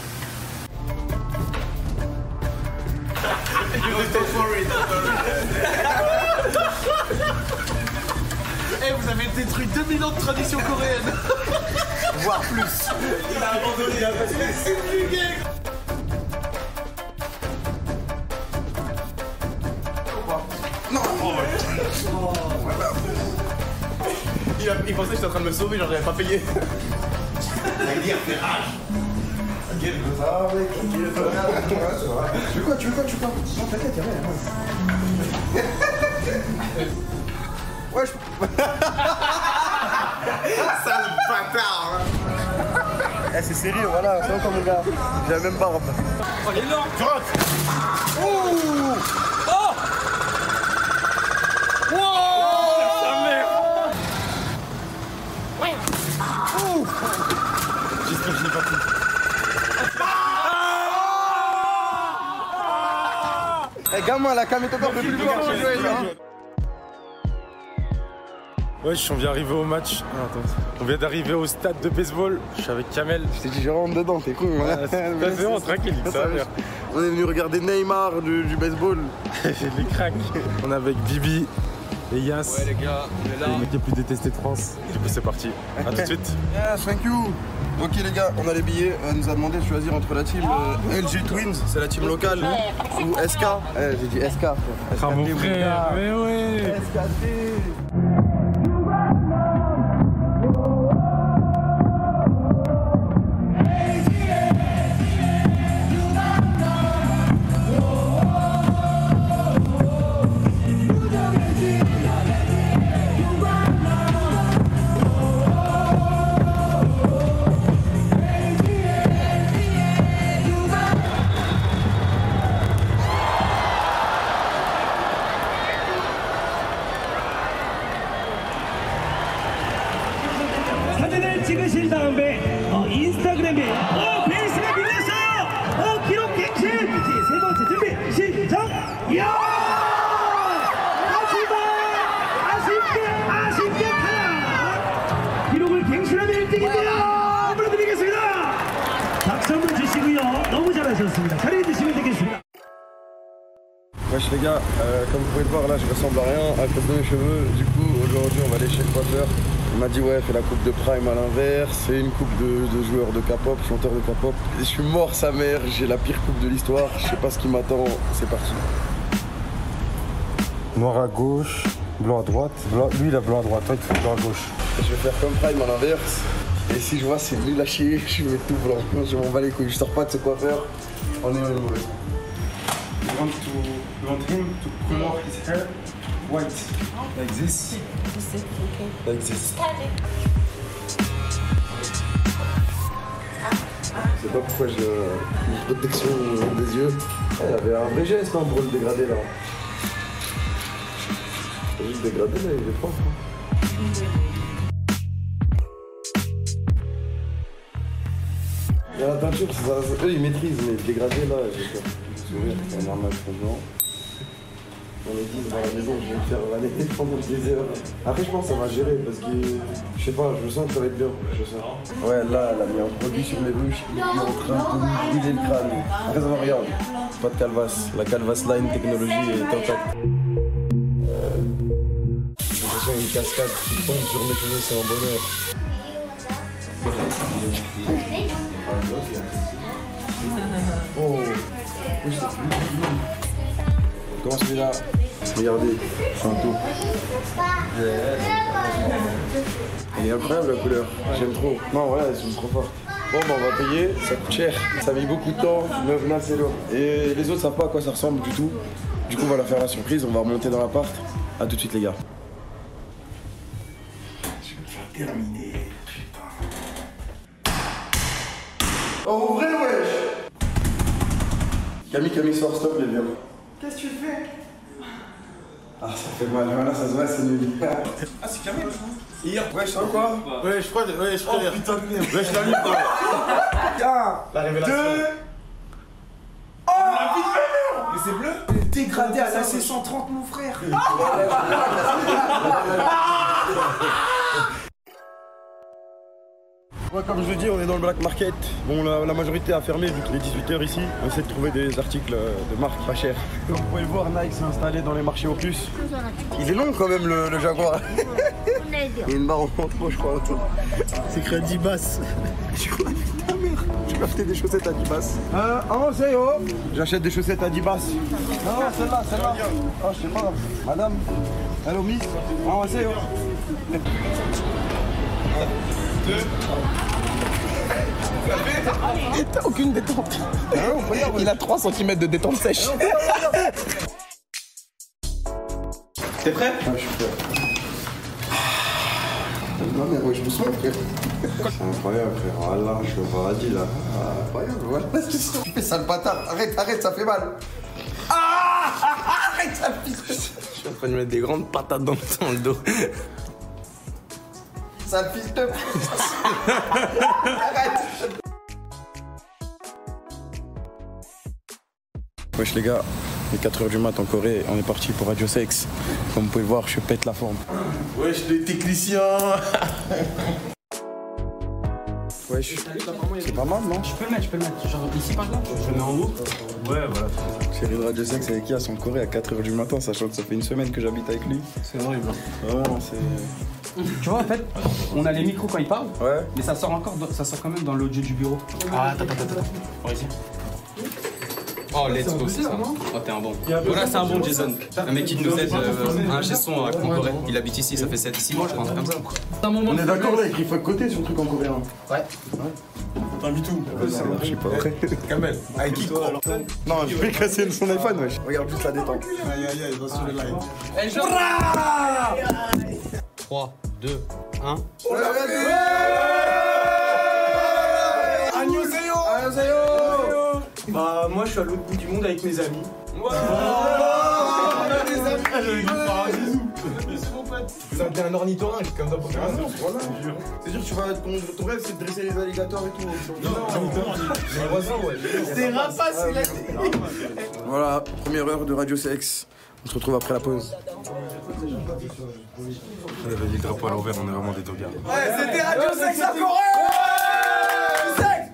G: Eh, vous avez détruit 2000 ans de tradition coréenne Voire plus Il a abandonné, il a Non il, a- il pensait que j'étais en train de me sauver, genre j'avais pas payé
J: Tu veux quoi Tu veux quoi Tu veux quoi Non, t'inquiète, y'a rien. Ouais, je. Sale bâtard
G: hein.
B: Eh, c'est sérieux, voilà, c'est encore mon gars. J'ai la même barbe.
G: Oh, il est lent Tu rates Ouh Oh Wow Oh. Ouais Ouh
H: J'espère que je n'ai pas pris.
F: Ah Eh gamin, la cam est encore de plus loin. bien joué, hein.
H: Wesh, on vient d'arriver au match. Ah, attends. On vient d'arriver au stade de baseball. Je suis avec Kamel. Je t'ai dit, je rentre dedans, t'es con.
F: hein. <laughs>
H: c'est bon, tranquille, nique sa mère.
F: On est venu regarder Neymar du, du baseball.
H: <laughs> Les cracks. On est avec Bibi et Yass.
F: Ouais, les gars, on est là.
H: Le mec le plus détesté de France. Du coup, c'est parti. A tout de suite.
F: Yes, thank you. Ok les gars, on a les billets.
B: Euh,
F: On nous a demandé de choisir entre la team euh, LG Twins, c'est la team locale, ou SK. Eh, J'ai dit SK. frère.
H: Ah, mon
F: SKT, mon
H: frère,
F: gars.
H: mais ouais.
G: 사진을 찍으신 다음에 어, 인스타그램에 어, 베이스가 밀렸어요. 어, 기록 갱신. 세 번째 준비 시작. 야! 아쉽다. 아쉽게 아쉽게 타야. 기록을 갱신하며 1등입니다. 물어드리겠습니다. 박수 한번 주시고요. 너무 잘하셨습니다. 자리에 드시면 되겠습니다.
B: Wesh les gars, euh, comme vous pouvez le voir là je ressemble à rien à cause de mes cheveux. Du coup aujourd'hui on va aller chez le coiffeur. Il m'a dit ouais fais la coupe de prime à l'inverse, c'est une coupe de, de joueurs de K-pop, chanteur de K-pop. Et Je suis mort sa mère, j'ai la pire coupe de l'histoire, je sais pas ce qui m'attend, c'est parti.
E: Noir à gauche, blanc à droite. Blanc- Lui, il a blanc à droite, toi, tu fais blanc à gauche.
B: Je vais faire comme prime à l'inverse. Et si je vois c'est nul à chier, <laughs> je mets tout blanc. Je m'en bats les couilles, je sors pas de ce coiffeur. On est mauvais.
L: You want to you want him to color his hair white like this. Like this.
B: Je sais pas pourquoi j'ai une protection au niveau des yeux. Elle avait un vrai geste hein, pour le dégrader là. J'ai juste dégradé là, il est propre. hein. Il y a la peinture, c'est ça, c'est- eux ils maîtrisent, mais le dégradé là, j'ai peur. Sourire, c'est un normal franchement. On bah, est 10 dans la maison, je vais me faire valer <laughs> pendant des heures. Après, je pense que ça va gérer parce que je sais pas, je sens que ça va être bien. Je sens. Ouais, là, elle a mis un produit sur les bouches, il est en train de nous brûler le crâne. Après, ça va, regarde. Pas de calvas. La calvas line technologie est intacte. J'ai l'impression qu'il y a une cascade qui tombe sur mes cheveux, c'est un bonheur. Oh, oui, c'est plus. Comment celui-là Regardez, c'est un tout. Il est incroyable la couleur, j'aime trop. Non, voilà, elles sont trop fortes. Bon, bah, on va payer, ça coûte cher, ça a mis beaucoup de temps, meuf là c'est lourd. Et les autres savent pas à quoi ça ressemble du tout. Du coup, on va leur faire la surprise, on va remonter dans l'appart. A tout de suite, les gars.
N: Terminé.
B: Oh, en vrai, wesh Camille, Camille, sort, stop, les viens.
N: Qu'est-ce que tu fais
B: Ah, ça fait mal, voilà, ça se voit, c'est nul. <laughs>
N: Ah, c'est Camille
B: Hier, ouais, je sais quoi Ouais, je crois, ouais, je crois. Oh putain de merde. Ouais, je l'allume,
N: La révélation. Deux. Oh La vie de Mais c'est bleu
G: <laughs>
N: Dégradé à la C130, mon frère
B: Ouais, comme je vous dis, on est dans le black market. Bon, la, la majorité a fermé vu qu'il est 18h ici. On essaie de trouver des articles euh, de marque pas chers. Comme vous pouvez le voir, Nike s'est installé dans les marchés Opus. Il est long quand même le, le Jaguar. Il y a une barre en trop, je crois. autour. C'est écrit Adibas. Je crois, putain merde. J'ai acheté des chaussettes Adibas. Euh, en haut. J'achète des chaussettes Adibas. Non, celle-là, celle-là. Oh, je sais pas. Madame. Allô, miss.
G: Ah,
B: En haut.
N: T'as aucune détente Il a 3 cm de détente sèche
B: T'es prêt Ouais, je suis prêt. Non mais ouais, je me sens prêt. C'est incroyable frère, ah là je suis au paradis là. Ah, incroyable, voilà ce que c'est. Tu fais sale bâtard, arrête, arrête, ça fait mal.
G: <laughs>
N: Ah Arrête ça pisse
B: Je suis en train de mettre des grandes patates dans, le dos.
N: Ça pisse de Arrête
B: Wesh les gars, il est 4h du mat en Corée, on est parti pour Radio Sex. Comme vous pouvez le voir, je pète la forme.
A: Wesh, les
G: <laughs>
A: techniciens
B: Ouais, je suis. C'est pas mal, non Je peux le mettre, je peux le mettre. Genre ici par là Je le mets en haut Ouais, voilà. Chérie de Radio Sex avec Yas en Corée à 4h du matin, sachant que ça fait une semaine que j'habite avec lui. C'est horrible. Vraiment, c'est.
O: Tu vois, en fait, on a les micros quand ils parlent,
B: ouais.
O: mais ça sort encore, dans- ça sort quand même dans l'audio du bureau. Ah, attends, attends, attends. Par ici.
P: Oh, let's
O: C'est un
P: go, c'est
O: plaisir,
P: ça.
O: non
P: Oh, t'es un bon.
O: Il y a
P: Voilà, c'est un bon
O: pas-
P: Jason. Un mec qui nous aide, euh, un gestion à Concoré. Il habite ici, ça fait 7 ici, je pense, comme ça.
B: On est d'accord là, écrit faut côté sur le truc en coréen. Ouais. T'as mis tout. bah, Je sais pas. Kamel. Avec qui Non, je vais casser son iPhone, wesh. Regarde juste la détente. Aïe aïe aïe, va sur le live.
P: 3, 2, 1.
N: On l'a fait Annyeonghaseyo
O: Bah, moi je suis à l'autre bout du monde avec mes amis.
B: Ça devient un ornithorynque comme ça pour faire un C'est sûr, tu vas, ton, ton rêve c'est de dresser les alligators et tout. Non,
N: C'est rapace, il a
B: Voilà, première heure de Radio Sex. On se retrouve après la pause.
L: On avait dit le drapeau à l'envers, on est vraiment des tocards.
N: C'était Radio Sex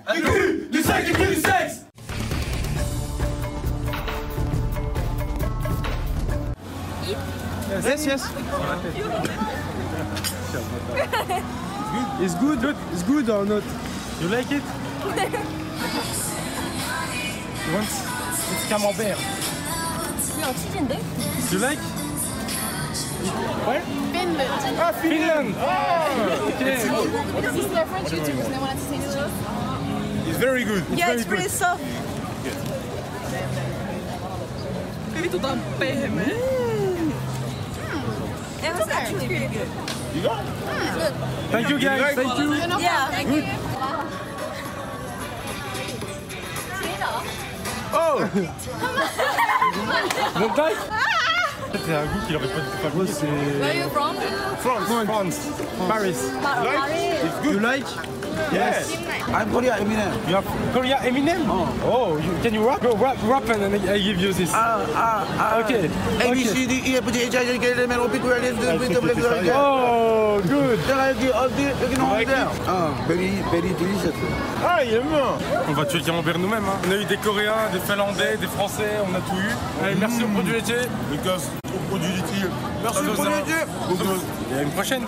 N: à Corée Du sexe Du cul Du sexe Du cul Du sexe
I: Yes, yes.
H: <laughs> It's good, it's good or not? You like it? What? It's camembert.
N: Non, tu viens de
H: You like?
A: Ouais Ah, Finland Ah, ok.
B: This is their French YouTubers and they wanted to say hello.
H: It's very good. It's
B: Yeah,
H: very
B: it's really
H: good.
B: soft.
A: Vituttaa pehmeä.
B: It was actually pretty good.
H: You got it?
A: Thank you, guys.
H: Right?
A: Thank you.
B: Yeah, thank you.
H: Oh
B: Come on.
H: Mon taille C'est un goût qu'il aurait pas dû faire. Moi, c'est.
B: Where are you from?
H: France, France, Paris.
B: Par-
H: Like?
B: Paris.
H: It's good. You like? Yes.
G: I'm Korea Eminem.
H: You have
G: Korea Eminem?
H: Oh, you, can you rap? Go rap, rap and then I, I give you this.
G: Ah, ah, ah.
H: Okay.
G: A, B, C, D, E, F, G, H, I, J, K, L, M, N, O, P, Q, R, S, T,
H: Ah,
G: U, V, W, X, Y, Z.
H: Oh, good.
G: There I go, up there, you know, there. Ah, very, very delicious.
H: Ah, il est mort On va tuer Camembert nous-mêmes. hein. On a eu des Coréens, des Finlandais, des Français, on a tout eu. Allez, merci aux produits laitiers. Les gosses, aux produits laitiers. Merci aux produits laitiers. Il y a une prochaine.